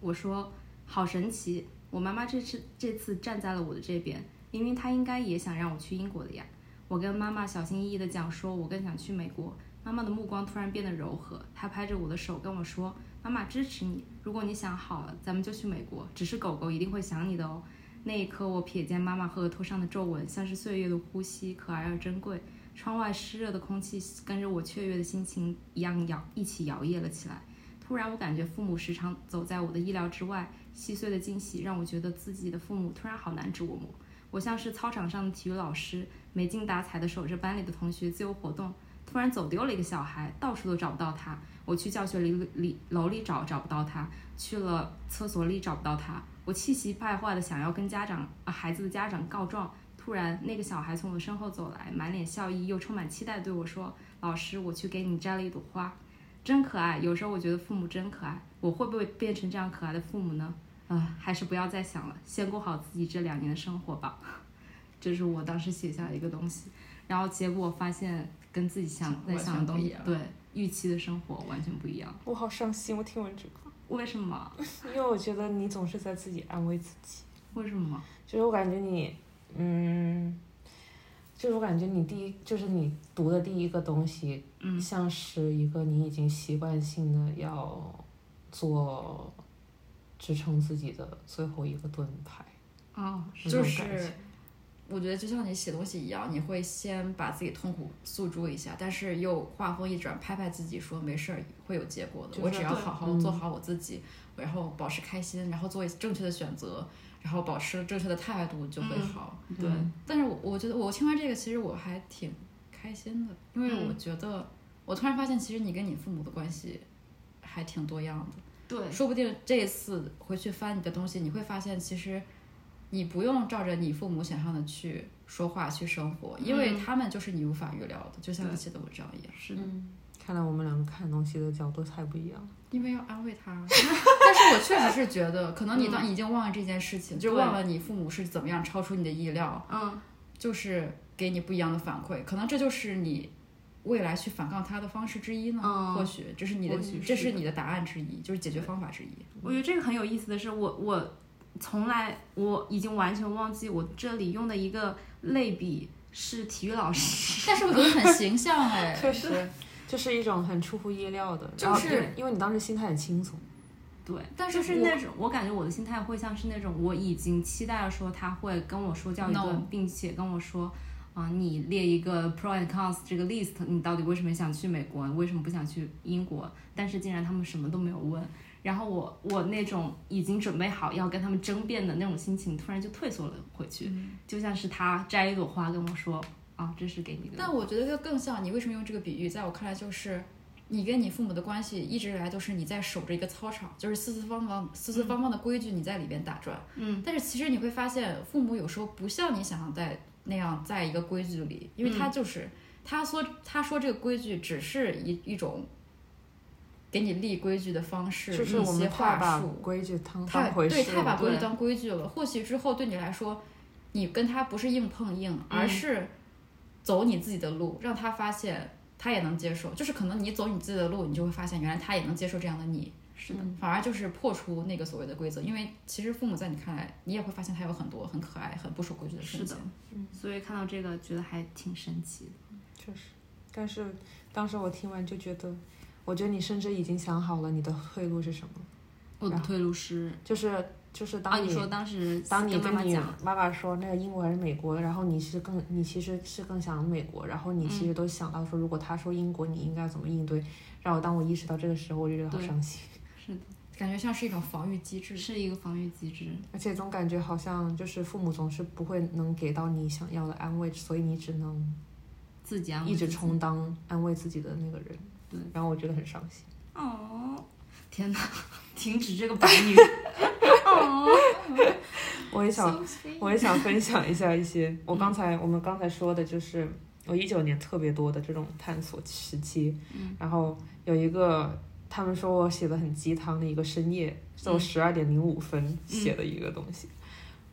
[SPEAKER 3] 我说好神奇，我妈妈这次这次站在了我的这边，明明她应该也想让我去英国的呀。我跟妈妈小心翼翼的讲说，我更想去美国。妈妈的目光突然变得柔和，她拍着我的手跟我说。妈妈支持你。如果你想好了，咱们就去美国。只是狗狗一定会想你的哦。那一刻，我瞥见妈妈额头上的皱纹，像是岁月的呼吸，可爱而珍贵。窗外湿热的空气跟着我雀跃的心情一样摇，一起摇曳了起来。突然，我感觉父母时常走在我的意料之外，细碎的惊喜让我觉得自己的父母突然好难哦捉摸。我像是操场上的体育老师，没精打采的守着班里的同学自由活动。突然走丢了一个小孩，到处都找不到他。我去教学里里楼里找找不到他，去了厕所里找不到他，我气急败坏的想要跟家长、啊、孩子的家长告状。突然，那个小孩从我身后走来，满脸笑意又充满期待，对我说：“老师，我去给你摘了一朵花，真可爱。”有时候我觉得父母真可爱，我会不会变成这样可爱的父母呢？啊、还是不要再想了，先过好自己这两年的生活吧。 这是我当时写下的一个东西，然后结果发现跟自己想在
[SPEAKER 2] 完全
[SPEAKER 3] 想的东
[SPEAKER 2] 不一
[SPEAKER 3] 西
[SPEAKER 2] 样
[SPEAKER 3] 对预期的生活完全不一样。
[SPEAKER 1] 我好伤心，我听完这个，
[SPEAKER 3] 为什么？
[SPEAKER 1] 因为我觉得你总是在自己安慰自己。
[SPEAKER 3] 为什么？
[SPEAKER 1] 就是我感觉你，嗯，就是我感觉你第一，就是你读的第一个东西，
[SPEAKER 3] 嗯
[SPEAKER 1] 像是一个你已经习惯性的要做支撑自己的最后一个盾牌，
[SPEAKER 3] 哦，
[SPEAKER 2] 就
[SPEAKER 1] 那种感
[SPEAKER 2] 是
[SPEAKER 1] 觉
[SPEAKER 2] 我觉得就像你写东西一样，你会先把自己痛苦诉诸一下，但是又话锋一转，拍拍自己说没事儿，会有结果的。
[SPEAKER 1] 就是
[SPEAKER 2] 我只要
[SPEAKER 1] 对
[SPEAKER 2] 好好
[SPEAKER 1] 嗯
[SPEAKER 2] 做好我自己，然后保持开心，然后做正确的选择，然后保持正确的态度就
[SPEAKER 1] 嗯
[SPEAKER 2] 会好。嗯
[SPEAKER 3] 对，
[SPEAKER 2] 但是我我觉得我听完这个，其实我还挺开心的，因为
[SPEAKER 3] 嗯
[SPEAKER 2] 我觉得我突然发现，其实你跟你父母的关系还挺多样的。
[SPEAKER 3] 对，
[SPEAKER 2] 说不定这一次回去翻你的东西，你会发现其实你不用照着你父母想象的去说话去生活，因为
[SPEAKER 3] 嗯
[SPEAKER 2] 他们就是你无法预料的，就像
[SPEAKER 3] 对
[SPEAKER 2] 你写的文章一样，
[SPEAKER 3] 是的，
[SPEAKER 1] 看来我们两个看东西的角度太不一
[SPEAKER 3] 嗯
[SPEAKER 1] 样了。
[SPEAKER 2] 因为要安慰他。 但是我确实是觉得，可能你当已经忘了这件事情，就
[SPEAKER 3] 嗯对
[SPEAKER 2] 忘了你父母是怎么样超出你的意料，
[SPEAKER 3] 嗯，
[SPEAKER 2] 就是给你不一样的反馈，可能这就是你。未来去反抗他的方式之一呢？
[SPEAKER 3] 嗯
[SPEAKER 2] 或许这是你的
[SPEAKER 3] 或许，
[SPEAKER 2] 这
[SPEAKER 3] 是
[SPEAKER 2] 是
[SPEAKER 3] 的
[SPEAKER 2] 你的答案之一，就是解决方法之一。
[SPEAKER 3] 我觉得这个很有意思的是，我我从来我已经完全忘记我这里用的一个类比是体育老师，
[SPEAKER 2] 但是我觉得很形象哎，
[SPEAKER 1] 确实，就是一种很出乎意料的，
[SPEAKER 2] 就
[SPEAKER 1] 然后
[SPEAKER 2] 是
[SPEAKER 1] 因为因为你当时心态很轻松，
[SPEAKER 3] 对，
[SPEAKER 2] 但是
[SPEAKER 3] 就是
[SPEAKER 2] 我
[SPEAKER 3] 那种我感觉我的心态会像是那种我已经期待说他会跟我说教一顿
[SPEAKER 2] No
[SPEAKER 3] 并且跟我说。啊，你列一个 pro and cons 这个 list，你到底为什么想去美国？你为什么不想去英国？但是竟然他们什么都没有问，然后我我那种已经准备好要跟他们争辩的那种心情，突然就退缩了回去，
[SPEAKER 4] 嗯
[SPEAKER 3] 就像是他摘一朵花跟我说啊，这是给你的。
[SPEAKER 2] 但我觉得这更像你为什么用这个比喻，在我看来就是。你跟你父母的关系一直以来都是你在守着一个操场，就是四四方方、四四方方的规矩，你在里边打转。
[SPEAKER 3] 嗯，
[SPEAKER 2] 但是其实你会发现，父母有时候不像你想象在那样在一个规矩里，
[SPEAKER 1] 嗯
[SPEAKER 2] 因为他就是、他说他说这个规矩只是一一种给你立规矩的方式，
[SPEAKER 1] 就是
[SPEAKER 2] 一
[SPEAKER 1] 我
[SPEAKER 2] 些
[SPEAKER 1] 们太
[SPEAKER 2] 话
[SPEAKER 1] 把
[SPEAKER 2] 术，
[SPEAKER 1] 规矩当
[SPEAKER 2] 太
[SPEAKER 1] 当回
[SPEAKER 2] 嗯对
[SPEAKER 1] 事
[SPEAKER 2] 太把
[SPEAKER 1] 了。
[SPEAKER 2] 规矩
[SPEAKER 4] 对
[SPEAKER 2] 当规矩了。或许之后对你来说，你跟他不是硬碰硬，
[SPEAKER 4] 嗯
[SPEAKER 2] 而是走你自己的路，让他发现他也能接受。就是可能你走你自己的路，你就会发现原来他也能接受这样的你。嗯
[SPEAKER 4] 是的，
[SPEAKER 2] 反而就是破除那个所谓的规则，因为其实父母在你看来，你也会发现他有很多很可爱、很不守规矩的
[SPEAKER 4] 是
[SPEAKER 2] 瞬
[SPEAKER 4] 的
[SPEAKER 2] 间。
[SPEAKER 4] 所以看到这个觉得还挺神奇的。
[SPEAKER 1] 确实，但是当时我听完就觉得，我觉得你甚至已经想好了你的退路是什么，
[SPEAKER 4] 我的退路是
[SPEAKER 1] 就是就是
[SPEAKER 4] 啊，
[SPEAKER 1] 啊当
[SPEAKER 4] 你说当时
[SPEAKER 1] 当你
[SPEAKER 4] 跟妈妈
[SPEAKER 1] 你
[SPEAKER 4] 讲，
[SPEAKER 1] 爸爸说那个英国还是美国，然后你是更你其实是更想美国，然后你
[SPEAKER 4] 嗯
[SPEAKER 1] 其实都想到说，如果他说英国，你应该怎么应对。然后当我意识到这个时候，我就觉得好
[SPEAKER 4] 对
[SPEAKER 1] 伤心，
[SPEAKER 2] 感觉像是一种防御机制。
[SPEAKER 4] 是一个防御机制，
[SPEAKER 1] 而且总感觉好像就是父母总是不会能给到你想要的安慰，所以你只能
[SPEAKER 4] 自己安慰
[SPEAKER 1] 一直
[SPEAKER 4] 自己
[SPEAKER 1] 充当安慰自己的那个人。
[SPEAKER 4] 对，
[SPEAKER 1] 然后我觉得很伤心。
[SPEAKER 4] 哦，天哪！ 停止这个白女。
[SPEAKER 1] 我也想 我也想分享一下一些我刚才、我们刚才说的，就是我一九年特别多的这种探索时期，然后有一个他们说我写的很鸡汤的一个深夜，是我十二点零五分写的一个东西，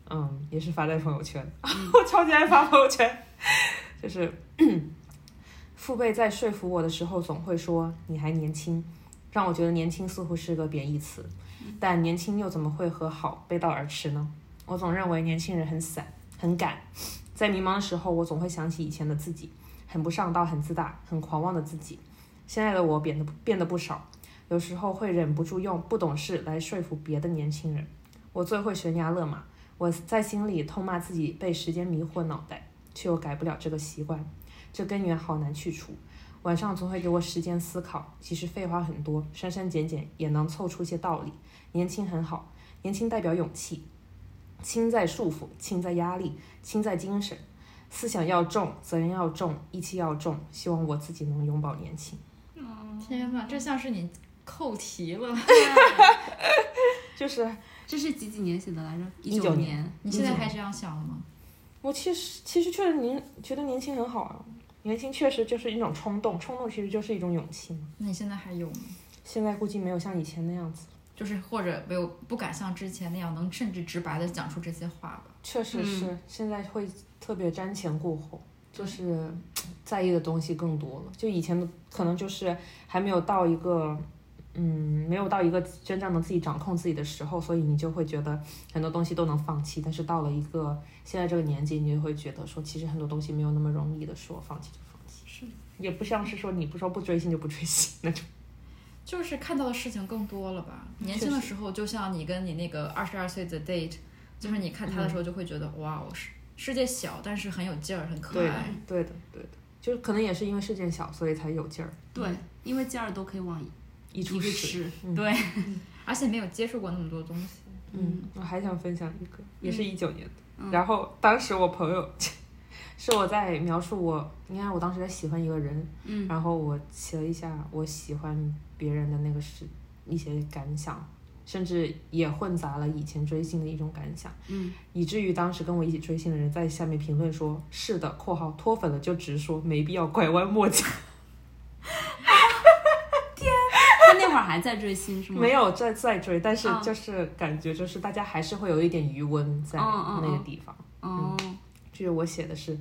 [SPEAKER 1] 嗯也是发在朋友圈， 我超级爱发朋友圈，就是。 父辈在说服我的时候，总会说“你还年轻”，让我觉得年轻似乎是个贬义词。但年轻又怎么会和好背道而驰呢？我总认为年轻人很散、很赶，在迷茫的时候，我总会想起以前的自己，很不上道、很自大、很狂妄的自己。现在的我变得变得不少，有时候会忍不住用不懂事来说服别的年轻人。我最会悬崖勒马，我在心里痛骂自己被时间迷惑脑袋，却又改不了这个习惯，这根源好难去除。晚上总会给我时间思考，即使废话很多，删删减减也能凑出些道理。年轻很好，年轻代表勇气，轻在束缚，轻在压力，轻在精神。思想要重，责任要重，义气要重。希望我自己能永葆年轻。
[SPEAKER 4] 哦
[SPEAKER 2] 天哪，这像是你扣题了。
[SPEAKER 1] 就是
[SPEAKER 4] 这是几几年写的来着？
[SPEAKER 1] 19
[SPEAKER 4] 九
[SPEAKER 1] 年
[SPEAKER 4] 年。
[SPEAKER 2] 你现在还这样想吗？
[SPEAKER 1] 我其实其实确实年觉得年轻很好啊，年轻确实就是一种冲动，冲动其实就是一种勇气嘛。
[SPEAKER 2] 那你现在还有吗？
[SPEAKER 1] 现在估计没有像以前那样子，
[SPEAKER 2] 就是或者没有不敢像之前那样能甚至直白的讲出这些话吧。
[SPEAKER 1] 确
[SPEAKER 4] 嗯
[SPEAKER 1] 实是、现在会特别瞻前顾后，就是在意的东西更多了。就以前的可能就是还没有到一个，嗯，没有到一个真正能自己掌控自己的时候，所以你就会觉得很多东西都能放弃。但是到了一个现在这个年纪，你就会觉得说，其实很多东西没有那么容易的说放弃就放弃，
[SPEAKER 4] 是
[SPEAKER 1] 也不像是说你不说不追星就不追星 那种。
[SPEAKER 2] 就是看到的事情更多了吧。年轻的时候，就像你跟你那个二十二岁的 date，就是你看他的时候就会觉得、哇，我世世界小，但是很有劲儿，很可
[SPEAKER 1] 对的
[SPEAKER 2] 爱。，
[SPEAKER 1] 对的，对的，就是可能也是因为事件小，所以才有劲儿
[SPEAKER 4] 对，因为尖儿都可以往
[SPEAKER 1] 一
[SPEAKER 4] 一
[SPEAKER 1] 出
[SPEAKER 4] 个
[SPEAKER 1] 屎。
[SPEAKER 4] 吃。
[SPEAKER 2] 而且没有接触过那么多东西。
[SPEAKER 1] 嗯，我还想分享一个，也
[SPEAKER 4] 嗯
[SPEAKER 1] 是一九年的。然后当时我朋友 是我在描述我，应该我当时在喜欢一个人，嗯，然后我写了一下我喜欢别人的那个是一些感想，甚至也混杂了以前追星的一种感想，嗯，以至于当时跟我一起追星的人在下面评论说：“是的，（括号脱粉了就直说，没必要拐弯抹角。
[SPEAKER 4] 他那会儿还在追星是吗？
[SPEAKER 1] 没有在在追，但是
[SPEAKER 4] 嗯
[SPEAKER 1] 就是感觉就是大家还是会有一点余温在
[SPEAKER 4] 嗯嗯
[SPEAKER 1] 那个
[SPEAKER 4] 嗯
[SPEAKER 1] 地方。
[SPEAKER 4] 哦，
[SPEAKER 1] 嗯就是我写的是，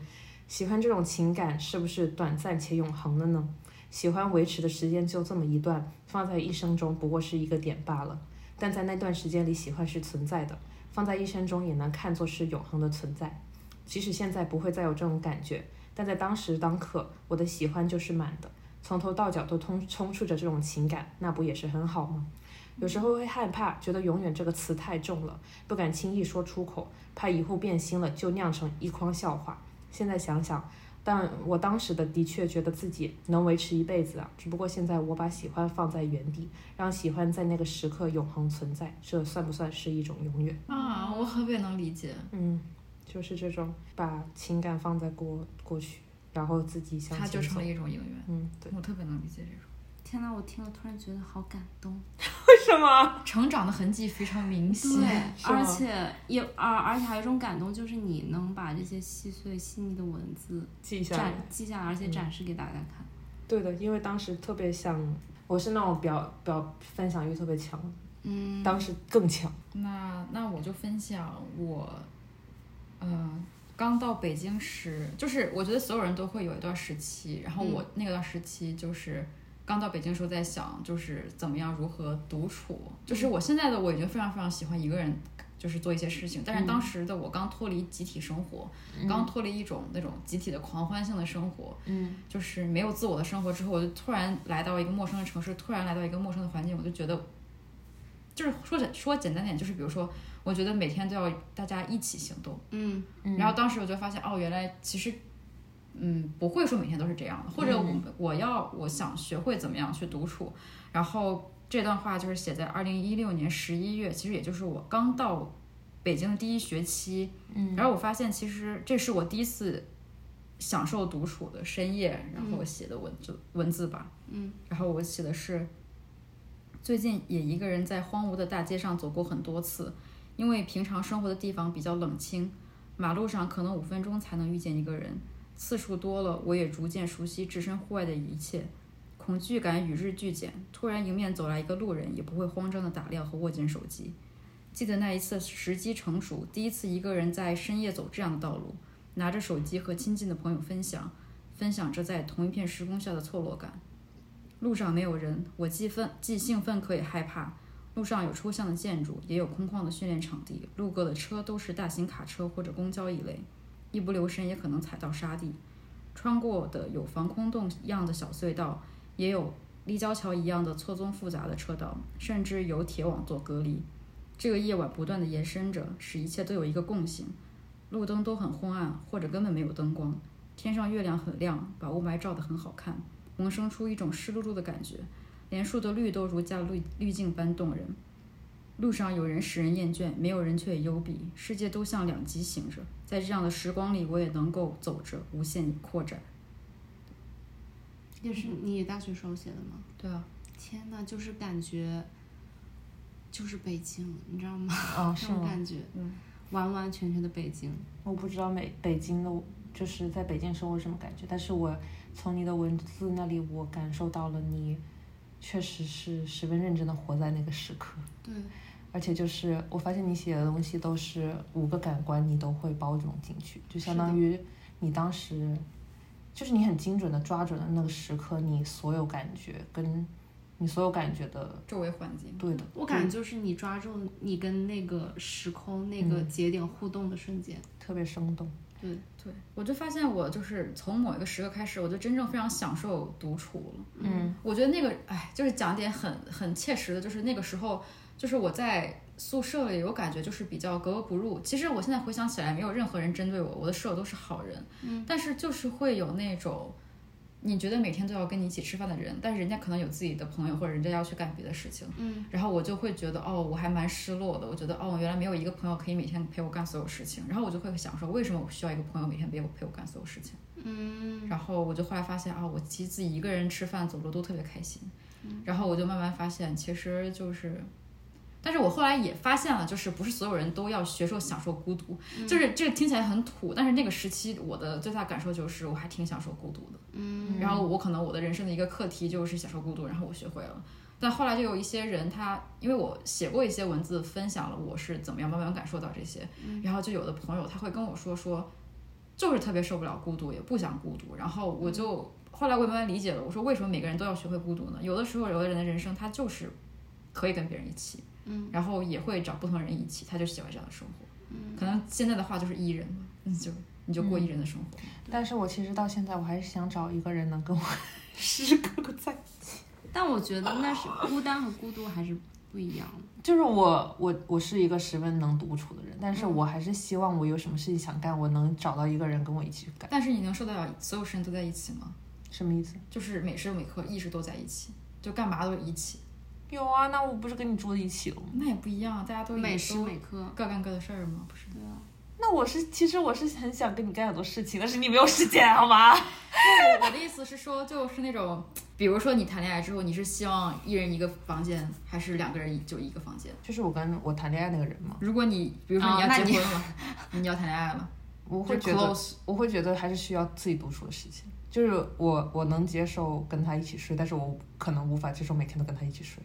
[SPEAKER 1] 喜欢这种情感是不是短暂且永恒的呢？喜欢维持的时间就这么一段，放在一生中不过是一个点罢了。但在那段时间里，喜欢是存在的，放在一生中也能看作是永恒的存在。即使现在不会再有这种感觉，但在当时当刻，我的喜欢就是满的，从头到脚都充充斥着这种情感，那不也是很好吗？有时候会害怕，觉得“永远”这个词太重了，不敢轻易说出口，怕以后变心了就酿成一筐笑话。现在想想，但我当时的的确觉得自己能维持一辈子啊，只不过现在我把喜欢放在原地，让喜欢在那个时刻永恒存在，这算不算是一种永远？
[SPEAKER 2] 啊，我特别能理解。
[SPEAKER 1] 嗯，就是这种把情感放在过过去，然后自己向
[SPEAKER 2] 它就
[SPEAKER 1] 前
[SPEAKER 2] 成
[SPEAKER 1] 走
[SPEAKER 2] 了。一种应援。
[SPEAKER 1] 嗯，对，
[SPEAKER 2] 我特别能理解这种
[SPEAKER 4] 天哪！我听了突然觉得好感动。
[SPEAKER 1] 为什么？
[SPEAKER 2] 成长的痕迹非常明显
[SPEAKER 4] 对。，
[SPEAKER 1] 是吗
[SPEAKER 4] 而且也而而且还有一种感动，就是你能把这些细碎细腻的文字
[SPEAKER 1] 记下来嗯
[SPEAKER 4] 展。记下来，而且展示给大家看。
[SPEAKER 1] 对的，因为当时特别想，我是那种表表分享欲特别强，嗯，当时更 强。
[SPEAKER 2] 那那我就分享我，呃，刚到北京时，就是我觉得所有人都会有一段时期，然后我那段时期就是刚到北京时候在想，就是怎么样如何独处，就是我现在的我已经非常非常喜欢一个人。就是做一些事情，但是当时的我刚脱离集体生活，刚脱离一种那种集体的狂欢性的生活，
[SPEAKER 1] 嗯，
[SPEAKER 2] 就是没有自我的生活之后，我就突然来到一个陌生的城市，突然来到一个陌生的环境，我就觉得，就是说简说简单点，就是比如说，我觉得每天都要大家一起行动，
[SPEAKER 4] 嗯
[SPEAKER 2] 然后当时我就发现，哦，原来其实，嗯，不会说每天都是这样的，或者我、我要我想学会怎么样去独处。然后这段话就是写在二零一六年十一月，其实也就是我刚到北京的第一学期。嗯，然后我发现其实这是我第一次享受独处的深夜，然后我写的文字、文字吧，
[SPEAKER 4] 嗯，
[SPEAKER 2] 然后我写的是。最近也一个人在荒芜的大街上走过很多次，因为平常生活的地方比较冷清，马路上可能五分钟才能遇见一个人，次数多了，我也逐渐熟悉置身户外的一切，恐惧感与日俱减。突然迎面走来一个路人，也不会慌张的打量和握紧手机。记得那一次时机成熟，第一次一个人在深夜走这样的道路，拿着手机和亲近的朋友分享，分享着在同一片时空下的错落感。路上没有人，我既愤既兴奋，可也害怕。路上有抽象的建筑，也有空旷的训练场地，路过的车都是大型卡车或者公交一类，一不留神也可能踩到沙地。穿过的有防空洞一样的小隧道，也有立交桥一样的错综复杂的车道，甚至有铁网做隔离。这个夜晚不断的延伸着，使一切都有一个共性：路灯都很昏暗，或者根本没有灯光。天上月亮很亮，把雾霾照得很好看，萌生出一种湿漉漉的感觉。连树的绿都如加滤滤镜般动人。路上有人使人厌倦，没有人却也幽闭，世界都像两极行着。在这样的时光里，我也能够走着，无限扩展。
[SPEAKER 4] 也是你大学时候写的吗？
[SPEAKER 2] 对啊，
[SPEAKER 4] 天呐，就是感觉，就是北京，你知道吗？
[SPEAKER 1] 啊，
[SPEAKER 4] 这
[SPEAKER 1] 是
[SPEAKER 4] 种
[SPEAKER 1] 吗？
[SPEAKER 4] 感觉，
[SPEAKER 2] 嗯，
[SPEAKER 4] 完完全全的北京。
[SPEAKER 1] 我不知道美北京的，就是在北京生活是什么感觉，但是我从你的文字那里，我感受到了你确实是十分认真的活在那个时刻，
[SPEAKER 4] 对，
[SPEAKER 1] 而且就是我发现你写的东西都是五个感官你都会包容进去，就相当于你当时就是你很精准的抓准了那个时刻，你所有感觉跟你所有感觉的
[SPEAKER 2] 呃周围环境，
[SPEAKER 1] 对的，
[SPEAKER 4] 我感觉就是你抓住你跟那个时空、那个节点互动的瞬间。
[SPEAKER 1] 特别生动，
[SPEAKER 4] 对，
[SPEAKER 2] 对我就发现我就是从某一个时刻开始，我就真正非常享受独处了。
[SPEAKER 1] 嗯
[SPEAKER 2] 我觉得那个，哎，就是讲点很很切实的，就是那个时候，就是我在宿舍里，我感觉就是比较格格不入。其实我现在回想起来，没有任何人针对我，我的舍友都是好人，嗯，但是就是会有那种。你觉得每天都要跟你一起吃饭的人，但是人家可能有自己的朋友，或者人家要去干别的事情，
[SPEAKER 4] 嗯，
[SPEAKER 2] 然后我就会觉得，哦，我还蛮失落的。我觉得，哦，原来没有一个朋友可以每天陪我干所有事情，然后我就会想说，为什么我需要一个朋友每天陪我陪我干所有事情？
[SPEAKER 4] 嗯，
[SPEAKER 2] 然后我就后来发现啊，我其实自己一个人吃饭、走路都特别开心。
[SPEAKER 4] 嗯
[SPEAKER 2] 然后我就慢慢发现，其实就是，但是我后来也发现了，就是不是所有人都要学受享受孤独，
[SPEAKER 4] 嗯
[SPEAKER 2] 就是这个听起来很土，但是那个时期我的最大感受就是我还挺享受孤独的。嗯，然后我可能我的人生的一个课题就是享受孤独，然后我学会了。但后来就有一些人他，因为我写过一些文字，分享了我是怎么样慢慢感受到这些，然后就有的朋友他会跟我说说，就是特别受不了孤独，也不想孤独。然后我就后来我也慢慢理解了，我说为什么每个人都要学会孤独呢？有的时候，有的人的人生他就是可以跟别人一起，嗯，然后也会找不同人一起，他就喜欢这样的生活。嗯，可能现在的话就是一人嘛，你就你就过一人的生活。
[SPEAKER 1] 但是我其实到现在我还是想找一个人能跟我时刻在。
[SPEAKER 4] 但我觉得那是孤单和孤独还是不一样的。
[SPEAKER 1] 就是我，我我是一个十分能独处的人，但是我还是希望我有什么事情想干，我能找到一个人跟我一起去干。
[SPEAKER 2] 但是你能受得了所有事情都在一起吗？
[SPEAKER 1] 什么意思？
[SPEAKER 2] 就是每时每刻意识都在一起，就干嘛都一起，
[SPEAKER 1] 有啊，那我不是跟你住在一起了吗？
[SPEAKER 2] 那也不一样啊，大家都
[SPEAKER 4] 每
[SPEAKER 2] 也
[SPEAKER 4] 时
[SPEAKER 2] 都
[SPEAKER 4] 每刻，
[SPEAKER 2] 各干各的事儿嘛，不是？
[SPEAKER 4] 对啊，
[SPEAKER 1] 那我是其实我是很想跟你干很多事情，但是你没有时间，好吗？
[SPEAKER 2] 我的意思是说，就是那种，比如说你谈恋爱之后，你是希望一人一个房间，还是两个人就一个房间？
[SPEAKER 1] 就是我跟我谈恋爱那个人嘛，
[SPEAKER 2] 如果你，比如说你
[SPEAKER 4] 啊那
[SPEAKER 2] 要
[SPEAKER 4] 你
[SPEAKER 2] 结婚了，你要谈恋爱了，
[SPEAKER 1] 我
[SPEAKER 2] 我
[SPEAKER 1] 会觉得
[SPEAKER 2] close，
[SPEAKER 1] 我会觉得还是需要自己独处的时间。就是我我能接受跟他一起睡，但是我可能无法接受每天都跟他一起睡。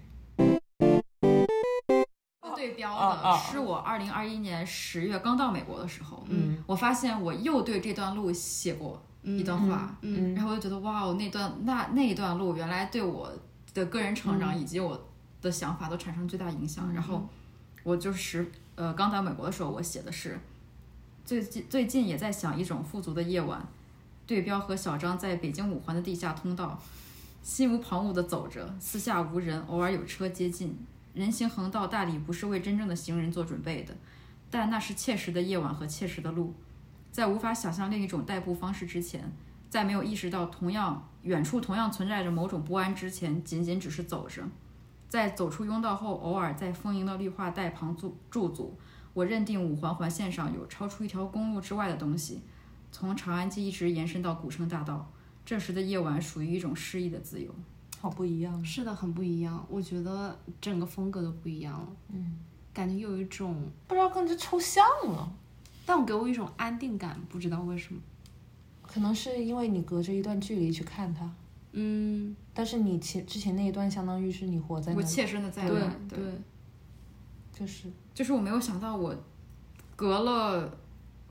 [SPEAKER 2] 对标
[SPEAKER 1] 啊啊
[SPEAKER 2] 的
[SPEAKER 1] 啊
[SPEAKER 2] 是我二零二一年十月刚到美国的时候，
[SPEAKER 1] 嗯，
[SPEAKER 2] 我发现我又对这段路写过一段话，
[SPEAKER 1] 嗯
[SPEAKER 2] 然后我就觉得哇，哦，那段那那一段路原来对我的个人成
[SPEAKER 1] 嗯
[SPEAKER 2] 长以及我的想法都产生巨大影响。然后我就是呃刚到美国的时候，我写的是最近最近也在想一种富足的夜晚，对标和小张在北京五环的地下通道，心无旁骛地走着，四下无人，偶尔有车接近。人行横道大理不是为真正的行人做准备的，但那是切实的夜晚和切实的路。在无法想象另一种代步方式之前，在没有意识到同样远处同样存在着某种不安之前，仅仅只是走着。在走出拥道后，偶尔在丰盈的绿化带旁驻驻足，我认定五环环线上有超出一条公路之外的东西，从长安街一直延伸到古城大道。这时的夜晚属于一种诗意的自由。
[SPEAKER 1] 好不一样。
[SPEAKER 3] 是的，很不一样。我觉得整个风格都不一样了。嗯，感觉又有一种，
[SPEAKER 1] 不知道更加抽象了，
[SPEAKER 3] 但我给我一种安定感，不知道为什么。
[SPEAKER 1] 可能是因为你隔着一段距离去看他，
[SPEAKER 3] 嗯，
[SPEAKER 1] 但是你前之前那一段相当于是你活在那
[SPEAKER 2] 我
[SPEAKER 1] 里，
[SPEAKER 2] 切身的在
[SPEAKER 3] 对
[SPEAKER 2] 意，
[SPEAKER 3] 对，
[SPEAKER 1] 就是
[SPEAKER 2] 就是我没有想到我隔了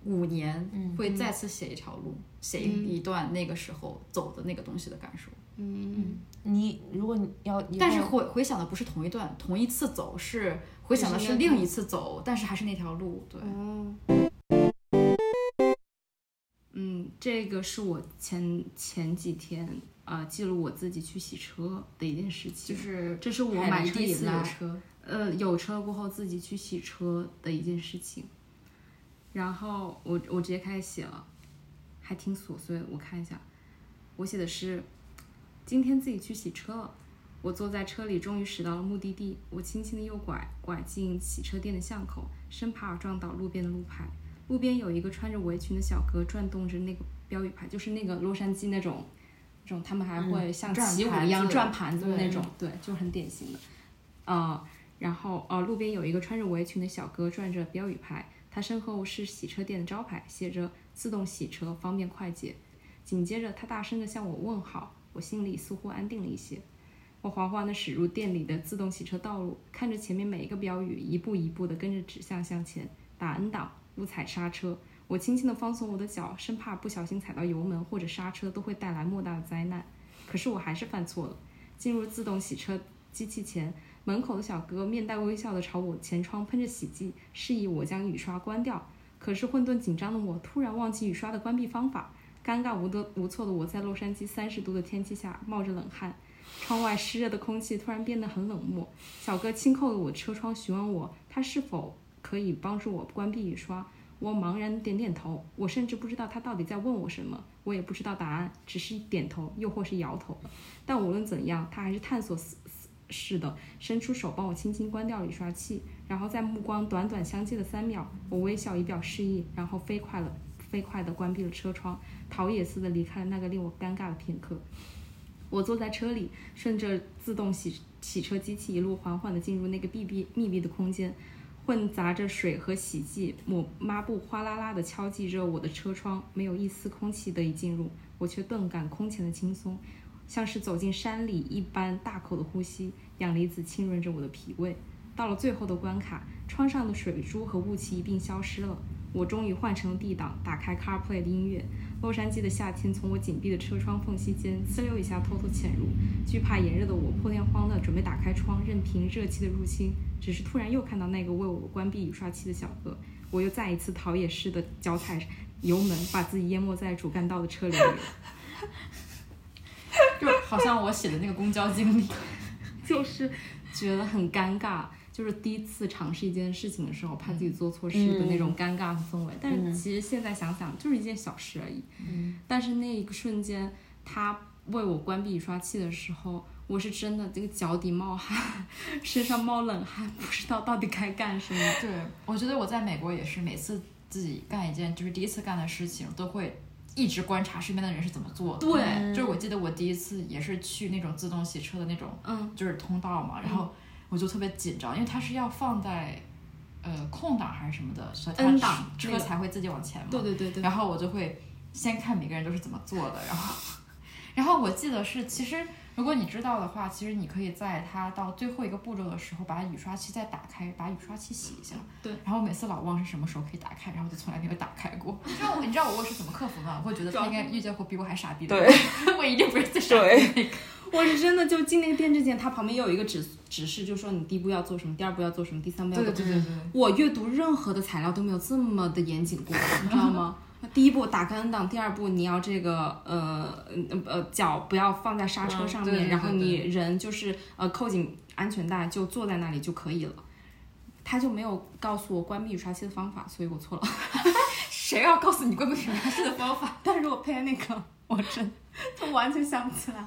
[SPEAKER 2] 五年
[SPEAKER 1] 嗯
[SPEAKER 2] 会再次写一条路，写一一段那个时候走的那个东西的感受。
[SPEAKER 3] 嗯，
[SPEAKER 1] 你如果你要，以后
[SPEAKER 2] 但是回回想的不是同一段，同一次走是回想的
[SPEAKER 3] 就是是那
[SPEAKER 2] 另一次走，但是还是那条路。对，
[SPEAKER 3] 哦。嗯，这个是我前前几天啊、呃记录我自己去洗车的一件事
[SPEAKER 2] 就
[SPEAKER 3] 情，
[SPEAKER 2] 是
[SPEAKER 3] 这是我
[SPEAKER 2] 海
[SPEAKER 3] 买
[SPEAKER 2] 离
[SPEAKER 3] 车
[SPEAKER 2] 车
[SPEAKER 3] 以
[SPEAKER 2] 以
[SPEAKER 3] 来
[SPEAKER 2] 有 车，
[SPEAKER 3] 呃，有车过后自己去洗车的一件事情。然后我我直接开始写了，还挺琐碎的。我看一下，我写的是今天自己去洗车了。我坐在车里，终于驶到了目的地。我轻轻的右拐，拐进洗车店的巷口，生怕撞倒路边的路牌。路边有一个穿着围裙的小哥转动着那个标语牌，就是那个洛杉矶那种，那种他们还会像
[SPEAKER 2] 嗯转
[SPEAKER 3] 起舞
[SPEAKER 2] 盘
[SPEAKER 3] 一样
[SPEAKER 2] 子
[SPEAKER 3] 转盘子的
[SPEAKER 2] 对
[SPEAKER 3] 那种，对，就是很典型的。呃，然后呃，路边有一个穿着围裙的小哥转着标语牌，他身后是洗车店的招牌，写着“自动洗车，方便快捷”。紧接着，他大声地向我问好，我心里似乎安定了一些。我缓缓地驶入店里的自动洗车道路，看着前面每一个标语，一步一步地跟着指向向前，打 N 档，不踩刹车。我轻轻地放松我的脚，生怕不小心踩到油门或者刹车都会带来莫大的灾难。可是我还是犯错了。进入自动洗车机器前，门口的小哥面带微笑地朝我前窗喷着洗剂，示意我将雨刷关掉。可是混沌紧张的我突然忘记雨刷的关闭方法，尴尬无的无措的我在洛杉矶三十度的天气下冒着冷汗，窗外湿热的空气突然变得很冷漠。小哥轻扣了我车窗，询问我他是否可以帮助我关闭雨刷。我茫然点点头，我甚至不知道他到底在问我什么，我也不知道答案，只是点头，又或是摇头。但无论怎样，他还是探索似似似的伸出手帮我轻轻关掉了雨刷器，然后在目光短短相接的三秒，我微笑以表示意，然后飞快了飞快的关闭了车窗，逃也似的离开了那个令我尴尬的片刻。我坐在车里，顺着自动洗洗车机器一路缓缓地进入那个密闭密闭的空间，混杂着水和洗剂抹抹布哗啦啦地敲击着我的车窗，没有一丝空气得以进入，我却顿感空前的轻松，像是走进山里一般大口的呼吸，氧离子浸润着我的脾胃。到了最后的关卡，窗上的水珠和雾气一并消失了，我终于换成了 D 档，打开 CarPlay 的音乐。洛杉矶的夏天从我紧闭的车窗缝隙间呲溜一下偷偷潜入，惧怕炎热的我破天荒的准备打开窗，任凭热气的入侵。只是突然又看到那个为我关闭雨刷器的小哥，我又再一次逃也似的脚踩油门，把自己淹没在主干道的车流里。
[SPEAKER 2] 就好像我写的那个公交经历。
[SPEAKER 3] 就是觉得很尴尬，就是第一次尝试一件事情的时候，怕自己做错事的那种尴尬和氛围。但是其实现在想想，就是一件小事而已。嗯、但是那一个瞬间，他为我关闭雨刷器的时候，我是真的这个脚底冒汗， 身上冒冷汗，不知道到底该干什么。
[SPEAKER 2] 对，我觉得我在美国也是，每次自己干一件就是第一次干的事情，都会一直观察身边的人是怎么做的。
[SPEAKER 3] 对
[SPEAKER 2] 就是我记得我第一次也是去那种自动洗车的那种，
[SPEAKER 3] 嗯，
[SPEAKER 2] 就是通道嘛，然后我就特别紧张，因为它是要放在呃空档呃还是什么的，所以它
[SPEAKER 3] N 档
[SPEAKER 2] 车车
[SPEAKER 3] 那个
[SPEAKER 2] 才会自己往前嘛。
[SPEAKER 3] 对对对对，
[SPEAKER 2] 然后我就会先看每个人都是怎么做的，然后 然后我记得是，其实如果你知道的话，其实你可以在它到最后一个步骤的时候，把雨刷器再打开，把雨刷器洗一下。
[SPEAKER 6] 对。
[SPEAKER 2] 然后每次老忘是什么时候可以打开，然后就从来没有打开过。你知道我，你知道我是怎么克服吗？我会觉得他应该遇见过比我还傻逼的人， 我一定不是最傻逼的那个。
[SPEAKER 3] 我是真的就进那个店之前，它旁边有一个指指示，就说你第一步要做什么，第二步要做什么，第三步要
[SPEAKER 2] 对
[SPEAKER 3] 做
[SPEAKER 2] 对
[SPEAKER 3] 什么。
[SPEAKER 2] 对对对。
[SPEAKER 3] 我阅读任何的材料都没有这么的严谨过，你知道吗？第一步打开 N 档，第二步你要这个呃呃呃脚不要放在刹车
[SPEAKER 2] 嗯
[SPEAKER 3] 上
[SPEAKER 2] 对
[SPEAKER 3] 面，
[SPEAKER 2] 对
[SPEAKER 3] 然后
[SPEAKER 2] 对
[SPEAKER 3] 你人就是呃扣紧安全带就坐在那里就可以了。他就没有告诉我关闭雨刷器的方法，所以我错了。
[SPEAKER 2] 谁要告诉你关闭雨刷器的 方法？
[SPEAKER 3] 但是我配的那个，我真他完全想不起来。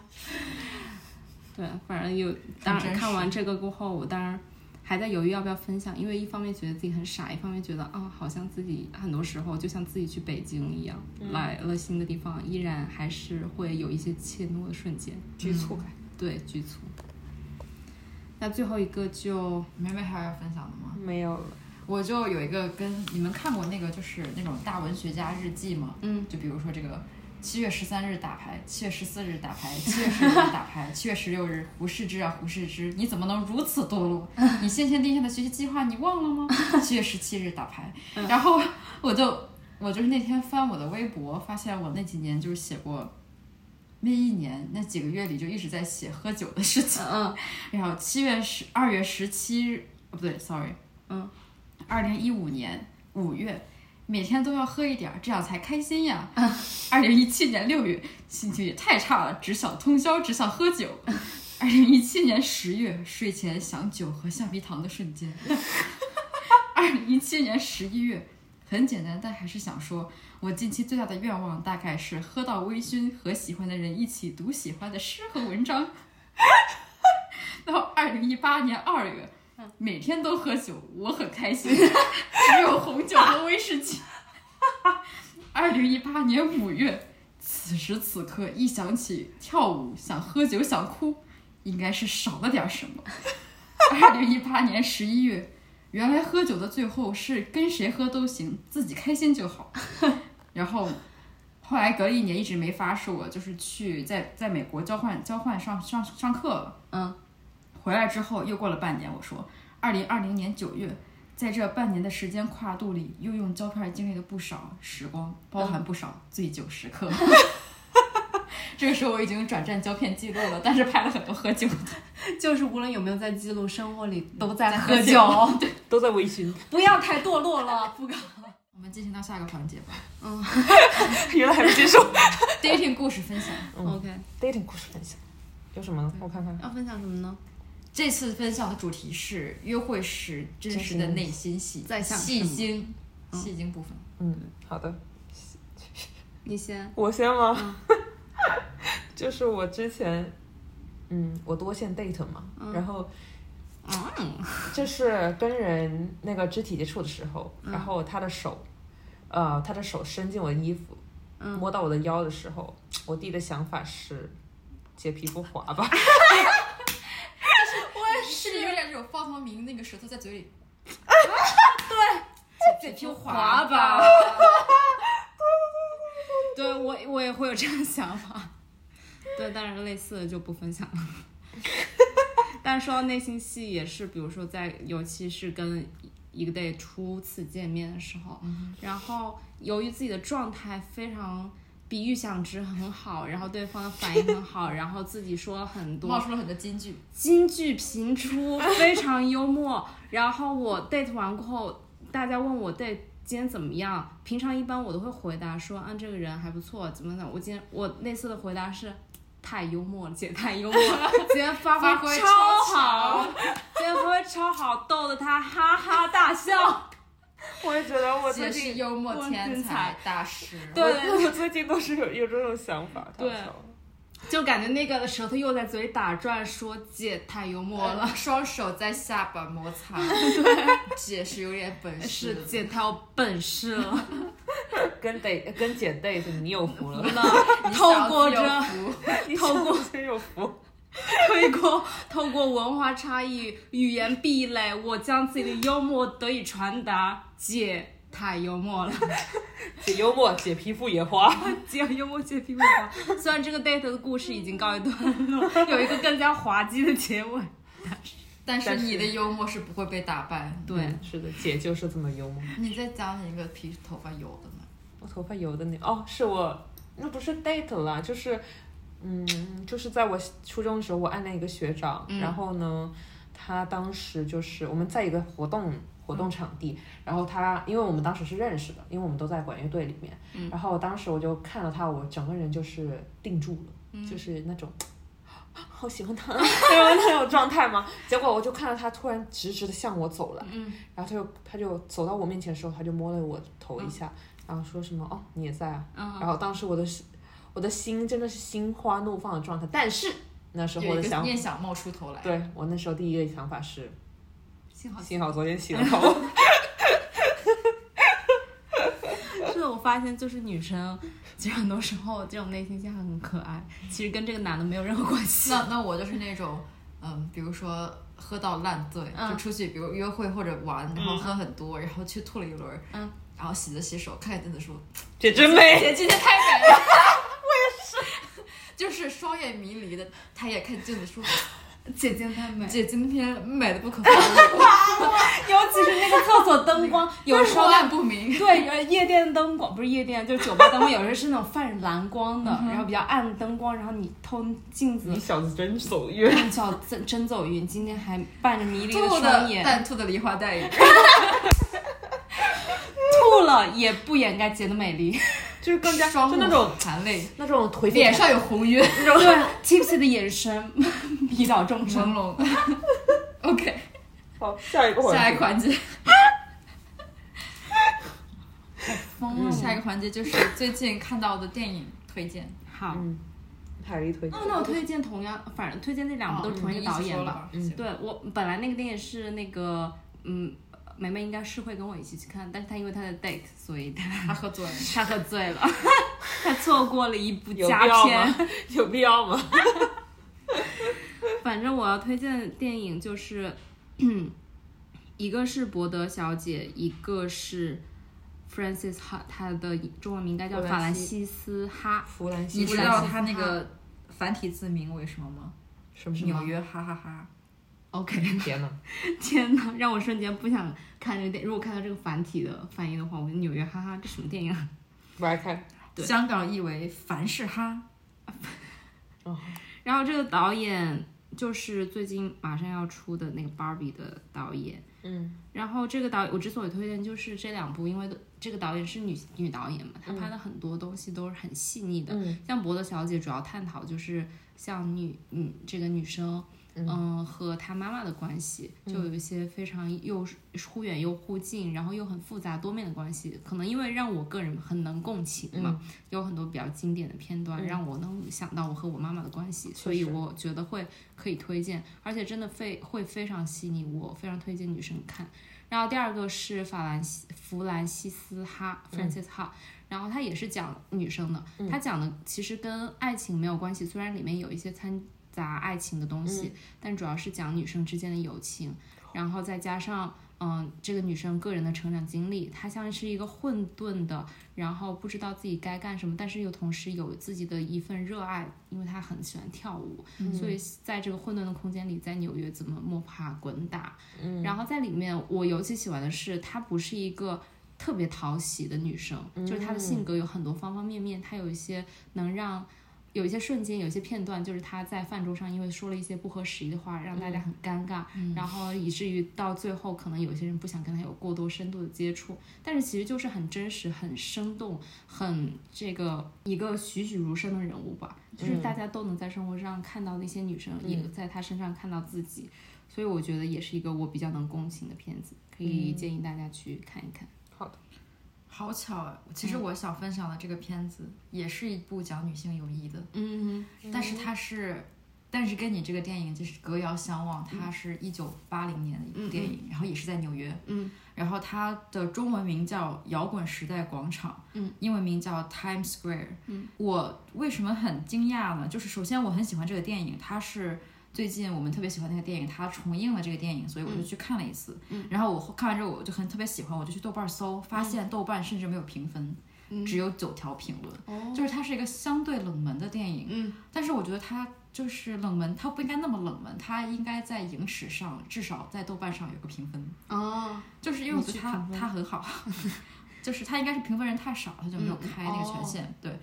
[SPEAKER 3] 对，反正有，当
[SPEAKER 2] 真
[SPEAKER 3] 然
[SPEAKER 2] 实
[SPEAKER 3] 看完这个过后，我当然还在犹豫要不要分享，因为一方面觉得自己很傻，一方面觉得啊、好像自己很多时候就像自己去北京一样，来了新的地方，依然还是会有一些怯懦的瞬间，嗯
[SPEAKER 4] 局促感。
[SPEAKER 3] 对，局促。那最后一个就
[SPEAKER 2] 梅梅还有要分享的吗？
[SPEAKER 4] 没有了，
[SPEAKER 2] 我就有一个跟你们看过那个就是那种大文学家日记吗？
[SPEAKER 3] 嗯，
[SPEAKER 2] 就比如说这个七月十三日打牌，七月十四日打 牌，七月十五日打牌，七月十六日胡适之啊胡适之，你怎么能如此堕落？你先前定下的学习计划你忘了 吗？七月十七日打牌，然后我就我就是那天翻我的微博，发现我那几年就是写过。那一年那几个月里就一直在写喝酒的事情，
[SPEAKER 3] 嗯
[SPEAKER 2] 然后七月十二月十七日，哦不对，sorry，
[SPEAKER 3] 嗯，
[SPEAKER 2] 二零一五年五月，每天都要喝一点儿，这样才开心呀。二零一七年六月，心情也太差了，只想通宵，只想喝酒。二零一七年十月，睡前想酒和橡皮糖的瞬间。二零一七年十一月，很简单，但还是想说，我近期最大的愿望大概是喝到微醺，和喜欢的人一起读喜欢的诗和文章。到二零一八年二月，每天都喝酒，我很开心，只有红酒和威士忌。二零一八年五月，此时此刻一想起跳舞，想喝酒，想哭，应该是少了点什么。二零一八年十一月，原来喝酒的最后是跟谁喝都行，自己开心就好。然后后来隔了一年一直没发，是我就是去在在美国交换交换上上上课了。
[SPEAKER 3] 嗯，
[SPEAKER 2] 回来之后又过了半年，我说，二零二零年九月，在这半年的时间跨度里，又用胶片经历了不少时光，包含不少醉酒时刻。 这个时候我已经转战胶片记录了，但是拍了很多喝酒，
[SPEAKER 3] 就是无论有没有在记录，生活里都在
[SPEAKER 2] 在
[SPEAKER 3] 喝
[SPEAKER 2] 喝
[SPEAKER 3] 酒，
[SPEAKER 4] 都在微 醺。
[SPEAKER 3] 不要太堕落了， 不
[SPEAKER 2] 我们进行到下个环节吧
[SPEAKER 4] 原来还没结束。
[SPEAKER 2] ，dating 故事分享。
[SPEAKER 3] 嗯 OK，
[SPEAKER 4] dating 故事分享有什么呢？我看看。
[SPEAKER 3] 要分享什么呢？
[SPEAKER 2] 这次分享的主题是约会时真实的内心戏，
[SPEAKER 3] 在想
[SPEAKER 2] 戏
[SPEAKER 3] 什么
[SPEAKER 2] 精，戏精部分。
[SPEAKER 4] 嗯，好的，
[SPEAKER 3] 你先，
[SPEAKER 4] 我先吗？嗯 就是我之前，嗯，我多线 date 嘛，然后
[SPEAKER 3] 嗯，
[SPEAKER 4] 就是跟人那个肢体接触的时候，然后他的手，呃，他的手伸进我的衣服，摸到我的腰的时候，我第一的想法是解皮肤滑 吧，
[SPEAKER 2] 是不是有点这种方唐明那个舌头在嘴里？对，嘴皮
[SPEAKER 3] 滑
[SPEAKER 2] 滑
[SPEAKER 3] 吧。 对我我也会有这样的想法。对，但是类似的就不分享了。 但是说到内心戏，也是比如说在，尤其是跟一个 day 初次见面的时候，然后由于自己的状态非常比预想值很好，然后对方的反应很好，然后自己说了很多
[SPEAKER 2] 冒出了很多金句。
[SPEAKER 3] 金句频出，非常幽默。 然后我 date 完过后，大家问我 date 今天怎么样，平常一般我都会回答说，啊，这个人还不错，怎么怎么。我今天我那次的回答是。太幽默了，姐太幽默 了，今天发
[SPEAKER 2] 发挥
[SPEAKER 3] 挥
[SPEAKER 2] 超
[SPEAKER 3] 好， 今天发挥超好，逗得他哈哈大笑。
[SPEAKER 4] 我也觉得我
[SPEAKER 2] 姐
[SPEAKER 4] 最
[SPEAKER 2] 是
[SPEAKER 4] 近，
[SPEAKER 2] 幽默
[SPEAKER 3] 我
[SPEAKER 2] 天
[SPEAKER 3] 天
[SPEAKER 2] 才大师。
[SPEAKER 3] 对
[SPEAKER 4] 我我最近都是有有这种想法，太
[SPEAKER 3] 对
[SPEAKER 4] 好笑了
[SPEAKER 3] 就感觉那个舌头又在嘴里打转，说姐太幽默了，
[SPEAKER 2] 双手在下巴摩擦，姐是有点本事
[SPEAKER 3] 哎是
[SPEAKER 2] 的。
[SPEAKER 3] 姐太有本事了。
[SPEAKER 4] 跟 date 跟姐 date 你有福了，
[SPEAKER 2] 你
[SPEAKER 3] 透
[SPEAKER 2] 小子
[SPEAKER 3] 过
[SPEAKER 2] 有
[SPEAKER 3] 这
[SPEAKER 2] 福
[SPEAKER 4] 你
[SPEAKER 3] 透过
[SPEAKER 4] 小姐有 福，
[SPEAKER 3] 透过透过文化差异、语言壁垒，我将自己的幽默得以传达。姐太幽默了，
[SPEAKER 4] 解幽默，解皮肤野 花。
[SPEAKER 3] 解幽默解皮肤花。虽然这个 date 的故事已经告一段落，有一个更加滑稽的结尾。
[SPEAKER 2] 但是你的幽默是不会被打败的。
[SPEAKER 3] 对，
[SPEAKER 4] 嗯是的，姐就是这么幽默。
[SPEAKER 2] 你再讲你一个皮头发油的呢？
[SPEAKER 4] 我头发油的那哦，是我那不是 date 啦，就是嗯，就是在我初中的时候，我暗恋一个学长，然后呢，他当时就是我们在一个活动活
[SPEAKER 2] 嗯
[SPEAKER 4] 动场地，然后他因为我们当时是认识的，因为我们都在管乐队里面，
[SPEAKER 2] 嗯
[SPEAKER 4] 然后我当时我就看到他，我整个人就是定住了，
[SPEAKER 2] 嗯
[SPEAKER 4] 就是那种。好喜欢他，啊 因为那种状态嘛。结果我就看到他突然直直的向我走来，
[SPEAKER 2] 嗯
[SPEAKER 4] 然后他就他就走到我面前的时候，他就摸了我头
[SPEAKER 2] 嗯
[SPEAKER 4] 一下，然后说什么哦你也在啊，然后当时我的心我的心真的是心花怒放的状态，但是那时候我
[SPEAKER 2] 有
[SPEAKER 4] 的
[SPEAKER 2] 一个
[SPEAKER 4] 想
[SPEAKER 2] 念想冒出头来。
[SPEAKER 4] 对我那时候第一个想法是，
[SPEAKER 2] 幸好
[SPEAKER 4] 幸好昨天 洗了头，
[SPEAKER 3] 是的，我发现就是女生，其实很多时候这种内心戏很可爱，其实跟这个男的没有任何关系。
[SPEAKER 2] 那那我就是那种，嗯，比如说喝到烂醉，
[SPEAKER 3] 嗯
[SPEAKER 2] 就出去，比如约会或者玩，然后喝很多，然后去吐了一轮，
[SPEAKER 3] 嗯，
[SPEAKER 2] 然后洗了洗手，看看镜子说，
[SPEAKER 4] 姐真美。
[SPEAKER 2] 姐今天太美了，我也是，就是双眼迷离的，他也看镜子说，
[SPEAKER 3] 姐姐太美，
[SPEAKER 2] 姐今天美的不可方 物，
[SPEAKER 3] 尤其是那个厕所灯光，有 时候
[SPEAKER 2] 暗不明，
[SPEAKER 3] 对，呃夜店灯光不是夜店，就是酒吧灯光，有时候是那种泛蓝光的，然后比较暗的灯光，然后你透镜子
[SPEAKER 4] 嗯你，小子真走运，
[SPEAKER 3] 看小真真走运，今天还伴着迷离的
[SPEAKER 2] 吐
[SPEAKER 3] 双
[SPEAKER 2] 的
[SPEAKER 3] 眼，
[SPEAKER 2] 但吐的梨花带雨，
[SPEAKER 3] 吐了也不掩盖姐的美丽，
[SPEAKER 4] 就是更加
[SPEAKER 2] 双
[SPEAKER 4] 就
[SPEAKER 2] 目
[SPEAKER 4] 那种
[SPEAKER 2] 含泪，
[SPEAKER 4] 那种颓废
[SPEAKER 2] 脸上有红晕，
[SPEAKER 4] 那种
[SPEAKER 3] 对，tipsy 的眼神迷倒众
[SPEAKER 2] 朦
[SPEAKER 4] 嗯
[SPEAKER 3] 生。
[SPEAKER 2] 胧。OK，
[SPEAKER 4] 好，下一个环节
[SPEAKER 2] 下一个环节，
[SPEAKER 3] 疯了
[SPEAKER 2] 下一个环节就是最近看到的电影推荐。
[SPEAKER 3] 好，
[SPEAKER 4] 嗯，海狸推荐
[SPEAKER 3] 哦，那我推荐同样，反正推荐那两
[SPEAKER 2] 哦
[SPEAKER 3] 部都是同一个导演吧。
[SPEAKER 2] 吧？嗯，
[SPEAKER 3] 对我本来那个电影是那个，嗯，梅梅应该是会跟我一起去看，但是她因为她的 date，所以她
[SPEAKER 2] 他喝醉了。
[SPEAKER 3] 她喝醉 了，她错过了一部
[SPEAKER 4] 有
[SPEAKER 3] 佳
[SPEAKER 4] 必要
[SPEAKER 3] 片。
[SPEAKER 4] 吗？有必要吗？
[SPEAKER 3] 反正我要推荐的电影就是，一个是《博德小姐》，一个是 Francis 哈，她的中文名应该叫
[SPEAKER 4] 弗兰
[SPEAKER 3] 法兰
[SPEAKER 4] 西
[SPEAKER 3] 西斯哈。
[SPEAKER 4] 弗兰西
[SPEAKER 2] 你
[SPEAKER 4] 弗
[SPEAKER 2] 知
[SPEAKER 4] 兰
[SPEAKER 2] 道
[SPEAKER 4] 西
[SPEAKER 2] 他那个繁体字名为什么吗？
[SPEAKER 4] 什么什
[SPEAKER 2] 纽
[SPEAKER 4] 么？
[SPEAKER 2] 约哈哈哈。
[SPEAKER 3] OK，
[SPEAKER 4] 天哪！
[SPEAKER 3] 天哪，让我瞬间不想看这个电。如果看到这个繁体的翻译的话，我就纽约哈哈，这什么电影啊？
[SPEAKER 4] 不爱看。
[SPEAKER 3] 对
[SPEAKER 2] 香港译为凡是哈。
[SPEAKER 3] 然后这个导演就是最近马上要出的那个《Barbie》的导演。嗯，然后这个导我之所以推荐，就是这两部，因为这个导演是女女导演嘛，她拍的很多东西都是很细腻的。嗯、像《博德小姐》主要探讨就是像女嗯这个女生。嗯，和她妈妈的关系就有一些非常又忽远又忽近，然后又很复杂多面的关系。可能因为让我个人很能共情嘛，有很多比较经典的片段，让我能想到我和我妈妈的关系，所以我觉得会可以推荐，而且真的非会非常细腻，我非常推荐女生看。然后第二个是法兰西弗兰西斯哈 Francis 哈，然后她也是讲女生的，她讲的其实跟爱情没有关系，虽然里面有一些掺杂爱情的东西，但主要是讲女生之间的友情，然后再加上。嗯，这个女生个人的成长经历，她像是一个混沌的，然后不知道自己该干什么，但是又同时有自己的一份热爱，因为她很喜欢跳舞，所以在这个混沌的空间里，在纽约怎么摸爬滚打。嗯、然后在里面，我尤其喜欢的是，她不是一个特别讨喜的女生，就是她的性格有很多方方面面，她有一些能让。有一些瞬间，有一些片段，就是她在饭桌上因为说了一些不合时宜的话，让大家很尴尬，然后以至于到最后，可能有些人不想跟她有过多深度的接触。但是其实就是很真实、很生动、很这个一个栩栩如生的人物吧，就是大家都能在生活上看到那些女生，也在她身上看到自己，所以我觉得也是一个我比较能共情的片子，可以建议大家去看一看。
[SPEAKER 2] 好巧啊！其实我想分享的这个片子也是一部讲女性友谊的，
[SPEAKER 3] 嗯，
[SPEAKER 2] 但是它是，但是跟你这个电影就是隔遥相望，
[SPEAKER 3] 嗯
[SPEAKER 2] 它是一九八零年的一部电影，然后也是在纽约，
[SPEAKER 3] 嗯，
[SPEAKER 2] 然后它的中文名叫《摇滚时代广场》，
[SPEAKER 3] 嗯，
[SPEAKER 2] 英文名叫 Times Square，嗯，我为什么很惊讶呢？就是首先我很喜欢这个电影，它是。最近我们特别喜欢那个电影，它重映了这个电影，所以我
[SPEAKER 3] 嗯
[SPEAKER 2] 就去看了一次。然后我后看完之后，我就很特别喜欢，我就去豆瓣搜，
[SPEAKER 3] 嗯
[SPEAKER 2] 发现豆瓣甚至没有评分，只有九条评论，
[SPEAKER 3] 哦
[SPEAKER 2] 就是它是一个相对冷门的电影。
[SPEAKER 4] 嗯，
[SPEAKER 2] 但是我觉得它就是冷门，它不应该那么冷门，它应该在影史上至少在豆瓣上有个评分。
[SPEAKER 4] 哦，
[SPEAKER 2] 就是因为我
[SPEAKER 4] 你
[SPEAKER 2] 觉得
[SPEAKER 4] 去
[SPEAKER 2] 他
[SPEAKER 4] 评分
[SPEAKER 2] 他很好， 就是他应该是评分人太少，他就没有
[SPEAKER 4] 嗯
[SPEAKER 2] 开那个权限。对，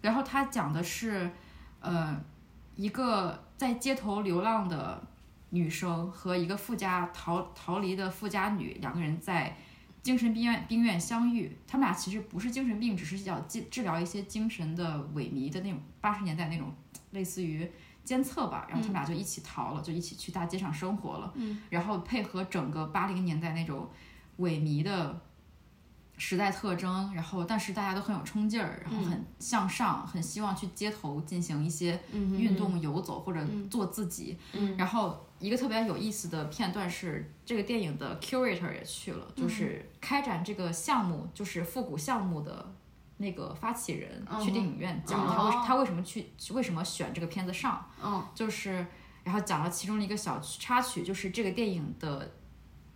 [SPEAKER 2] 然后他讲的是，呃，一个在街头流浪的女生和一个富家逃逃离的富家女，两个人在精神病院病院相遇。他们俩其实不是精神病，只是要治治疗一些精神的萎靡的那种八十年代那种类似于监测吧，然后他们俩就一起逃了，就一起去大街上生活了。嗯，然后配合整个八零年代那种萎靡的时代特征，然后但是大家都很有冲劲儿，然后很向上，很希望去街头进行一些运动、游走或者做自己。嗯，然后一个特别有意思的片段是，这个电影的 curator 也去了，就是开展这个项目，就是复古项目的。那个发起人去电影院讲他为、
[SPEAKER 4] 哦
[SPEAKER 2] 他为什么去为什么选这个片子上，
[SPEAKER 4] 哦，
[SPEAKER 2] 就是然后讲了其中的一个小插曲，就是这个电影的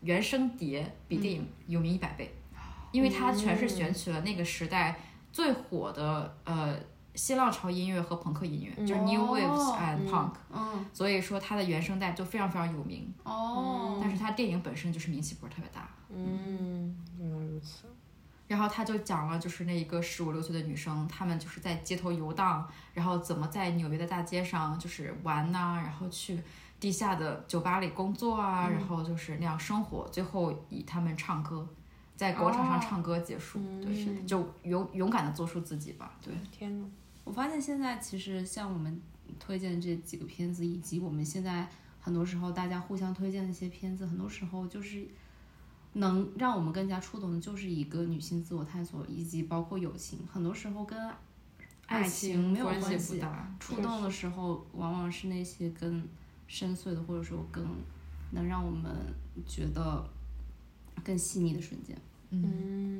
[SPEAKER 2] 原声碟比电影
[SPEAKER 4] 嗯
[SPEAKER 2] 有名一百倍，因为它全是选取了那个时代最火的呃新浪潮音乐和朋克音乐，就是 New
[SPEAKER 3] 哦
[SPEAKER 2] Waves
[SPEAKER 1] 嗯
[SPEAKER 2] and Punk，、
[SPEAKER 4] 嗯，
[SPEAKER 2] 所以说它的原声带就非常非常有名，
[SPEAKER 3] 哦，
[SPEAKER 2] 但是它电影本身就是名气不是特别大。
[SPEAKER 1] 嗯，原来如此。
[SPEAKER 2] 然后他就讲了，就是那一个十五六岁的女生，她们就是在街头游荡，然后怎么在纽约的大街上就是玩呐、然后去地下的酒吧里工作啊，
[SPEAKER 1] 嗯
[SPEAKER 2] 然后就是那样生活，最后以他们唱歌，在广场上
[SPEAKER 3] 哦
[SPEAKER 2] 唱歌结束，对，
[SPEAKER 1] 嗯
[SPEAKER 2] 就勇勇敢的做出自己吧，对，
[SPEAKER 1] 天呐，
[SPEAKER 3] 我发现现在其实像我们推荐这几个片子，以及我们现在很多时候大家互相推荐的一些片子，很多时候就是能让我们更加触动的，就是一个女性自我探索，以及包括友情，很多时候跟嗯爱情没有
[SPEAKER 2] 关
[SPEAKER 3] 关
[SPEAKER 2] 不
[SPEAKER 3] 系。
[SPEAKER 2] 大，
[SPEAKER 3] 触动的时候，往往是那些更深邃的，或者说更能让我们觉得更细腻的瞬间。
[SPEAKER 2] 嗯。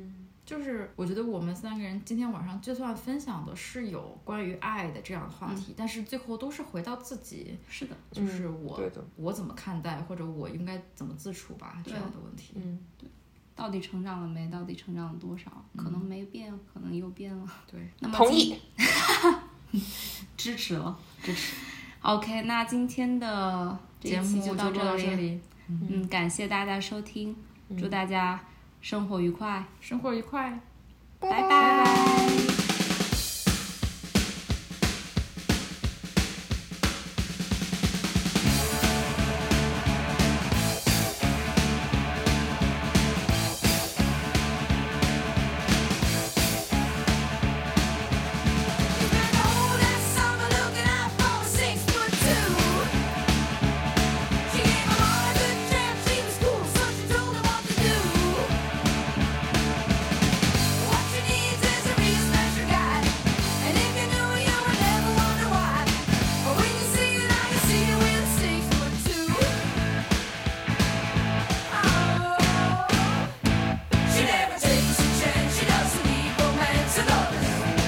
[SPEAKER 1] 嗯，
[SPEAKER 2] 就是我觉得我们三个人今天晚上就算分享的是有关于爱的这样的话题，但是最后都是回到自己，
[SPEAKER 3] 是的，
[SPEAKER 2] 就是我
[SPEAKER 1] 对的，
[SPEAKER 2] 我怎么看待，或者我应该怎么自处吧，这
[SPEAKER 3] 对
[SPEAKER 2] 样的问题。
[SPEAKER 1] 嗯，
[SPEAKER 3] 到底成长了没？到底成长了多少？可能没变，可能又变了。
[SPEAKER 2] 对，
[SPEAKER 3] 那么
[SPEAKER 1] 同
[SPEAKER 3] 今
[SPEAKER 1] 意。
[SPEAKER 3] 支持了，支持。OK，那今天的这
[SPEAKER 2] 节
[SPEAKER 3] 一
[SPEAKER 2] 目
[SPEAKER 3] 期
[SPEAKER 2] 就
[SPEAKER 3] 到
[SPEAKER 2] 录到
[SPEAKER 3] 里，
[SPEAKER 2] 这里，嗯
[SPEAKER 3] 嗯，感谢大家收听，祝大家生活愉快，
[SPEAKER 2] 生活愉快。
[SPEAKER 3] 拜
[SPEAKER 2] 拜
[SPEAKER 3] 拜
[SPEAKER 7] She never takes a chance, she doesn't need romance and others.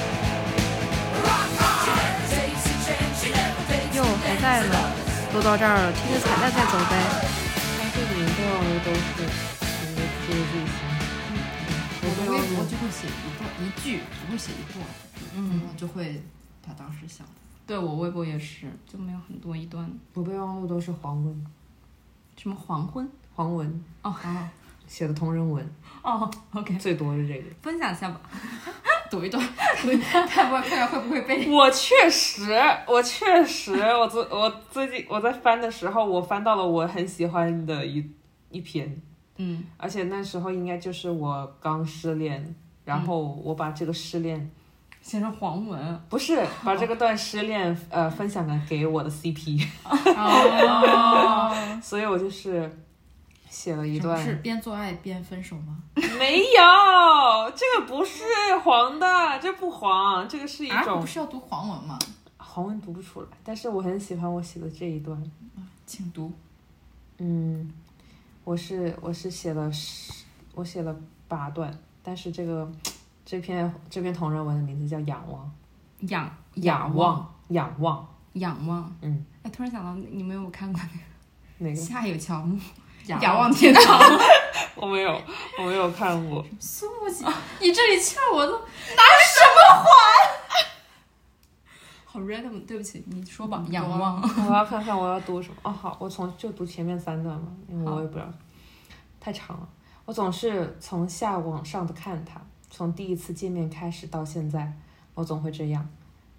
[SPEAKER 7] Rock on! She never takes a chance, she never takes
[SPEAKER 3] 又
[SPEAKER 7] a
[SPEAKER 3] 还
[SPEAKER 7] dance
[SPEAKER 3] 在
[SPEAKER 7] and
[SPEAKER 3] 了
[SPEAKER 7] others.，
[SPEAKER 3] 都到这儿了，听着彩蛋再走呗。
[SPEAKER 1] 但是每个人都是一个自己喜欢。
[SPEAKER 2] 我的微博就会写一段一句，不会写一段，嗯，我就会把当时想的。
[SPEAKER 3] 对我微博也是，就没有很多一段
[SPEAKER 1] 我备忘录都是黄文，
[SPEAKER 3] 什么黄昏
[SPEAKER 1] 黄文
[SPEAKER 2] 哦
[SPEAKER 1] 写的同人文
[SPEAKER 3] 哦，OK，
[SPEAKER 1] 最多是这个。
[SPEAKER 3] 分享一下 吧。
[SPEAKER 2] 读 一段，读一段，看不看看会不会被。
[SPEAKER 1] 我确实，我确实，我最我最近我在翻的时候，我翻到了我很喜欢的一一篇，
[SPEAKER 3] 嗯，
[SPEAKER 1] 而且那时候应该就是我刚失恋，
[SPEAKER 2] 嗯
[SPEAKER 1] 然后我把这个失恋
[SPEAKER 3] 写成黄文，
[SPEAKER 1] 不是把这个段失恋呃分享了给我的 CP，
[SPEAKER 2] 哦，
[SPEAKER 1] 所以我就是写了一
[SPEAKER 2] 这不
[SPEAKER 1] 段，
[SPEAKER 2] 是边做爱边分手吗？
[SPEAKER 1] 没有，这个不是黄的，这不黄，这个是一
[SPEAKER 2] 啊，
[SPEAKER 1] 种
[SPEAKER 2] 不是要读黄文吗？
[SPEAKER 1] 黄文读不出来，但是我很喜欢我写的这一段。
[SPEAKER 2] 请读。
[SPEAKER 1] 嗯，我是我是写了十，我写了八段，但是这个这篇这篇同人文的名字叫《仰望
[SPEAKER 3] 仰》，
[SPEAKER 1] 仰望，仰望，
[SPEAKER 3] 仰望。
[SPEAKER 4] 嗯，
[SPEAKER 3] 哎，突然想到，你们有没有看过那
[SPEAKER 4] 哪
[SPEAKER 3] 个
[SPEAKER 4] 个？
[SPEAKER 3] 下有乔木，
[SPEAKER 2] 仰
[SPEAKER 3] 仰望 天堂？
[SPEAKER 4] 我没有，我没有看过。
[SPEAKER 2] 苏木西，你这里欠我的
[SPEAKER 3] 好 random，对不起，你说吧，
[SPEAKER 2] 嗯
[SPEAKER 3] 仰
[SPEAKER 2] 好啊
[SPEAKER 3] 望。
[SPEAKER 4] 我要看看我要读什么。哦，好，我从就读前面三段嘛，因为我也不知道，太长了。我总是从下往上的看它，从第一次见面开始到现在，我总会这样，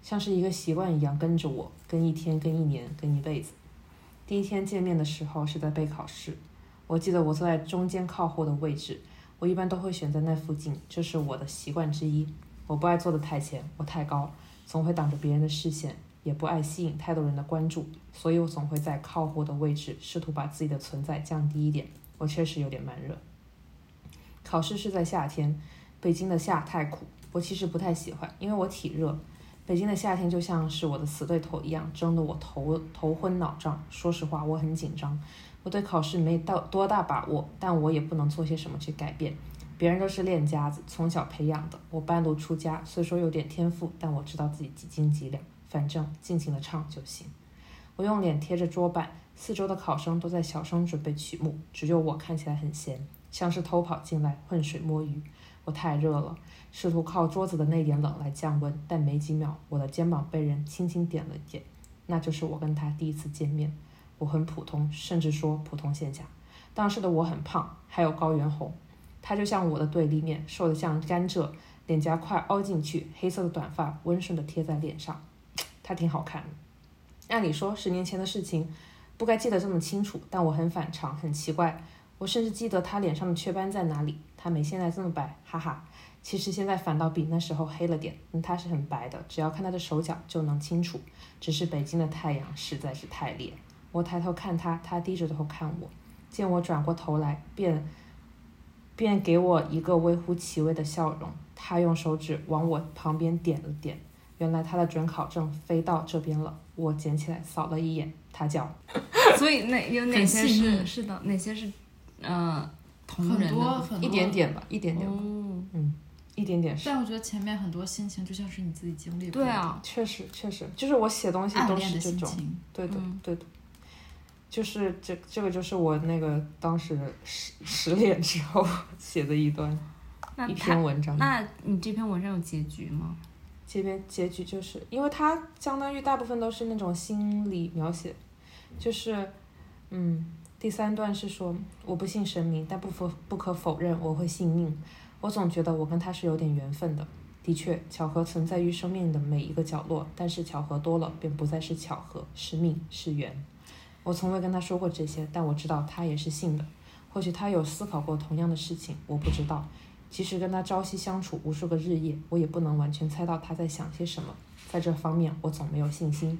[SPEAKER 4] 像是一个习惯一样跟着我，跟一天，跟一年，跟一辈子。第一天见面的时候是在备考试，我记得我坐在中间靠后的位置，我一般都会选在那附近，这是我的习惯之一。我不爱坐得太前，我太高，总会挡着别人的视线。也不爱吸引太多人的关注，所以我总会在靠后的位置试图把自己的存在降低一点。我确实有点慢热。考试是在夏天，北京的夏太苦，我其实不太喜欢，因为我体热。北京的夏天就像是我的死对头一样，蒸得我头头昏脑胀。说实话，我很紧张，我对考试没到多大把握，但我也不能做些什么去改变。别人都是练家子，从小培养的，我半路出家，虽说有点天赋，但我知道自己几斤几两。反正尽情的唱就行。我用脸贴着桌板，四周的考生都在小声准备曲目，只有我看起来很闲，像是偷跑进来浑水摸鱼。我太热了，试图靠桌子的那点冷来降温，但没几秒，我的肩膀被人轻轻点了一点，那就是我跟他第一次见面。我很普通，甚至说普通现象。当时的我很胖，还有高原红，他就像我的对立面，瘦得像甘蔗，脸颊快凹进去，黑色的短发温顺地贴在脸上。他挺好看的。按理说十年前的事情，不该记得这么清楚，但我很反常，很奇怪。我甚至记得他脸上的雀斑在哪里，他没现在这么白，哈哈。其实现在反倒比那时候黑了点，嗯，他是很白的，只要看他的手脚就能清楚。只是北京的太阳实在是太烈，我抬头看他，他低着头看我，见我转过头来，便便给我一个微乎其微的笑容。他用手指往我旁边点了点。原来他的准考证飞到这边了。我捡起来扫了一眼，他叫
[SPEAKER 3] 所以那有哪
[SPEAKER 2] 很
[SPEAKER 3] 些
[SPEAKER 2] 细
[SPEAKER 3] 是
[SPEAKER 2] 腻
[SPEAKER 3] 是的，哪些是呃同人
[SPEAKER 2] 很
[SPEAKER 3] 的
[SPEAKER 2] 多很
[SPEAKER 4] 一
[SPEAKER 2] 多
[SPEAKER 4] 点。点吧，一点点吧，
[SPEAKER 3] 哦，
[SPEAKER 4] 一点点是。
[SPEAKER 2] 但我觉得前面很多心情就像是你自己经历过
[SPEAKER 3] 对
[SPEAKER 2] 的，
[SPEAKER 3] 啊，
[SPEAKER 4] 确实，确实，就是我写东西
[SPEAKER 2] 暗
[SPEAKER 4] 都
[SPEAKER 2] 恋
[SPEAKER 4] 是
[SPEAKER 2] 的
[SPEAKER 4] 这
[SPEAKER 2] 心
[SPEAKER 4] 种，
[SPEAKER 2] 情。
[SPEAKER 4] 对的，
[SPEAKER 3] 嗯
[SPEAKER 4] 对的，就是这这个就是我那个当时失失恋之后写的一段
[SPEAKER 3] 那
[SPEAKER 4] 一
[SPEAKER 3] 他
[SPEAKER 4] 篇文章。
[SPEAKER 3] 那你这篇文章有结局吗？
[SPEAKER 4] 这边结局就是因为它相当于大部分都是那种心理描写，就是嗯，第三段是说我不信神明，但不否不可否认我会信命。我总觉得我跟他是有点缘分的。的确，巧合存在于生命的每一个角落，但是巧合多了便不再是巧合，是命，是缘。我从未跟他说过这些，但我知道他也是信的。或许他有思考过同样的事情，我不知道。即使跟他朝夕相处无数个日夜，我也不能完全猜到他在想些什么。在这方面，我总没有信心。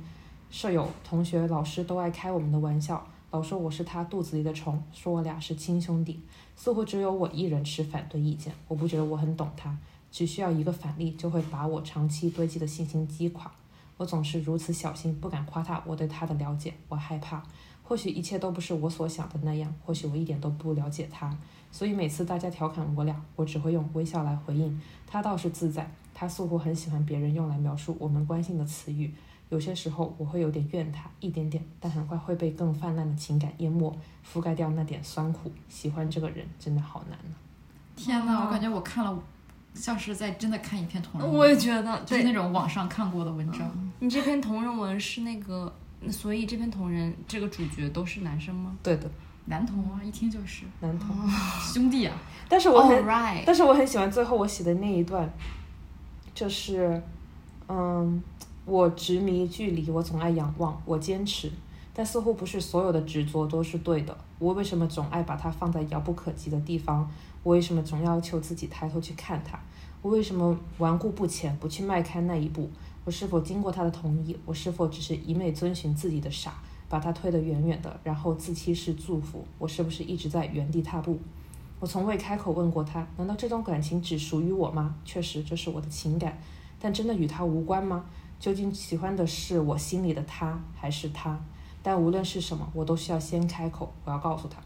[SPEAKER 4] 舍友、同学、老师都爱开我们的玩笑，老说我是他肚子里的虫，说我俩是亲兄弟。似乎只有我一人持反对意见，我不觉得我很懂他，只需要一个反例就会把我长期堆积的信心击垮。我总是如此小心，不敢夸他我对他的了解，我害怕。或许一切都不是我所想的那样，或许我一点都不了解他，所以每次大家调侃我俩，我只会用微笑来回应。他倒是自在，他似乎很喜欢别人用来描述我们关系的词语。有些时候我会有点怨他，一点点，但很快会被更泛滥的情感淹没，覆盖掉那点酸苦。喜欢这个人真的好难啊！
[SPEAKER 2] 天呐，
[SPEAKER 3] 哦
[SPEAKER 2] 我感觉我看了，像是在真的看一篇同人文，
[SPEAKER 3] 嗯我也觉得，
[SPEAKER 2] 就是
[SPEAKER 3] 对
[SPEAKER 2] 那种网上看过的文章。
[SPEAKER 3] 你这篇同人文是那个，所以这篇同人这个主角都是男生吗
[SPEAKER 4] 对的，
[SPEAKER 2] 男同啊，一听就是
[SPEAKER 4] 男同。
[SPEAKER 2] 兄弟啊，
[SPEAKER 4] 但是我很
[SPEAKER 3] ？All 哦 right，
[SPEAKER 4] 但是我很喜欢最后我写的那一段，就是，嗯，我执迷距离，我总爱仰望，我坚持，但似乎不是所有的执着都是对的。我为什么总爱把它放在遥不可及的地方？我为什么总要求自己抬头去看它？我为什么顽固不前，不去迈开那一步？我是否经过他的同意？我是否只是一昧遵循自己的傻，把他推得远远的，然后自欺是祝福？我是不是一直在原地踏步？我从未开口问过他，难道这段感情只属于我吗？确实，这是我的情感，但真的与他无关吗？究竟喜欢的是我心里的他，还是他？但无论是什么，我都需要先开口，我要告诉他。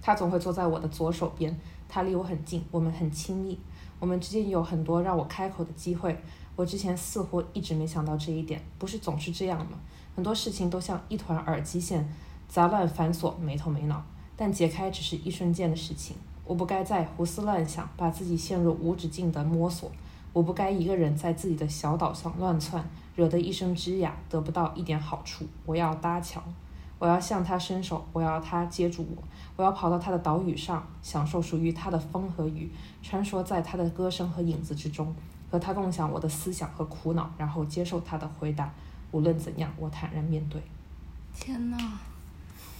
[SPEAKER 4] 他总会坐在我的左手边，他离我很近，我们很亲密。我们之间有很多让我开口的机会，我之前似乎一直没想到这一点，不是总是这样吗？很多事情都像一团耳机线，杂乱繁琐，没头没脑，但解开只是一瞬间的事情。我不该再胡思乱想，把自己陷入无止境的摸索。我不该一个人在自己的小岛上乱窜，惹得一身枝桠，得不到一点好处。我要搭桥，我要向他伸手，我要他接住我，我要跑到他的岛屿上，享受属于他的风和雨，穿梭在他的歌声和影子之中，和他共享我的思想和苦恼，然后接受他的回答。无论怎样，我坦然面对。
[SPEAKER 3] 天呐，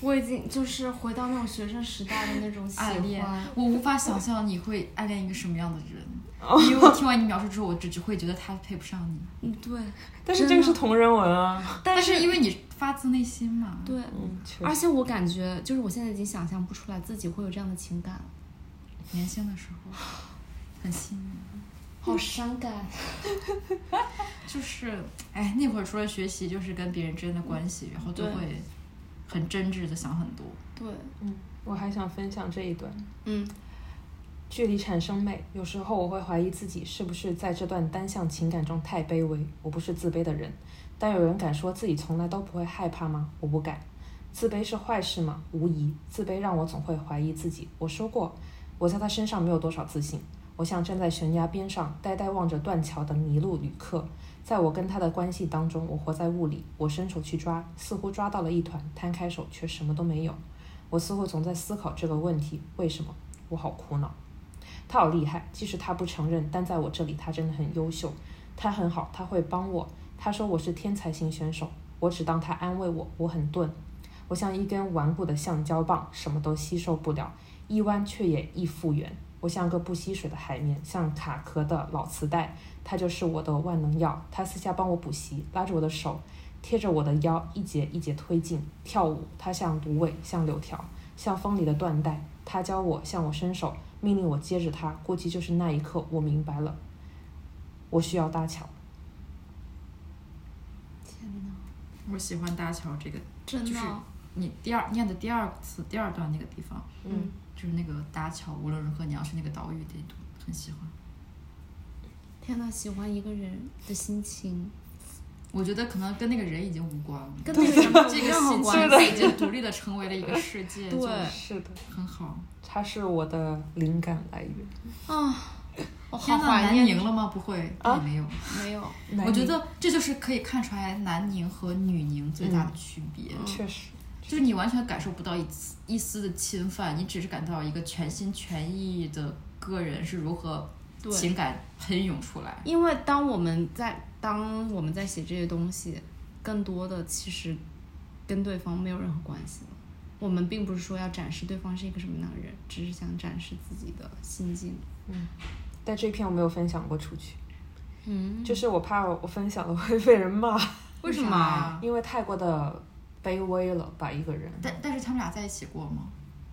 [SPEAKER 3] 我已经就是回到那种学生时代的那种喜
[SPEAKER 2] 暗恋
[SPEAKER 3] 欢，，
[SPEAKER 2] 我无法想象你会暗恋一个什么样的 人。因为我听完你描述之后，我只只会觉得他配不上你。
[SPEAKER 3] 嗯，对，
[SPEAKER 4] 但是这个是同人文啊，
[SPEAKER 3] 但
[SPEAKER 2] 但
[SPEAKER 3] 是
[SPEAKER 2] 是因为你发自内心嘛，
[SPEAKER 3] 对，
[SPEAKER 4] 嗯，确
[SPEAKER 3] 而
[SPEAKER 4] 实，
[SPEAKER 3] 且我感觉就是我现在已经想象不出来自己会有这样的情感了，
[SPEAKER 2] 年轻的时候很细腻，
[SPEAKER 3] 好伤感。
[SPEAKER 2] 就是哎，那会儿除了学习，就是跟别人之间的关系，然后就
[SPEAKER 3] 对
[SPEAKER 2] 会很真挚的想很多。
[SPEAKER 3] 对，
[SPEAKER 4] 嗯，我还想分享这一段。
[SPEAKER 3] 嗯，
[SPEAKER 4] 距离产生美，有时候我会怀疑自己是不是在这段单向情感中太卑微。我不是自卑的人，但有人敢说自己从来都不会害怕吗？我不敢。自卑是坏事吗？无疑，自卑让我总会怀疑自己。我说过，我在他身上没有多少自信。我像站在悬崖边上，呆呆望着断桥的迷路旅客。在我跟他的关系当中，我活在雾里。我伸手去抓，似乎抓到了一团，摊开手却什么都没有。我似乎总在思考这个问题：为什么？我好苦恼。他好厉害，即使他不承认，但在我这里他真的很优秀，他很好，他会帮我。他说我是天才型选手，我只当他安慰我，我很钝，我像一根顽固的橡胶棒，什么都吸收不了，一弯却也易复原。我像个不吸水的海绵，像卡壳的老磁带，他就是我的万能药。他私下帮我补习，拉着我的手，贴着我的腰，一节一节推进跳舞。他像芦苇，像柳条，像风里的缎带。他教我向我伸手，命令我接着他。估计就是那一刻，我明白了，我需要搭桥。
[SPEAKER 3] 天呐，
[SPEAKER 2] 我喜欢搭桥这个，
[SPEAKER 3] 真
[SPEAKER 2] 就是
[SPEAKER 3] 的，
[SPEAKER 2] 你第二念的第二次第二段那个地方，
[SPEAKER 4] 嗯，
[SPEAKER 2] 就是那个搭桥，无论如何你要去那个岛屿得读，很喜欢。
[SPEAKER 3] 天呐，喜欢一个人的心情
[SPEAKER 2] 我觉得可能跟那个人已经无关了，
[SPEAKER 3] 跟那个人没有
[SPEAKER 2] 这个
[SPEAKER 3] 任何
[SPEAKER 2] 心
[SPEAKER 3] 关
[SPEAKER 2] 情已经独立的成为了一个世界，
[SPEAKER 3] 对
[SPEAKER 2] 就
[SPEAKER 4] 就是的，
[SPEAKER 2] 很好。
[SPEAKER 4] 他是我的灵感来源。
[SPEAKER 3] 啊！我好
[SPEAKER 2] 天呐，
[SPEAKER 3] 怀
[SPEAKER 2] 南
[SPEAKER 3] 念
[SPEAKER 2] 宁了吗？不会，
[SPEAKER 4] 啊
[SPEAKER 2] 也没有。
[SPEAKER 3] 没有，
[SPEAKER 4] 南
[SPEAKER 2] 我觉
[SPEAKER 4] 宁
[SPEAKER 2] 得这就是可以看出来南宁和女宁最大的区别，
[SPEAKER 3] 嗯
[SPEAKER 4] 确实，
[SPEAKER 2] 就是你完全感受不到一丝一丝的侵犯，你只是感到一个全心全意的个人是如何
[SPEAKER 3] 对
[SPEAKER 2] 情感喷涌出来。
[SPEAKER 3] 因为当我们在当我们在写这些东西，更多的其实跟对方没有任何关系了。我们并不是说要展示对方是一个什么样的人，只是想展示自己的心境。
[SPEAKER 4] 但这篇我没有分享过出去，
[SPEAKER 3] 嗯，
[SPEAKER 4] 就是我怕我分享了 会被人骂，
[SPEAKER 2] 为
[SPEAKER 3] 什么啊
[SPEAKER 2] 么？
[SPEAKER 4] 因为太过的卑微了吧一个人。
[SPEAKER 2] 但但是他们俩在一起过吗？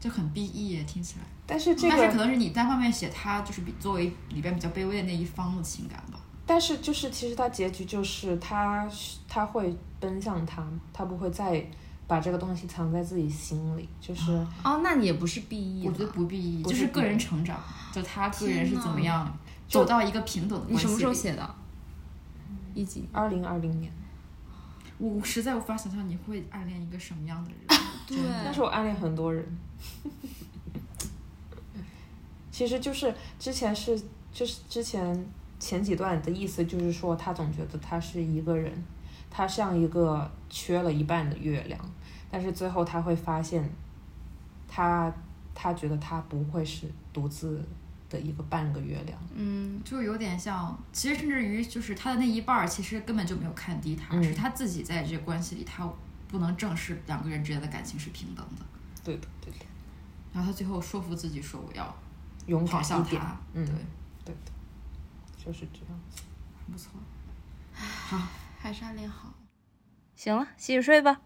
[SPEAKER 2] 就很 B E 耶听起来，
[SPEAKER 4] 但是这个，
[SPEAKER 2] 但是可能是你单方面写他就是比作为里边比较卑微的那一方的情感吧。
[SPEAKER 4] 但是就是其实他结局就是他他会奔向他，他不会再把这个东西藏在自己心里，就是。
[SPEAKER 3] 哦，那你也不是 B E，
[SPEAKER 2] 我觉得不必，
[SPEAKER 4] 不
[SPEAKER 2] 就是是
[SPEAKER 4] 必
[SPEAKER 2] 个人成长，就他个人是
[SPEAKER 3] 天哪
[SPEAKER 2] 怎么样
[SPEAKER 4] 就
[SPEAKER 2] 走到一个平等的
[SPEAKER 3] 你
[SPEAKER 2] 关系
[SPEAKER 3] 什么时候
[SPEAKER 2] 里？
[SPEAKER 3] 写的？一级
[SPEAKER 4] 二零二零年，
[SPEAKER 2] 我实在无法想象你会暗恋一个什么样的 人。
[SPEAKER 3] 对
[SPEAKER 4] 但是我暗恋很多人。其实就是之前是就是之前前几段的意思就是说，他总觉得他是一个人，他像一个缺了一半的月亮，但是最后他会发现他，他觉得他不会是独自的一个半个月亮。
[SPEAKER 3] 嗯，
[SPEAKER 2] 就是有点像，其实甚至于就是他的那一半儿，其实根本就没有看低他，
[SPEAKER 4] 嗯
[SPEAKER 2] 是他自己在这个关系里，他不能正视两个人之间的感情是平等的。
[SPEAKER 4] 对的，对的，
[SPEAKER 2] 然后他最后说服自己说我要
[SPEAKER 4] 勇敢
[SPEAKER 2] 跑向
[SPEAKER 4] 一点
[SPEAKER 2] 他，，
[SPEAKER 4] 嗯，
[SPEAKER 2] 对，
[SPEAKER 4] 对的，就是这样。
[SPEAKER 2] 很不错。
[SPEAKER 3] 还是暗恋好。
[SPEAKER 8] 行了，洗洗睡吧。